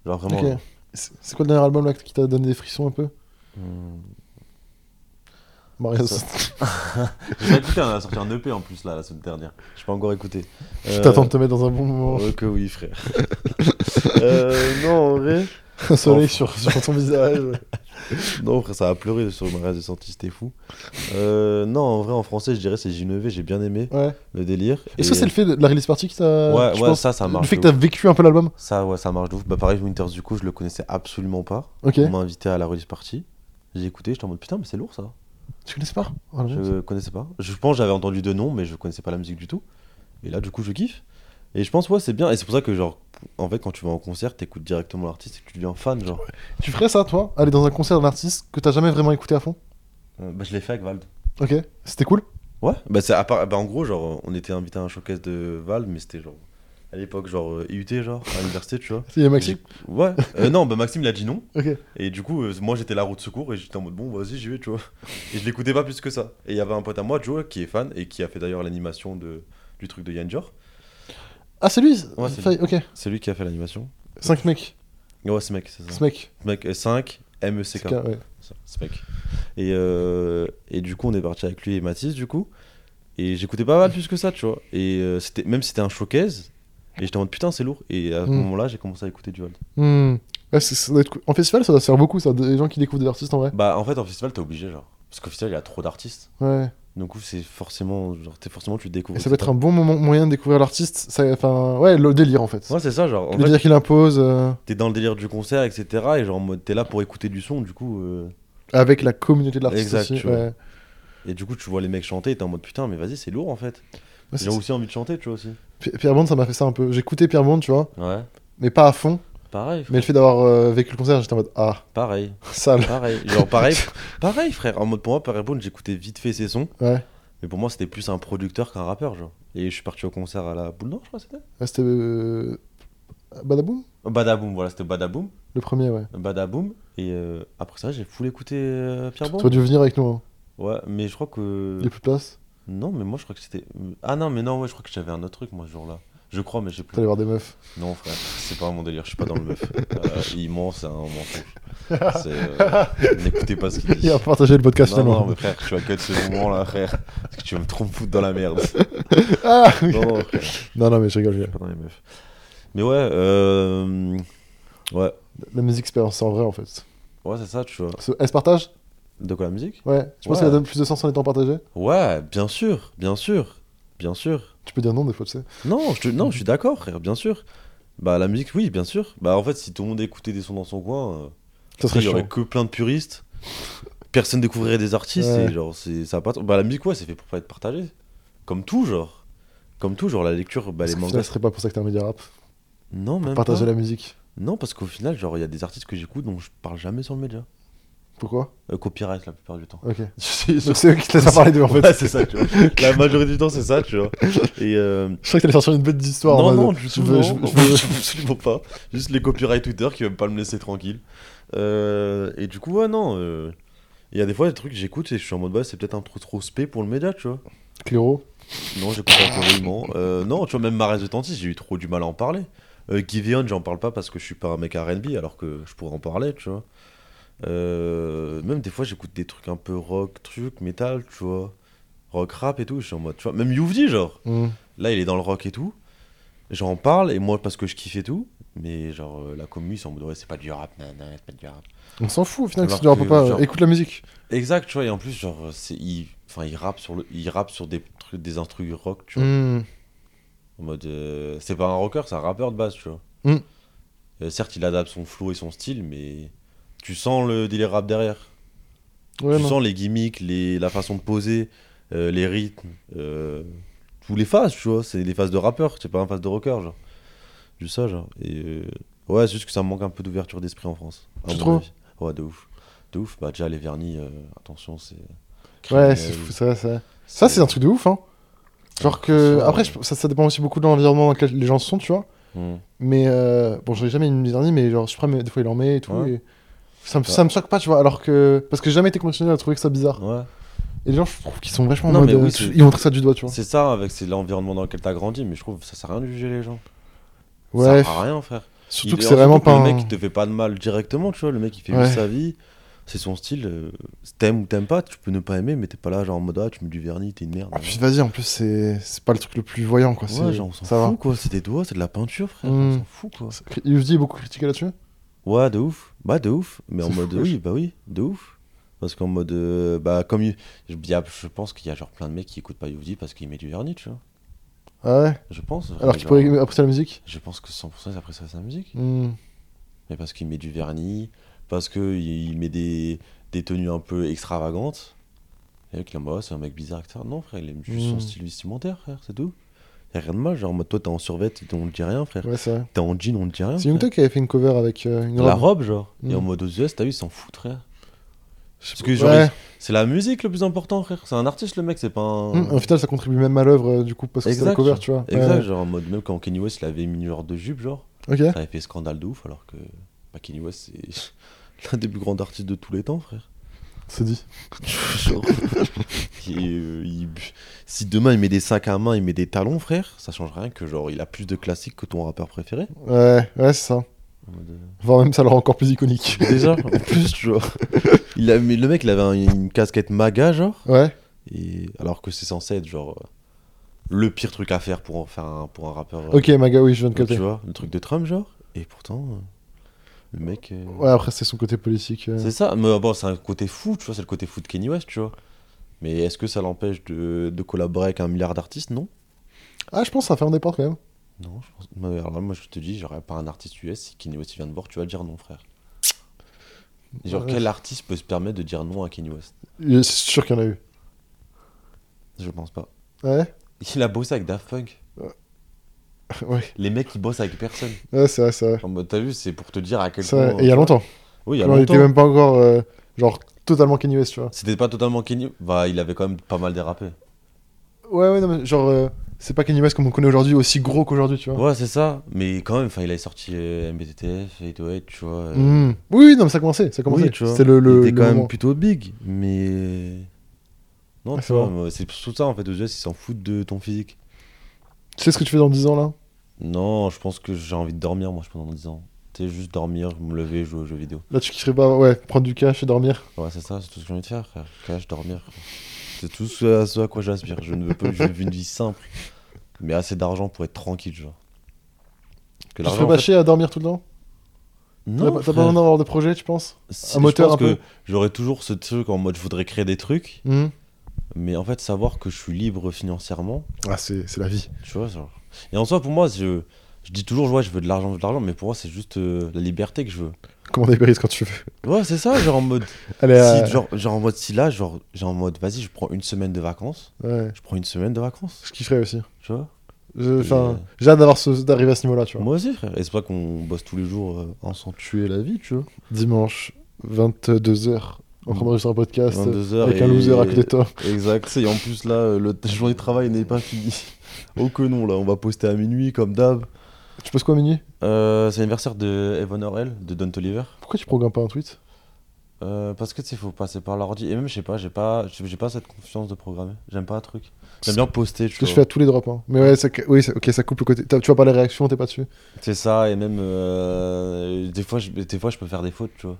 Genre vraiment.
Ok. C'est c'est quoi le dernier album là, qui t'a donné des frissons un peu
hmm.
Maria,
Ça- J'ai pas écouté, on a sorti un EP en plus là, la semaine dernière. J'ai pas encore écouté.
(laughs) je t'attends de te mettre dans un bon moment.
Euh, que oui, frère. (laughs) Euh, non, en vrai.
(laughs) Un soleil
Enfin.
sur, sur ton visage.
Oh. (laughs) Non, frère, ça a pleuré sur le mariage de Santi, c'était fou. Euh, non, en vrai, en français, je dirais c'est Ginevé, j'ai bien aimé
Ouais.
le délire.
Est-ce
Et-
que c'est le fait de la release party qui t'a.
Ouais,
tu
ouais,
penses
ça, ça marche.
Le fait que
de
t'as vécu un peu l'album
ouf. Ça, ouais, ça marche de ouf. Bah, pareil, Winters, du coup, je le connaissais absolument pas.
Ok.
On m'a invité à la release party. J'ai écouté, j'étais en mode putain, mais c'est lourd ça.
Tu connais pas Oh, la merde.
Je connaissais pas. Je pense que j'avais entendu deux noms, mais je connaissais pas la musique du tout. Et là, du coup, je kiffe. Et je pense, ouais, c'est bien. Et c'est pour ça que, genre, en fait, quand tu vas en concert, t'écoutes directement l'artiste et que tu deviens fan, genre.
Tu ferais ça, toi Aller dans un concert d'un artiste que t'as jamais vraiment écouté à fond
Euh, bah, je l'ai fait avec Vald.
Ok. C'était cool
Ouais, bah, c'est à part, bah en gros, genre, on était invité à un showcase de Valve, mais c'était genre. À l'époque, genre euh, IUT, genre, à l'université, tu vois.
Il y a Maxime
(laughs) Ouais, Euh, non, bah Maxime l'a dit non.
Ok.
Et du coup, euh, moi j'étais la roue de secours et j'étais en mode bon, vas-y, j'y vais, tu vois. Et je l'écoutais pas plus que ça. Et il y avait un pote à moi, Joe, qui est fan et qui a fait d'ailleurs l'animation de, du truc de Yann Dior.
Ah, c'est lui
Ouais, c'est
Faye, Ok.
C'est lui qui a fait l'animation.
5 mecs.
Ouais, ce mec, c'est ça.
Ce mec.
Ce mec, euh, 5
C'est
MECK.
qu'un- ouais.
Ça, ce mec. Et, euh, et du coup, on est parti avec lui et Mathis, du coup. Et j'écoutais pas mal plus que ça, tu vois. Et euh, c'était même si c'était un showcase, et j'étais en mode putain, c'est lourd. Et à ce
Mm.
moment-là, j'ai commencé à écouter du Hold.
Hmm. Ouais, c'est- ça doit être cool. En festival, ça doit se faire beaucoup, ça. Des gens qui découvrent des artistes en vrai.
Bah, en fait, en festival, t'es obligé, genre. Parce qu'au festival, il y a trop d'artistes.
Ouais.
Donc, coup, c'est forcément, genre, t'es forcément, tu le découvres.
Et ça peut être un bon moment, moyen de découvrir l'artiste. ça- Enfin, ouais, le délire en fait.
Ouais, c'est ça, genre. En
le
fait,
délire qu'il impose euh,
t'es dans le délire du concert, etc. Et genre, en mode, t'es là pour écouter du son, du coup. euh,
avec la communauté de l'artiste
Exact,
aussi.
tu vois.
ouais.
Et du coup, tu vois les mecs chanter, et t'es en mode putain, mais vas-y, c'est lourd, en fait.
Ouais,
J'ai
Bah, c'est-
aussi envie de chanter, tu vois, aussi.
Pi- Pierre Bond, ça m'a fait ça un peu. J'écoutais Pierre Bond, tu vois,
Ouais.
mais pas à fond.
Pareil, frère.
Mais le fait d'avoir euh, vécu le concert, j'étais en mode ah, (laughs)
pareil.
sale.
Pareil, genre pareil,
(laughs)
pareil frère. En mode pour moi, Paris Boone, j'écoutais vite fait ses sons,
Ouais.
mais pour moi c'était plus un producteur qu'un rappeur, genre. Et je suis parti au concert à la boule d'or, je crois que c'était.
Ouais, C'était euh, Badaboom
Badaboom, voilà, c'était Badaboom,
Le premier, ouais.
Badaboom. Et euh, après ça, j'ai full écouté euh, Pierre Bourne.
T'aurais dû venir avec nous, hein.
Ouais, mais je crois que
il n'y a plus de place.
non, mais moi je crois que c'était. Ah non, mais non, ouais, je crois que j'avais un autre truc moi ce jour-là. Je crois, mais j'ai plus.
T'allais voir
(laughs)
des meufs.
Non frère, c'est pas mon délire, je suis pas dans le
(laughs)
meuf. Euh, il ment, c'est un mensonge. C'est, euh, N'écoutez pas ce qu'il dit.
Il a partagé le podcast
Non,
finalement.
non, mais frère, tu vas cut ce moment-là, frère. Parce que tu vas me trop me foutre dans la
(laughs)
merde.
Ah oui.
Non, non, frère,
Non, non, mais je rigole. je rigole.
pas dans les meufs. Mais ouais, euh... ouais,
La musique expérience, c'est en vrai en fait.
ouais, c'est ça, tu vois.
Ce- Elle se partage
De quoi la musique
Ouais. Je pense
Ouais.
qu'elle donne plus de sens en étant partagée.
Ouais, bien sûr, bien sûr, bien sûr.
Tu peux dire non des fois, tu sais.
Non, je, te- non, je suis d'accord, frère, bien sûr. Bah, la musique, oui, bien sûr. Bah, en fait, si tout le monde écoutait des sons dans son coin, euh,
Ça serait
il y
chiant.
aurait que plein de puristes. Personne découvrirait des artistes
Ouais.
et genre, c'est, ça a pas. Bah, la musique, ouais, c'est fait pour pas être partagé. Comme tout, genre. Comme tout, genre, la lecture, bah,
Parce
les
que
mangas,
finalement, ce serait pas pour ça que t'es un média rap.
Non, même
Partager
pas.
la musique.
Non, parce qu'au final, genre, il y a des artistes que j'écoute dont je parle jamais sur le média.
Pourquoi
Euh, copyright la plupart du temps.
Ok. (laughs)
C'est
Donc c'est eux qui te laissent parler d'eux en fait.
(laughs) Ouais, c'est ça, tu vois. (laughs) La majorité du temps, c'est ça, tu vois. Et euh,
Je crois que t'allais sortir une bête d'histoire. en
non,
mode,
non, du
je
tout,
veux-
non, (laughs)
je-
non,
je veux- (laughs)
absolument pas. Juste les copyright Twitter qui veulent pas me laisser tranquille. Euh, et du coup, ouais, non. euh, Il y a des fois des trucs que j'écoute et je suis en mode, bah, c'est peut-être un peu trop spé pour le média, tu vois.
Cléro.
Non, j'écoute pas réellement. Euh, non, tu vois, même Marais de Tantis, j'ai eu trop du mal à en parler. Euh, Giveon, j'en parle pas parce que je suis pas un mec RB, alors que je pourrais en parler, tu vois. Euh, même des fois, j'écoute des trucs un peu rock, truc, métal, tu vois. Rock rap et tout, je suis en mode, tu vois. Même Youvdi, genre,
Hmm.
là, il est dans le rock et tout. J'en parle, et moi, parce que je kiffe et tout. Mais genre, euh, la commu, ils sont en mode, ouais, c'est pas du rap, nanana, c'est pas du rap.
On s'en fout au final que
Alors
tu diras
que,
pas.
genre-
Écoute la musique.
Exact, tu vois, et en plus, genre, c'est, il, enfin, il rappe sur, le, il rappe sur des trucs, des instrus rock, tu vois.
Hmm.
En mode, euh, c'est pas un rocker, c'est un rappeur de base, tu vois.
Mm.
Euh, certes, il adapte son flow et son style, mais tu sens le délire rap derrière.
Ouais,
tu
non.
sens les gimmicks, les, la façon de poser, euh, les rythmes, euh, tous les phases, tu vois. C'est des phases de rappeur, c'est pas un phase de rocker, genre. Juste ça, genre. Et euh, ouais, c'est juste que ça me manque un peu d'ouverture d'esprit en France. à
Tu
mon
trouves
avis. Ouais, de ouf. De ouf. Bah, déjà, les vernis, euh, attention, c'est.
Ouais,
criminel,
c'est fou, c'est vrai, c'est vrai. Ça, c'est un truc de ouf, hein. Genre que. Après, je- ça, ça dépend aussi beaucoup de l'environnement dans lequel les gens sont, tu vois.
Hmm.
Mais euh, bon, j'en ai jamais mis mes derniers, mais genre Supreme, des fois il en met et tout.
Ouais.
et ça, me,
Ouais.
ça me choque pas, tu vois, alors que. Parce que j'ai jamais été conditionné à trouver que ça bizarre.
Ouais.
Et les gens, je trouve qu'ils sont vachement en
Non,
mode.
mais oui,
euh,
c'est-
ils montrent ça du doigt, tu vois.
C'est ça, avec c'est l'environnement dans lequel t'as grandi, mais je trouve que ça sert à rien de juger les gens.
Ouais,
Ça sert à rien, frère.
surtout
Il-
que c'est vraiment
surtout
pas.
Le
un-
mec, il te fait pas de mal directement, tu vois. Le mec, il fait
Ouais.
juste sa vie. C'est son style. euh, T'aimes ou t'aimes pas, tu peux ne pas aimer, mais t'es pas là, genre en mode ah, tu mets du vernis, t'es une merde.
Ah, puis vas-y, en plus, c'est c'est pas le truc le plus voyant, quoi.
ouais,
c'est-
genre, on s'en
ça va.
fout, quoi. C'est des doigts, c'est de la peinture, frère.
Hmm.
On s'en fout, quoi.
Il est beaucoup critiqué là-dessus.
Ouais, de ouf. Bah, de ouf. Mais en
C'est
mode,
fou,
oui, bah oui, de ouf. Parce qu'en mode, euh, bah, comme il- je, il y a- je pense qu'il y a genre plein de mecs qui écoutent pas Youvdi parce qu'il met du vernis, tu vois.
Ah ouais
Je pense. vraiment,
Alors qu'il
genre,
pourrait apprécier la musique
Je pense que 100% ils apprécient sa musique.
Hmm.
Mais parce qu'il met du vernis, parce qu'il il met des, des tenues un peu extravagantes. Et qu'il est en mode, ouais, c'est un mec bizarre, etc. Non, frère, il aime juste son
Mm.
style vestimentaire, frère, c'est tout. Y'a rien de mal, genre, en mode, toi, t'es en survêt, on te dit rien, frère.
Ouais, c'est vrai.
T'es en jean, on te dit rien.
C'est
frère.
Youngta qui avait fait une cover avec euh, une
Ah, La
robe.
robe, genre. Et en
Mm.
mode, aux US, t'as vu, ils s'en foutent, frère.
Je sais
Parce
pas.
que, genre,
Ouais.
C'est la musique le plus important, frère. C'est un artiste, le mec, c'est pas un.
Hmm, euh, Au final, ça contribue même à l'œuvre, euh, du coup, parce que c'est la
euh, Exact.
cover, tu vois.
Exact, genre en mode même quand Kenny West il avait mis une genre de jupe, genre,
Ouais. Ok.
ça avait fait scandale de ouf, alors que bah, Kenny West c'est (laughs) l'un des plus grands artistes de tous les temps, frère.
C'est dit.
Genre, (laughs) il- euh, il- Si demain il met des sacs à main, il met des talons, frère, ça change rien que genre il a plus de classiques que ton rappeur préféré.
Ouais, ouais, c'est ça.
En mode, euh,
Voire même ça le rend encore plus iconique.
(laughs) Déjà, en plus, genre, il a, mais le mec il avait un- une casquette MAGA, genre.
Ouais.
Et alors que c'est censé être genre euh, le pire truc à faire pour en faire un, pour un rappeur. euh,
Ok, Maga, oui, je viens de
tu
capter.
vois, le truc de Trump genre. Et pourtant, euh, le mec. euh,
Ouais, après, c'est son côté politique. euh.
C'est ça. Mais euh, bon, c'est un côté fou, tu vois, c'est le côté fou de Kanye West, tu vois. Mais est-ce que ça l'empêche de, de collaborer avec un milliard d'artistes Non.
Ah, je pense que ça ferme des portes quand même.
Non, je pense. mais alors là, moi, je te dis, j'aurais pas un artiste US si Kanye West il vient de voir, tu vas dire non, frère. Et Genre,
Ouais.
quel artiste peut se permettre de dire non à Kanye West
Euh, C'est sûr qu'il y en a eu.
Je pense pas.
Ouais, (laughs)
Il a bossé avec Daft Punk.
ouais,
Les mecs, ils bossent avec personne.
ouais c'est vrai, c'est vrai.
En mode, t'as vu, c'est pour te dire à quel
C'est
point.
vrai. Et il y
tu vois.
a longtemps.
Oui, il y a
Genre, il
longtemps.
était même pas encore, euh, genre, totalement Kanye West, tu vois.
C'était pas totalement Kenny. Bah, il avait quand même pas mal dérapé.
Ouais, ouais, non, mais genre, euh, c'est pas Kanye West comme on connaît aujourd'hui, aussi gros qu'aujourd'hui, tu vois.
Ouais, c'est ça. Mais quand même, enfin, il avait sorti euh, MBTTF, 808, tu vois. euh,
Hmm. Oui, oui, non, mais ça commençait, ça commençait.
oui, tu vois.
C'était le, le,
il était
le
quand même
moment.
plutôt big, mais. Non,
Ah,
tu
c'est
vois,
vrai.
moi, c'est tout ça en fait. Aux US, ils s'en foutent de ton physique.
Tu sais ce que tu fais dans 10 ans, là
Non, je pense que j'ai envie de dormir, moi, je pense, dans 10 ans. Tu sais, juste dormir, me lever, jouer aux jeux vidéo.
Là, tu kifferais pas, ouais, prendre du cash et dormir.
Ouais, c'est ça, c'est tout ce que j'ai envie de faire, frère. Cash, dormir. frère. C'est tout ce à, ce à quoi j'aspire. Je ne veux pas, je veux une vie simple, mais assez d'argent pour être tranquille, genre. Parce Que
Tu te
l'argent,
ferais
en
pas
fait-
chier à dormir tout le temps T'as
Non,
pas t'as pas
frère.
besoin d'avoir de projet, tu penses
Si-
Un
je
moteur
pense
un peu.
que J'aurais toujours ce truc en mode je voudrais créer des trucs,
Hmm.
mais en fait savoir que je suis libre financièrement,
Ah, c'est c'est la vie.
tu vois. genre. Et en soi, pour moi, je, je dis toujours ouais, je veux de l'argent, je veux de l'argent, mais pour moi, c'est juste euh, la liberté que je veux.
Comment des quand tu veux.
Ouais, c'est ça, genre en mode.
Allez,
si,
euh,
genre, genre en mode si là, genre, genre en mode vas-y, je prends une semaine de vacances,
ouais,
je prends une semaine de vacances,
je kifferais aussi.
tu vois.
Je-
Et-
Enfin, j'ai hâte d'avoir ce- d'arriver à ce niveau-là, tu vois.
Moi aussi, frère. Et c'est pas qu'on bosse tous les jours euh, en s'en tuer la vie, tu vois.
Dimanche, 22h, en train d'enregistrer un podcast.
22h.
Avec un loser à côté de toi.
Exact. Et en plus, là, euh, le la journée de travail n'est pas finie. Oh que non, là, on va poster à minuit, comme d'hab.
Tu passes quoi à minuit
Euh, c'est l'anniversaire de Evan Orel, de Don Toliver.
Pourquoi tu programmes pas un tweet
Euh, parce que tu sais, faut passer par l'ordi. Et même, je sais pas, j'ai pas, j'ai j'ai pas cette confiance de programmer. J'aime pas un truc. J'aime bien poster,
Parce
tu
que je fais
vois.
à tous les drops. hein. Mais ouais, ça, oui, ça- ok, ça coupe le côté. t'as- Tu vois pas les réactions, t'es pas dessus.
C'est ça, et même, euh, des, fois, je, des fois, je peux faire des fautes, tu vois.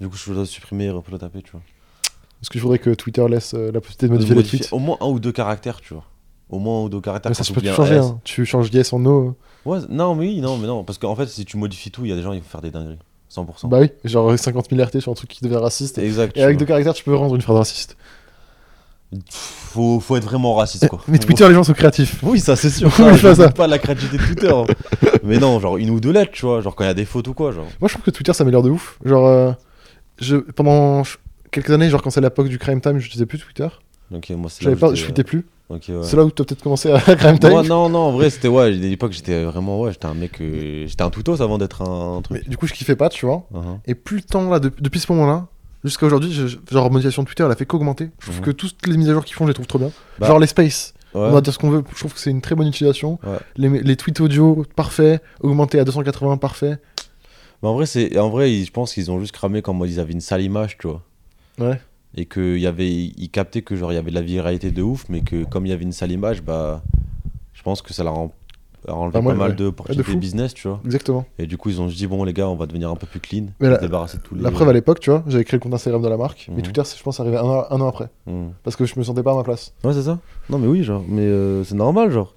Du coup, je dois supprimer et le taper, tu vois.
Parce que je voudrais que Twitter laisse euh, la possibilité de
De
modifier les
modifier
tweets.
Au moins un ou deux caractères, tu vois. Au moins un ou deux caractères.
Mais ça,
quand
je peux
t'oublies
tout
un
changer.
S.
hein. Tu changes yes en no. hein.
Ouais, non, mais oui, non, mais non. Parce qu'en fait, si tu modifies tout, il y a des gens qui vont faire des dingueries. 100%.
Bah oui, genre 50 000 RT sur un truc qui devient raciste.
exact.
Et avec deux
tu
caractères, tu peux rendre une phrase raciste.
vois. faut, faut être vraiment raciste, quoi.
(laughs) Mais Twitter, les gens sont créatifs.
Oui, ça c'est sûr.
Oui,
Ça, je
c'est ça.
doute pas de la créativité de Twitter. hein. mais non, genre une ou deux lettres, tu vois. Genre quand il y a des fautes ou quoi, genre.
Moi, je trouve que Twitter, ça améliore de ouf. Genre, euh, je, pendant ch- quelques années, genre quand c'est l'époque du crime time, je n'utilisais plus Twitter.
Donc euh, moi, c'est là
J'avais
où
peur, je
j'étais,
tweetais plus.
euh, ok, ouais.
C'est là où tu as peut-être commencé à (laughs) crime time.
Moi, non, non, en vrai, c'était ouais. À l'époque, j'étais vraiment, ouais, j'étais un mec. euh, j'étais un toutos avant d'être un,
Mais
truc.
du coup, je kiffais pas, tu vois.
Uh-huh.
Et plus le temps, là, de- depuis ce moment-là, jusqu'à aujourd'hui, je- je- genre, modification de Twitter, elle a fait qu'augmenter. Je trouve
Mhm.
que toutes les mises à jour qu'ils font, je les trouve trop bien.
Bah.
Genre les spaces. On va dire ce qu'on veut. Je trouve que c'est une très bonne utilisation.
Ouais.
Les, les tweets audio, parfait. Augmenté à 280, parfait.
Mais en vrai, c'est en vrai, ils- je pense qu'ils ont juste cramé quand moi, ils avaient une sale image, tu vois.
Ouais.
Et que y avait, ils captaient que genre il y avait de la viralité de ouf, mais que comme il y avait une sale image, bah, je pense que ça leur a en- a enlevé
Bah, moi,
pas mal
ouais.
de opportunités
fou.
business, tu vois.
Exactement.
Et du coup, ils ont dit bon les gars, on va devenir un peu plus clean,
Mais
on va
la-
se débarrasser de tous les.
La preuve à l'époque, tu vois, j'avais créé le compte Instagram de la marque.
Mhm.
Mais Twitter, c'est- je pense, arrivé un an, un an après.
Hmm.
Parce que je me sentais pas à ma place.
Ouais, c'est ça. Non, mais oui, genre, mais euh, c'est normal, genre.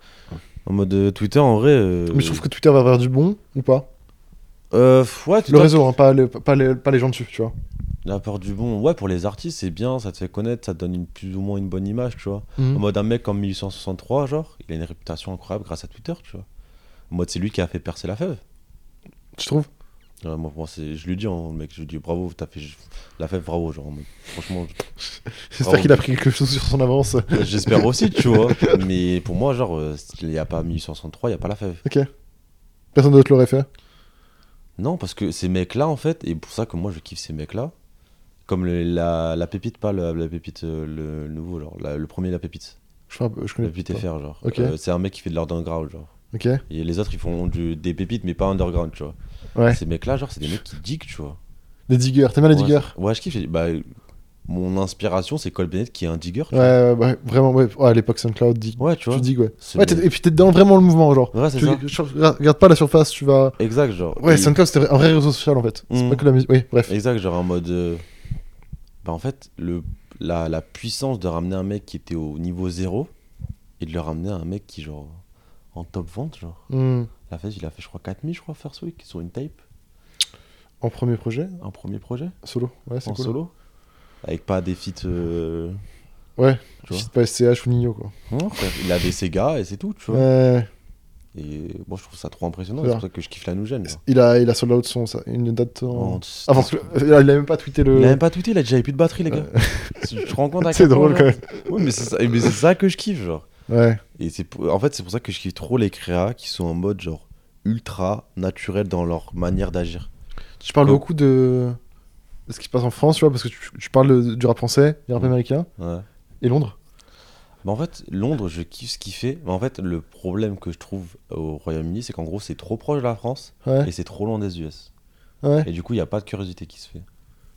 En mode euh, Twitter, en vrai. euh,
Mais je trouve que Twitter va vers du bon ou pas.
euh, f- ouais, Twitter,
Le réseau, hein, pas, les, pas, les, pas les gens dessus, tu vois.
La peur du bon, ouais, pour les artistes, c'est bien, ça te fait connaître, ça te donne une, plus ou moins une bonne image, tu vois.
Mm.
En mode, un mec comme 1863, genre, il a une réputation incroyable grâce à Twitter, tu vois. En mode, c'est lui qui a fait percer la fève.
Tu trouves
Ouais, moi, moi, c'est- je lui dis, hein, mec, je lui dis bravo, t'as fait la fève, bravo, genre, en mode, franchement,
J'espère
Oh.
qu'il a pris quelque chose sur son avance.
je- j'espère aussi, tu vois. Mais pour moi, genre, euh, il n'y a pas 1863, il n'y a pas la fève.
ok. Personne d'autre l'aurait fait.
Non, parce que ces mecs-là, en fait, et pour ça que moi, je kiffe ces mecs-là, comme le- la, la pépite, pas la, la pépite, euh, le nouveau, genre, la- le premier, la pépite.
Je, crois- je connais
Le but
pas.
FR, genre.
Ok.
Euh, c'est un mec qui fait de l'underground, genre.
Ok.
Et les autres, ils font du- des pépites, mais pas underground, tu vois.
Ouais.
Ces mecs-là, genre, c'est des mecs qui dick, tu vois.
Des diggers. T'aimes bien les
Ouais,
diggers
c'est- Ouais, je kiffe. j'ai- Bah, mon inspiration, c'est Cole Bennett qui est un digger. tu
Ouais, ouais, ouais, vraiment, ouais. Ouais, à l'époque SoundCloud, dig.
vois. Ouais, tu vois.
Tu dig, ouais.
C'est-
ouais t'es- et puis t'es dans vraiment le mouvement, genre.
Ouais, c'est
Tu,
ça.
tu regardes regardes pas la surface, tu vas.
Exact, genre.
Ouais,
Et-
SoundCloud, c'était un vrai réseau social en fait. C'est
Mhm.
pas que la musique. Oui, bref.
Exact, genre en mode. euh, Bah, en fait, le... la, la puissance de ramener un mec qui était au niveau zéro et de le ramener à un mec qui, genre, en top vente, genre.
Mhm.
La fête, il a fait, je crois, 4000, je crois, First Week, sur une tape,
En premier projet,
un premier projet.
solo. Ouais, c'est
en
cool.
solo avec pas des feats euh,
Ouais.
tu vois
Juste pas SCH ou Nino, quoi.
Non, frère, il avait ses gars et c'est tout tu vois
Ouais.
et moi je trouve ça trop impressionnant
C'est
c'est
vrai.
pour ça que je kiffe la nouvelle
Il a, il a sold out son, ça, une date en.
En-
Avant Ah, que. euh, Il a même pas tweeté le.
il a même pas tweeté il a déjà eu plus de batterie les gars (laughs) tu te rends compte à
C'est
quel point,
drôle quand même.
genre oui mais c'est ça, mais c'est ça que je kiffe genre
Ouais.
et c'est pour- en fait c'est pour ça que je kiffe trop les créas qui sont en mode genre ultra naturel dans leur manière d'agir
Tu parles
Comme-
beaucoup de. de ce qui se passe en France, tu vois, parce que tu, tu parles de- du rap français, du rap
Mhm.
américain
ouais.
et Londres.
Mais en fait Londres je kiffe ce qu'il fait mais en fait le problème que je trouve au Royaume-Uni c'est qu'en gros c'est trop proche de la France
Ouais.
et c'est trop loin des US
Ouais.
et du coup il y a pas de curiosité qui se fait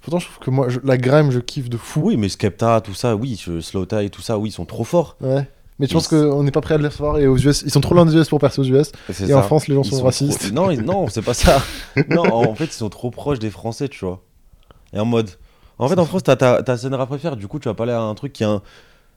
Pourtant, je trouve que moi, je- la grime, je kiffe de fou.
Oui, mais Skepta, tout ça, oui, je- Slowthai, tout ça, oui, ils sont trop forts.
Ouais. Mais tu
Mais
penses qu'on n'est pas prêt à le recevoir et aux US, ils sont trop loin des US pour percer aux US.
C'est
Et
ça.
en France, les gens
Ils
sont,
trop-
racistes.
Non, ils- non, c'est pas
(laughs)
ça. non, en fait, ils sont trop proches des Français, tu vois. Et en mode. En fait, en France, t'as ta, ta scène rap préfère, du coup, tu vas parler à un truc qui est un.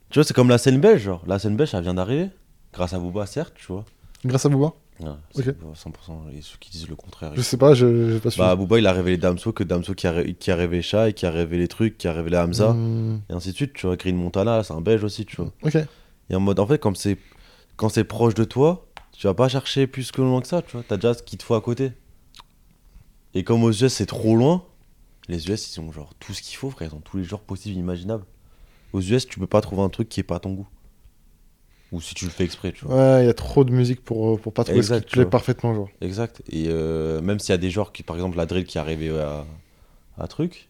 Tu vois, c'est comme la scène belge, genre. La scène belge, elle vient d'arriver. Grâce à Booba, certes, tu vois.
Grâce à Booba
Ouais,
Ok.
c'est- 100%. Et ceux qui disent le contraire.
Je sais pas, je j'ai pas suivi.
Bah, Booba, il a révélé Damso, que Damso qui a, ré- qui a révélé Shai, qui a révélé trucs, qui a révélé Hamza,
Hmm,
et ainsi de suite, tu vois. Green Montana, c'est un belge aussi, tu vois.
Ok.
Et en mode, en fait, comme c'est, quand c'est proche de toi, tu vas pas chercher plus que loin que ça, tu vois. T'as déjà ce qu'il te faut à côté. Et comme aux US, c'est trop loin, les US, ils ont genre tout ce qu'il faut, frère. Ils ont tous les genres possibles, imaginables. Aux US, tu peux pas trouver un truc qui est pas à ton goût. Ou si tu le fais exprès, tu vois.
Ouais, il y a trop de musique pour, euh, pour pas trouver ce
Exact,
qui te
tu
plaît
vois.
parfaitement, genre.
Exact. Et euh, même s'il y a des genres qui, par exemple, la drill qui est arrivée à, à truc,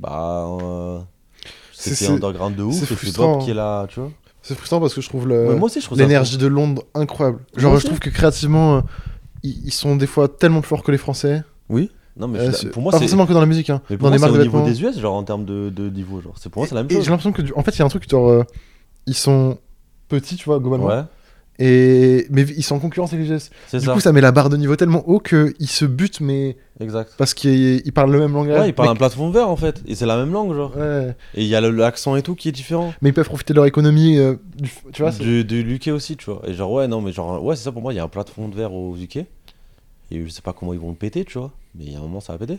bah. euh,
C'est-
c'était
c'est-
underground de ouf,
c'est
et c'est
frustrant,
Bob qui est là, tu vois.
C'est frustrant parce que je trouve le-
Ouais, moi aussi, je trouve ça.
l'énergie de Londres incroyable. Genre,
Moi
je trouve que créativement, euh, ils, ils sont des fois tellement plus forts que les Français.
Oui. Non, mais je
Euh,
suis-
c'est-
pour moi,
pas
c'est.
forcément que dans la musique, hein.
Mais pour
dans
moi,
les
c'est
marques
au
de
niveau
vêtements.
des US, genre en termes de, de niveau, genre. C'est pour moi, c'est la même
Et- et
chose.
J'ai l'impression que, du- en fait, il y a un truc, genre, euh, ils sont petits, tu vois, globalement.
Ouais,
Et... Mais ils sont en concurrence avec les US.
c'est
Du
ça.
coup, ça met la barre de niveau tellement haut qu'ils se butent, mais
Exact.
parce qu'ils ils parlent le même langage.
Ouais, ils parlent un
mais...
plafond vert en fait, et c'est la même langue, genre.
Ouais.
Et il y a le- l'accent et tout qui est différent.
mais ils peuvent profiter de leur économie. euh, du- Tu vois, c'est-
du, du UK aussi, tu vois. Et genre, ouais, non, mais genre, ouais, c'est ça pour moi, il y a un plafond de verre au UK. Et je sais pas comment ils vont le péter, tu vois. Mais il y a un moment, ça va péter.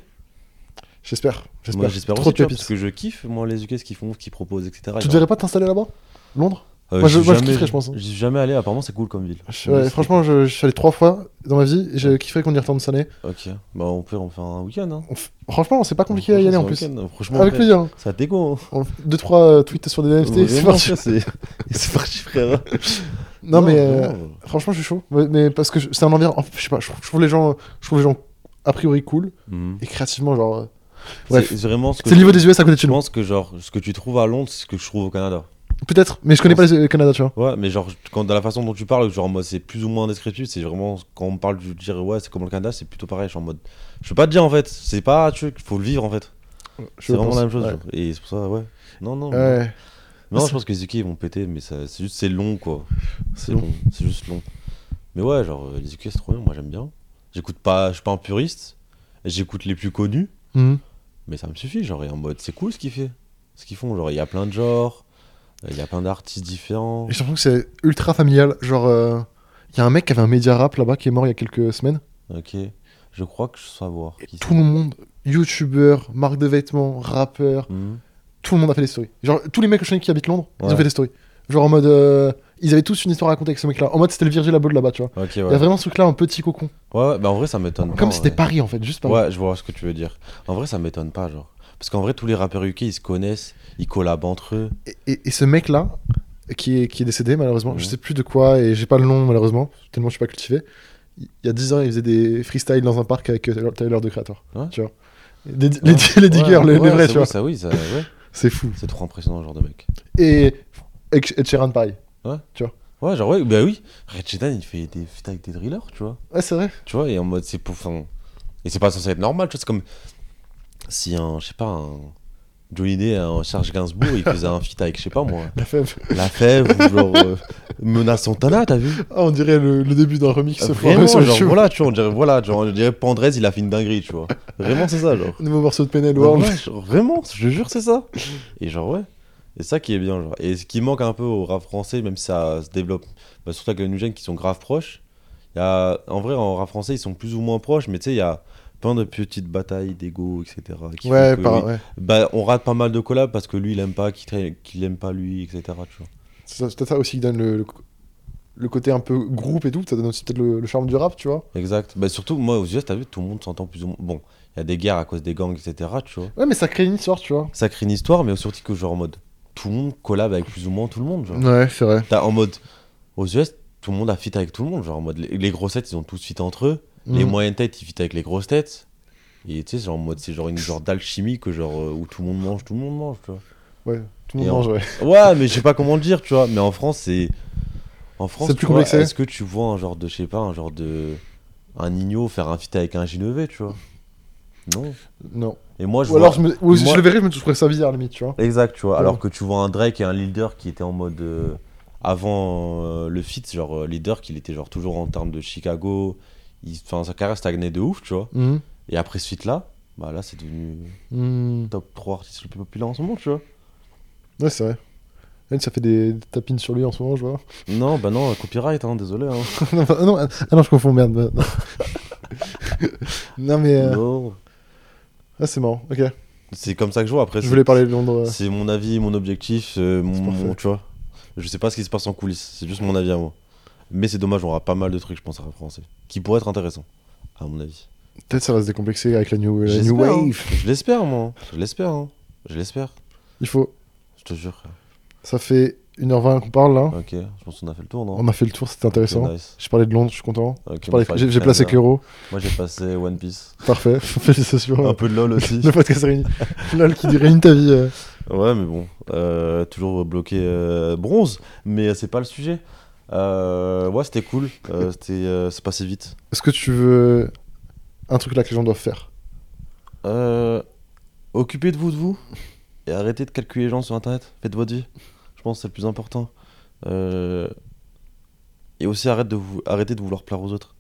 j'espère.
Moi,
J'espère.
j'espère
Trop
aussi,
de
tu vois,
pépites.
parce que je kiffe, moi, les UK, ce qu'ils font, ce qu'ils proposent, etc.
Tu
Genre,
devrais pas t'installer là-bas Londres
euh,
moi, je-
suis
moi, je
jamais-
kifferais, je pense, hein.
J'y suis jamais allé, apparemment, c'est cool comme ville.
Je- ouais,
Mais
Franchement, je, je suis allé trois fois dans ma vie et je kifferais qu'on y retourne cette année.
c'est- Ok, bah, on peut en faire un week-end, hein.
On f- Franchement, c'est pas compliqué à y
Franchement,
aller en
c'est
plus.
un week-end, Franchement,
Avec
frère,
plaisir. hein.
Ça dégo, hein.
On f- Deux, trois euh, tweets sur des NFT. C'est
Vraiment,
parti.
ça, c'est c'est (laughs) parti, frère.
Non, mais euh,
vraiment.
franchement, je suis chaud. Ouais, Mais parce que je- c'est un environnement. enfin, Je sais pas, je trouve je trouve les gens. Je trouve les gens a priori cool
Mhm.
et créativement, genre. euh,
C'est
Bref.
c'est vraiment ce que
C'est le niveau
je-
des US à côté de chez
Je
nous.
pense que genre ce que tu trouves à Londres, c'est ce que je trouve au Canada.
Peut-être, mais je connais pas le Canada, tu vois.
Ouais, mais genre, quand, dans la façon dont tu parles, genre, moi, c'est plus ou moins descriptif. C'est vraiment, quand on parle du dire, ouais, c'est comme le Canada, c'est plutôt pareil. Je suis en mode, je peux pas te dire en fait, c'est pas, tu vois, faut le vivre en fait. C'est vraiment la même chose.
Ouais.
genre. Et c'est pour ça, ouais. Non, non. non.
Ouais.
Non,
Ça-
je pense que les Yuki ils vont péter, mais ça- c'est juste c'est long quoi. C'est
long.
long, c'est juste long. Mais ouais, genre euh, les Yuki c'est trop bien, moi j'aime bien. J'écoute pas, je suis pas un puriste, j'écoute les plus connus,
Mhm.
mais ça me suffit. Genre, et en mode c'est cool ce qu'ils fait, ce qu'ils font. Genre, il y a plein de genres, euh, il y a plein d'artistes différents.
Et J'ai l'impression que c'est ultra familial. Genre, euh, il y a un mec qui avait un média rap là-bas qui est mort il y a quelques semaines.
Ok, je crois que je sais voir.
Et
qui
tout le monde, youtubeurs, marques de vêtements, rappeurs,
c'est. Mhm.
tout le monde a fait des stories. Genre, tous les mecs que je connais qui habitent Londres, ils ont
Ouais.
fait des stories. Genre en mode. euh, ils avaient tous une histoire à raconter avec ce mec-là. En mode, c'était le Virgil Abloh de là-bas, tu vois.
Ok,
Il y a
ouais.
vraiment ce truc-là, un petit cocon.
Ouais, ouais, bah en vrai ça m'étonne pas.
Comme
en
c'était
vrai.
Paris en fait, juste Paris.
Ouais, je vois ce que tu veux dire. En vrai, ça m'étonne pas, genre. Parce qu'en vrai, tous les rappeurs UK ils se connaissent, ils collabent entre eux.
Et, et- et ce mec-là, qui est, qui est décédé malheureusement,
Mhm.
je sais plus de quoi et j'ai pas le nom malheureusement, tellement je suis pas cultivé. Il il y a 10 ans, il faisait des freestyles dans un parc avec euh, Tyler de Creator.
Ouais.
Tu vois. Des- les, les diggers,
Ouais,
les, les
ouais, ça
vrais, tu vois.
oui, Ça, oui, ça, ouais.
C'est fou.
C'est trop impressionnant, ce genre de mec.
Et Ed Ed Sheeran, pareil.
Ouais, genre, ouais, bah oui. Red Sheetan, il fait des feats avec des thrillers, tu vois.
Ouais, c'est vrai.
Tu vois, et en mode, c'est pour. enfin, Et c'est pas censé être normal, tu vois. C'est comme si un, je sais pas, un. Johnny Day en charge Gainsbourg, il faisait un feat avec, je sais pas moi,
La fève.
La Fève ou genre euh, Menace Santana, t'as vu
Ah, on dirait le, le début d'un remix foireux
Ah, Vraiment,
sur
genre,
YouTube.
voilà, tu vois, on dirait, voilà, genre, on dirait Pandrez, il a fait une dinguerie, tu vois. Vraiment, c'est ça, genre.
Nouveau morceau de Penel
Ouais,
World.
ouais, genre, vraiment, je te jure, c'est ça. Et genre, ouais. Et ça qui est bien, genre. Et ce qui manque un peu au rap français, même si ça se développe, bah, surtout avec les Nugènes qui sont grave proches. il Y a, en vrai, en rap français, ils sont plus ou moins proches, mais tu sais, il y a plein de petites batailles d'ego, etc. qui
Ouais,
font que,
par-
oui,
ouais.
bah, on rate pas mal de collabs parce que lui, il aime pas, qu'il traîne- qu'il aime pas lui, etc. Tu vois.
C'est ça- c'est peut-être ça aussi qui donne le, le, le côté un peu groupe et tout. Ça donne aussi peut-être le, le charme du rap, tu vois.
Exact. Bah, surtout, moi, aux US, t'as vu, tout le monde s'entend plus ou moins. Bon, il y a des guerres à cause des gangs, etc. Tu vois.
Ouais, mais ça crée une histoire, tu vois.
Ça crée une histoire, mais surtout que, genre, en mode, tout le monde collab avec plus ou moins tout le monde, genre.
Ouais, c'est vrai.
T'as en mode, aux US, tout le monde a fit avec tout le monde. Genre en mode, les, les grosses têtes, ils ont tous fit entre eux.
Mm.
Les moyennes têtes, ils fit avec les grosses têtes. Et tu sais, genre en mode, c'est genre une genre d'alchimie que genre euh, où tout le monde mange, tout le monde mange, tu vois.
Ouais, tout le
Et
monde
en-
mange, ouais.
Ouais, mais je sais pas comment le dire, tu vois. Mais en France, c'est. En France,
C'est plus
tu vois,
complexé.
Est-ce que tu vois un genre de, je sais pas, un genre de. Un igno faire un fit avec un G9, tu vois (laughs) Non.
Non.
Et moi, je
Ou
vois.
alors, je, me... ou si
moi-
je le verrais, je me trouverais ça bizarre, limite, tu vois.
Exact, tu vois.
Ouais.
Alors que tu vois un Drake et un leader qui étaient en mode. euh, avant euh, le feat, genre euh, leader qu'il était genre toujours en termes de Chicago. Il, enfin, sa carrière stagnait de ouf, tu vois.
Mm.
Et après ce feat-là, bah là, c'est devenu top 3 artiste le plus populaire en ce moment, tu vois.
Mm. Ouais, c'est vrai. Même ça fait des, des tapines sur lui en ce moment, je vois.
Non, bah non, copyright, hein, désolé. Hein.
(laughs) non, bah, non, ah non, je confonds, merde. bah, (laughs) non. non, mais. euh,
Non.
Ah, c'est marrant, ok.
C'est comme ça que je vois. Après,
Je
c'est-
voulais parler de Londres. euh.
c'est mon avis, mon objectif, euh, mon,
parfait.
mon- Tu vois. Je sais pas ce qui se passe en coulisses, c'est juste mon avis à moi. Mais c'est dommage, on aura pas mal de trucs, je pense, à français. Qui pourraient être intéressants, à mon avis.
Peut-être ça va se décomplexer avec la new, la new
J'espère, hein.
wave.
Je l'espère, moi. Je l'espère. hein. Je l'espère.
Il faut.
Je te jure. frère.
Ça fait 1h20 qu'on parle là.
Ok, je pense qu'on a fait le tour, non
On a fait le tour, c'était intéressant.
Ok, nice.
J'ai parlé de Londres, je suis content.
Ok,
J'ai
moi,
parlé-
je parlais
J'ai
de
j'ai placé
Friends, hein.
Cléro,
Moi, j'ai passé One
(laughs)
Piece.
parfait. Félicitations.
Un peu de LOL
(laughs)
aussi.
hein. Le
(laughs)
podcast réunit. Lol qui dit réunit ta vie. euh.
ouais, mais bon. euh, toujours bloqué euh, bronze, mais c'est pas le sujet. Euh, ouais, c'était cool. Euh, c'était, euh, c'est passé vite.
Est-ce que tu veux un truc là que les gens doivent faire
Euh, Occupez-vous de vous et arrêtez de calculer les gens sur internet. Faites votre vie. Je pense que c'est le plus important. Euh, et aussi arrête de vou- arrêtez de vouloir plaire aux autres.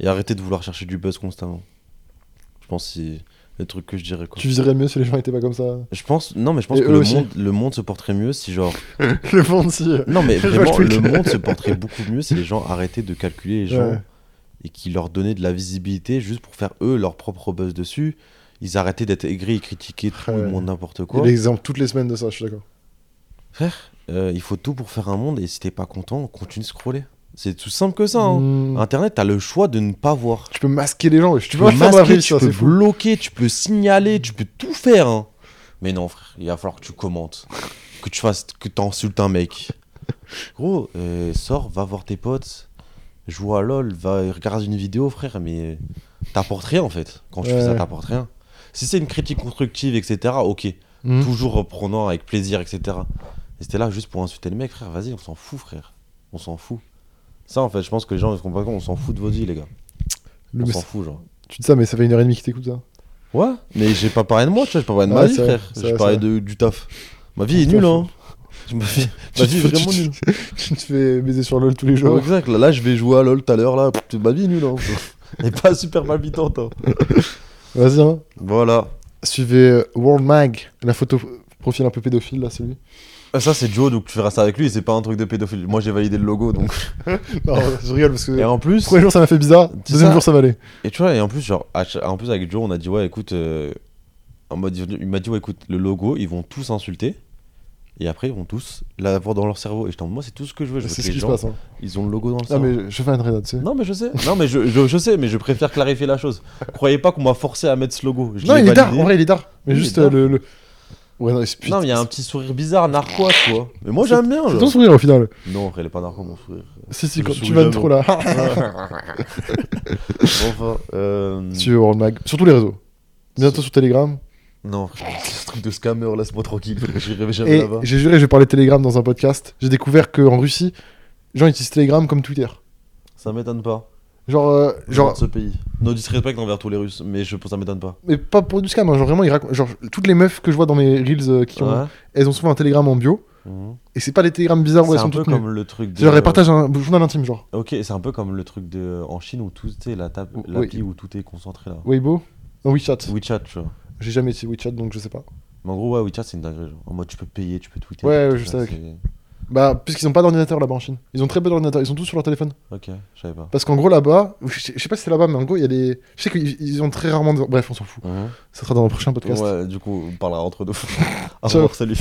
Et arrêtez de vouloir chercher du buzz constamment. Je pense que c'est le truc que je dirais. Quoi.
Tu vivrais mieux si les gens étaient pas comme ça. (laughs)
Je pense, non, mais je pense
Et
que
eux
le
aussi.
monde, le monde se porterait mieux si, genre.
Le monde si. euh.
Non, mais
(laughs) Je vois
vraiment,
le
le
truc.
monde se porterait beaucoup mieux si les gens arrêtaient de calculer les gens
Ouais.
et qui leur donnaient de la visibilité juste pour faire eux leur propre buzz dessus. Ils arrêtaient d'être aigris et critiquer tout le
Ouais.
monde n'importe
Il y a
quoi.
des exemples toutes les semaines de ça, je suis d'accord.
Frère, euh, il faut tout pour faire un monde et si t'es pas content, continue de scroller. C'est tout simple que ça. hein.
Mmh.
Internet, t'as le choix de ne pas voir.
Tu peux masquer les gens, ouais. tu
Tu
peux
peux
pas faire de la
masquer,
vie,
tu
ça,
peux
c'est fou.
bloquer, tu peux signaler, tu peux tout faire. hein. Mais non, frère, il va falloir que tu commentes, que tu fasses, que t'insultes un
(laughs)
mec. Gros, euh, sors, va voir tes potes, joue à LOL, va regarder une vidéo, frère, mais t'apportes rien en fait. Quand tu fais ça,
Ouais.
t'apportes rien. Si c'est une critique constructive, etc., ok,
Mmh.
toujours reprenant avec plaisir, etc. Et c'était là juste pour insulter le mec, frère. Vas-y, on s'en fout, frère. On s'en fout. Ça, en fait, je pense que les gens ne se rendent pas compte. On s'en fout de vos vies, les gars.
Le-
on
mais
s'en
ça-
fout, genre.
Tu dis ça, mais ça fait une heure et demie que t'écoutes ça.
Ouais, mais j'ai pas parlé de moi, tu vois. J'ai pas parlé de
Ouais,
ma vie,
c'est vrai,
frère.
c'est
J'ai
vrai,
parlé
c'est
de, du taf. Ma vie est
Ton
nulle, hein.
taf.
Ma
(laughs)
vie,
Tu
ma
te
vie est
fais- tu
vraiment
te-
nulle.
tu te fais baiser sur LoL tous
(laughs)
les
Ouais,
jours.
exact, là, là, je vais jouer à LoL tout à l'heure, là, pff, ma vie est nulle, hein.
(laughs)
Et pas super mal bitante, hein.
Vas-y, hein.
Voilà.
Suivez euh, World Mag, la photo profil un peu pédophile, là, celui.
Ah, Ça, c'est Joe, donc tu feras ça avec lui, et c'est pas un truc de pédophile. Moi, j'ai validé le logo, donc.
Non, je rigole parce que.
Et en plus.
Premier jour, ça m'a fait bizarre.
Dis
Deuxième
ça.
jour, ça m'allait.
Et tu vois, et en plus, genre, à cha- en plus avec Joe, on a dit, ouais, écoute, euh, en mode, il il m'a dit, ouais, écoute, le logo, ils vont tous insulter. Et après, ils vont tous l'avoir dans leur cerveau. Et je t'en moi, c'est tout ce que je veux. Je veux
C'est
que
ce
les
qui se
gens,
passe. hein.
ils ont le logo dans le
Non,
cerveau.
mais je- je fais un trade, tu sais.
Non, mais je sais. Non, mais je, je, je sais, mais je préfère clarifier la chose. Croyez pas qu'on m'a forcé à mettre ce logo. Je
Non,
l'ai
il est tard,
validé.
en vrai, il est tard. Mais
Il est
juste
tard.
euh, le. le- Ouais, non, il se
Non, mais il y a un petit sourire bizarre, narquois, tu vois. Mais moi, j'aime bien.
C'est
genre.
ton sourire au final.
Non, en vrai, il est pas narquois, mon sourire.
(laughs) Si, si,
Je
quand
souris
tu vas
jamais.
trop là. (laughs)
enfin, euh...
Sur World Mag. Sur tous les réseaux. Bientôt sur Telegram.
Non, ce truc de scammer, laisse-moi tranquille. J'irai jamais
Et
là-bas.
j'ai juré, je vais parler de Telegram dans un podcast. J'ai découvert qu'en Russie, les gens utilisent Telegram comme Twitter.
Ça m'étonne pas.
Genre, euh,
genre
genre
de ce pays. No disrespect envers tous les Russes, mais je ça m'étonne pas.
mais pas pour du scam, hein, genre vraiment, ils racontent- genre, toutes les meufs que je vois dans mes reels, euh, qui ont,
Ouais.
elles ont souvent un Telegram en bio,
Mhm.
et c'est pas les Télégrammes bizarres où
C'est
elles
un
sont
peu
toutes nues.
comme le truc de.
C'est Genre, elles partagent un journal intime, genre.
Ok, c'est un peu comme le truc de en Chine où tout c'est la table,
Oui.
l'appli où tout est concentré là.
Weibo Non, WeChat.
WeChat, tu vois.
J'ai jamais utilisé WeChat, donc je sais pas.
Mais en gros, ouais, WeChat c'est une dinguerie. Genre. En mode, tu peux payer, tu peux tweeter.
Ouais,
tu
ouais, je
peux-
sais,
c'est-
Bah, puisqu'ils ont pas d'ordinateur là-bas en Chine. Ils ont très peu d'ordinateurs, ils sont tous sur leur téléphone.
Ok, je savais pas.
Parce qu'en gros, là-bas, je sais- je sais pas si c'est là-bas, mais en gros, il y a des. Je sais qu'ils ils ont très rarement. de- Bref, on s'en fout.
Mhm.
Ça sera dans un prochain podcast. (laughs)
Ouais, du coup, on parlera entre deux. Au
Ciao.
revoir, salut.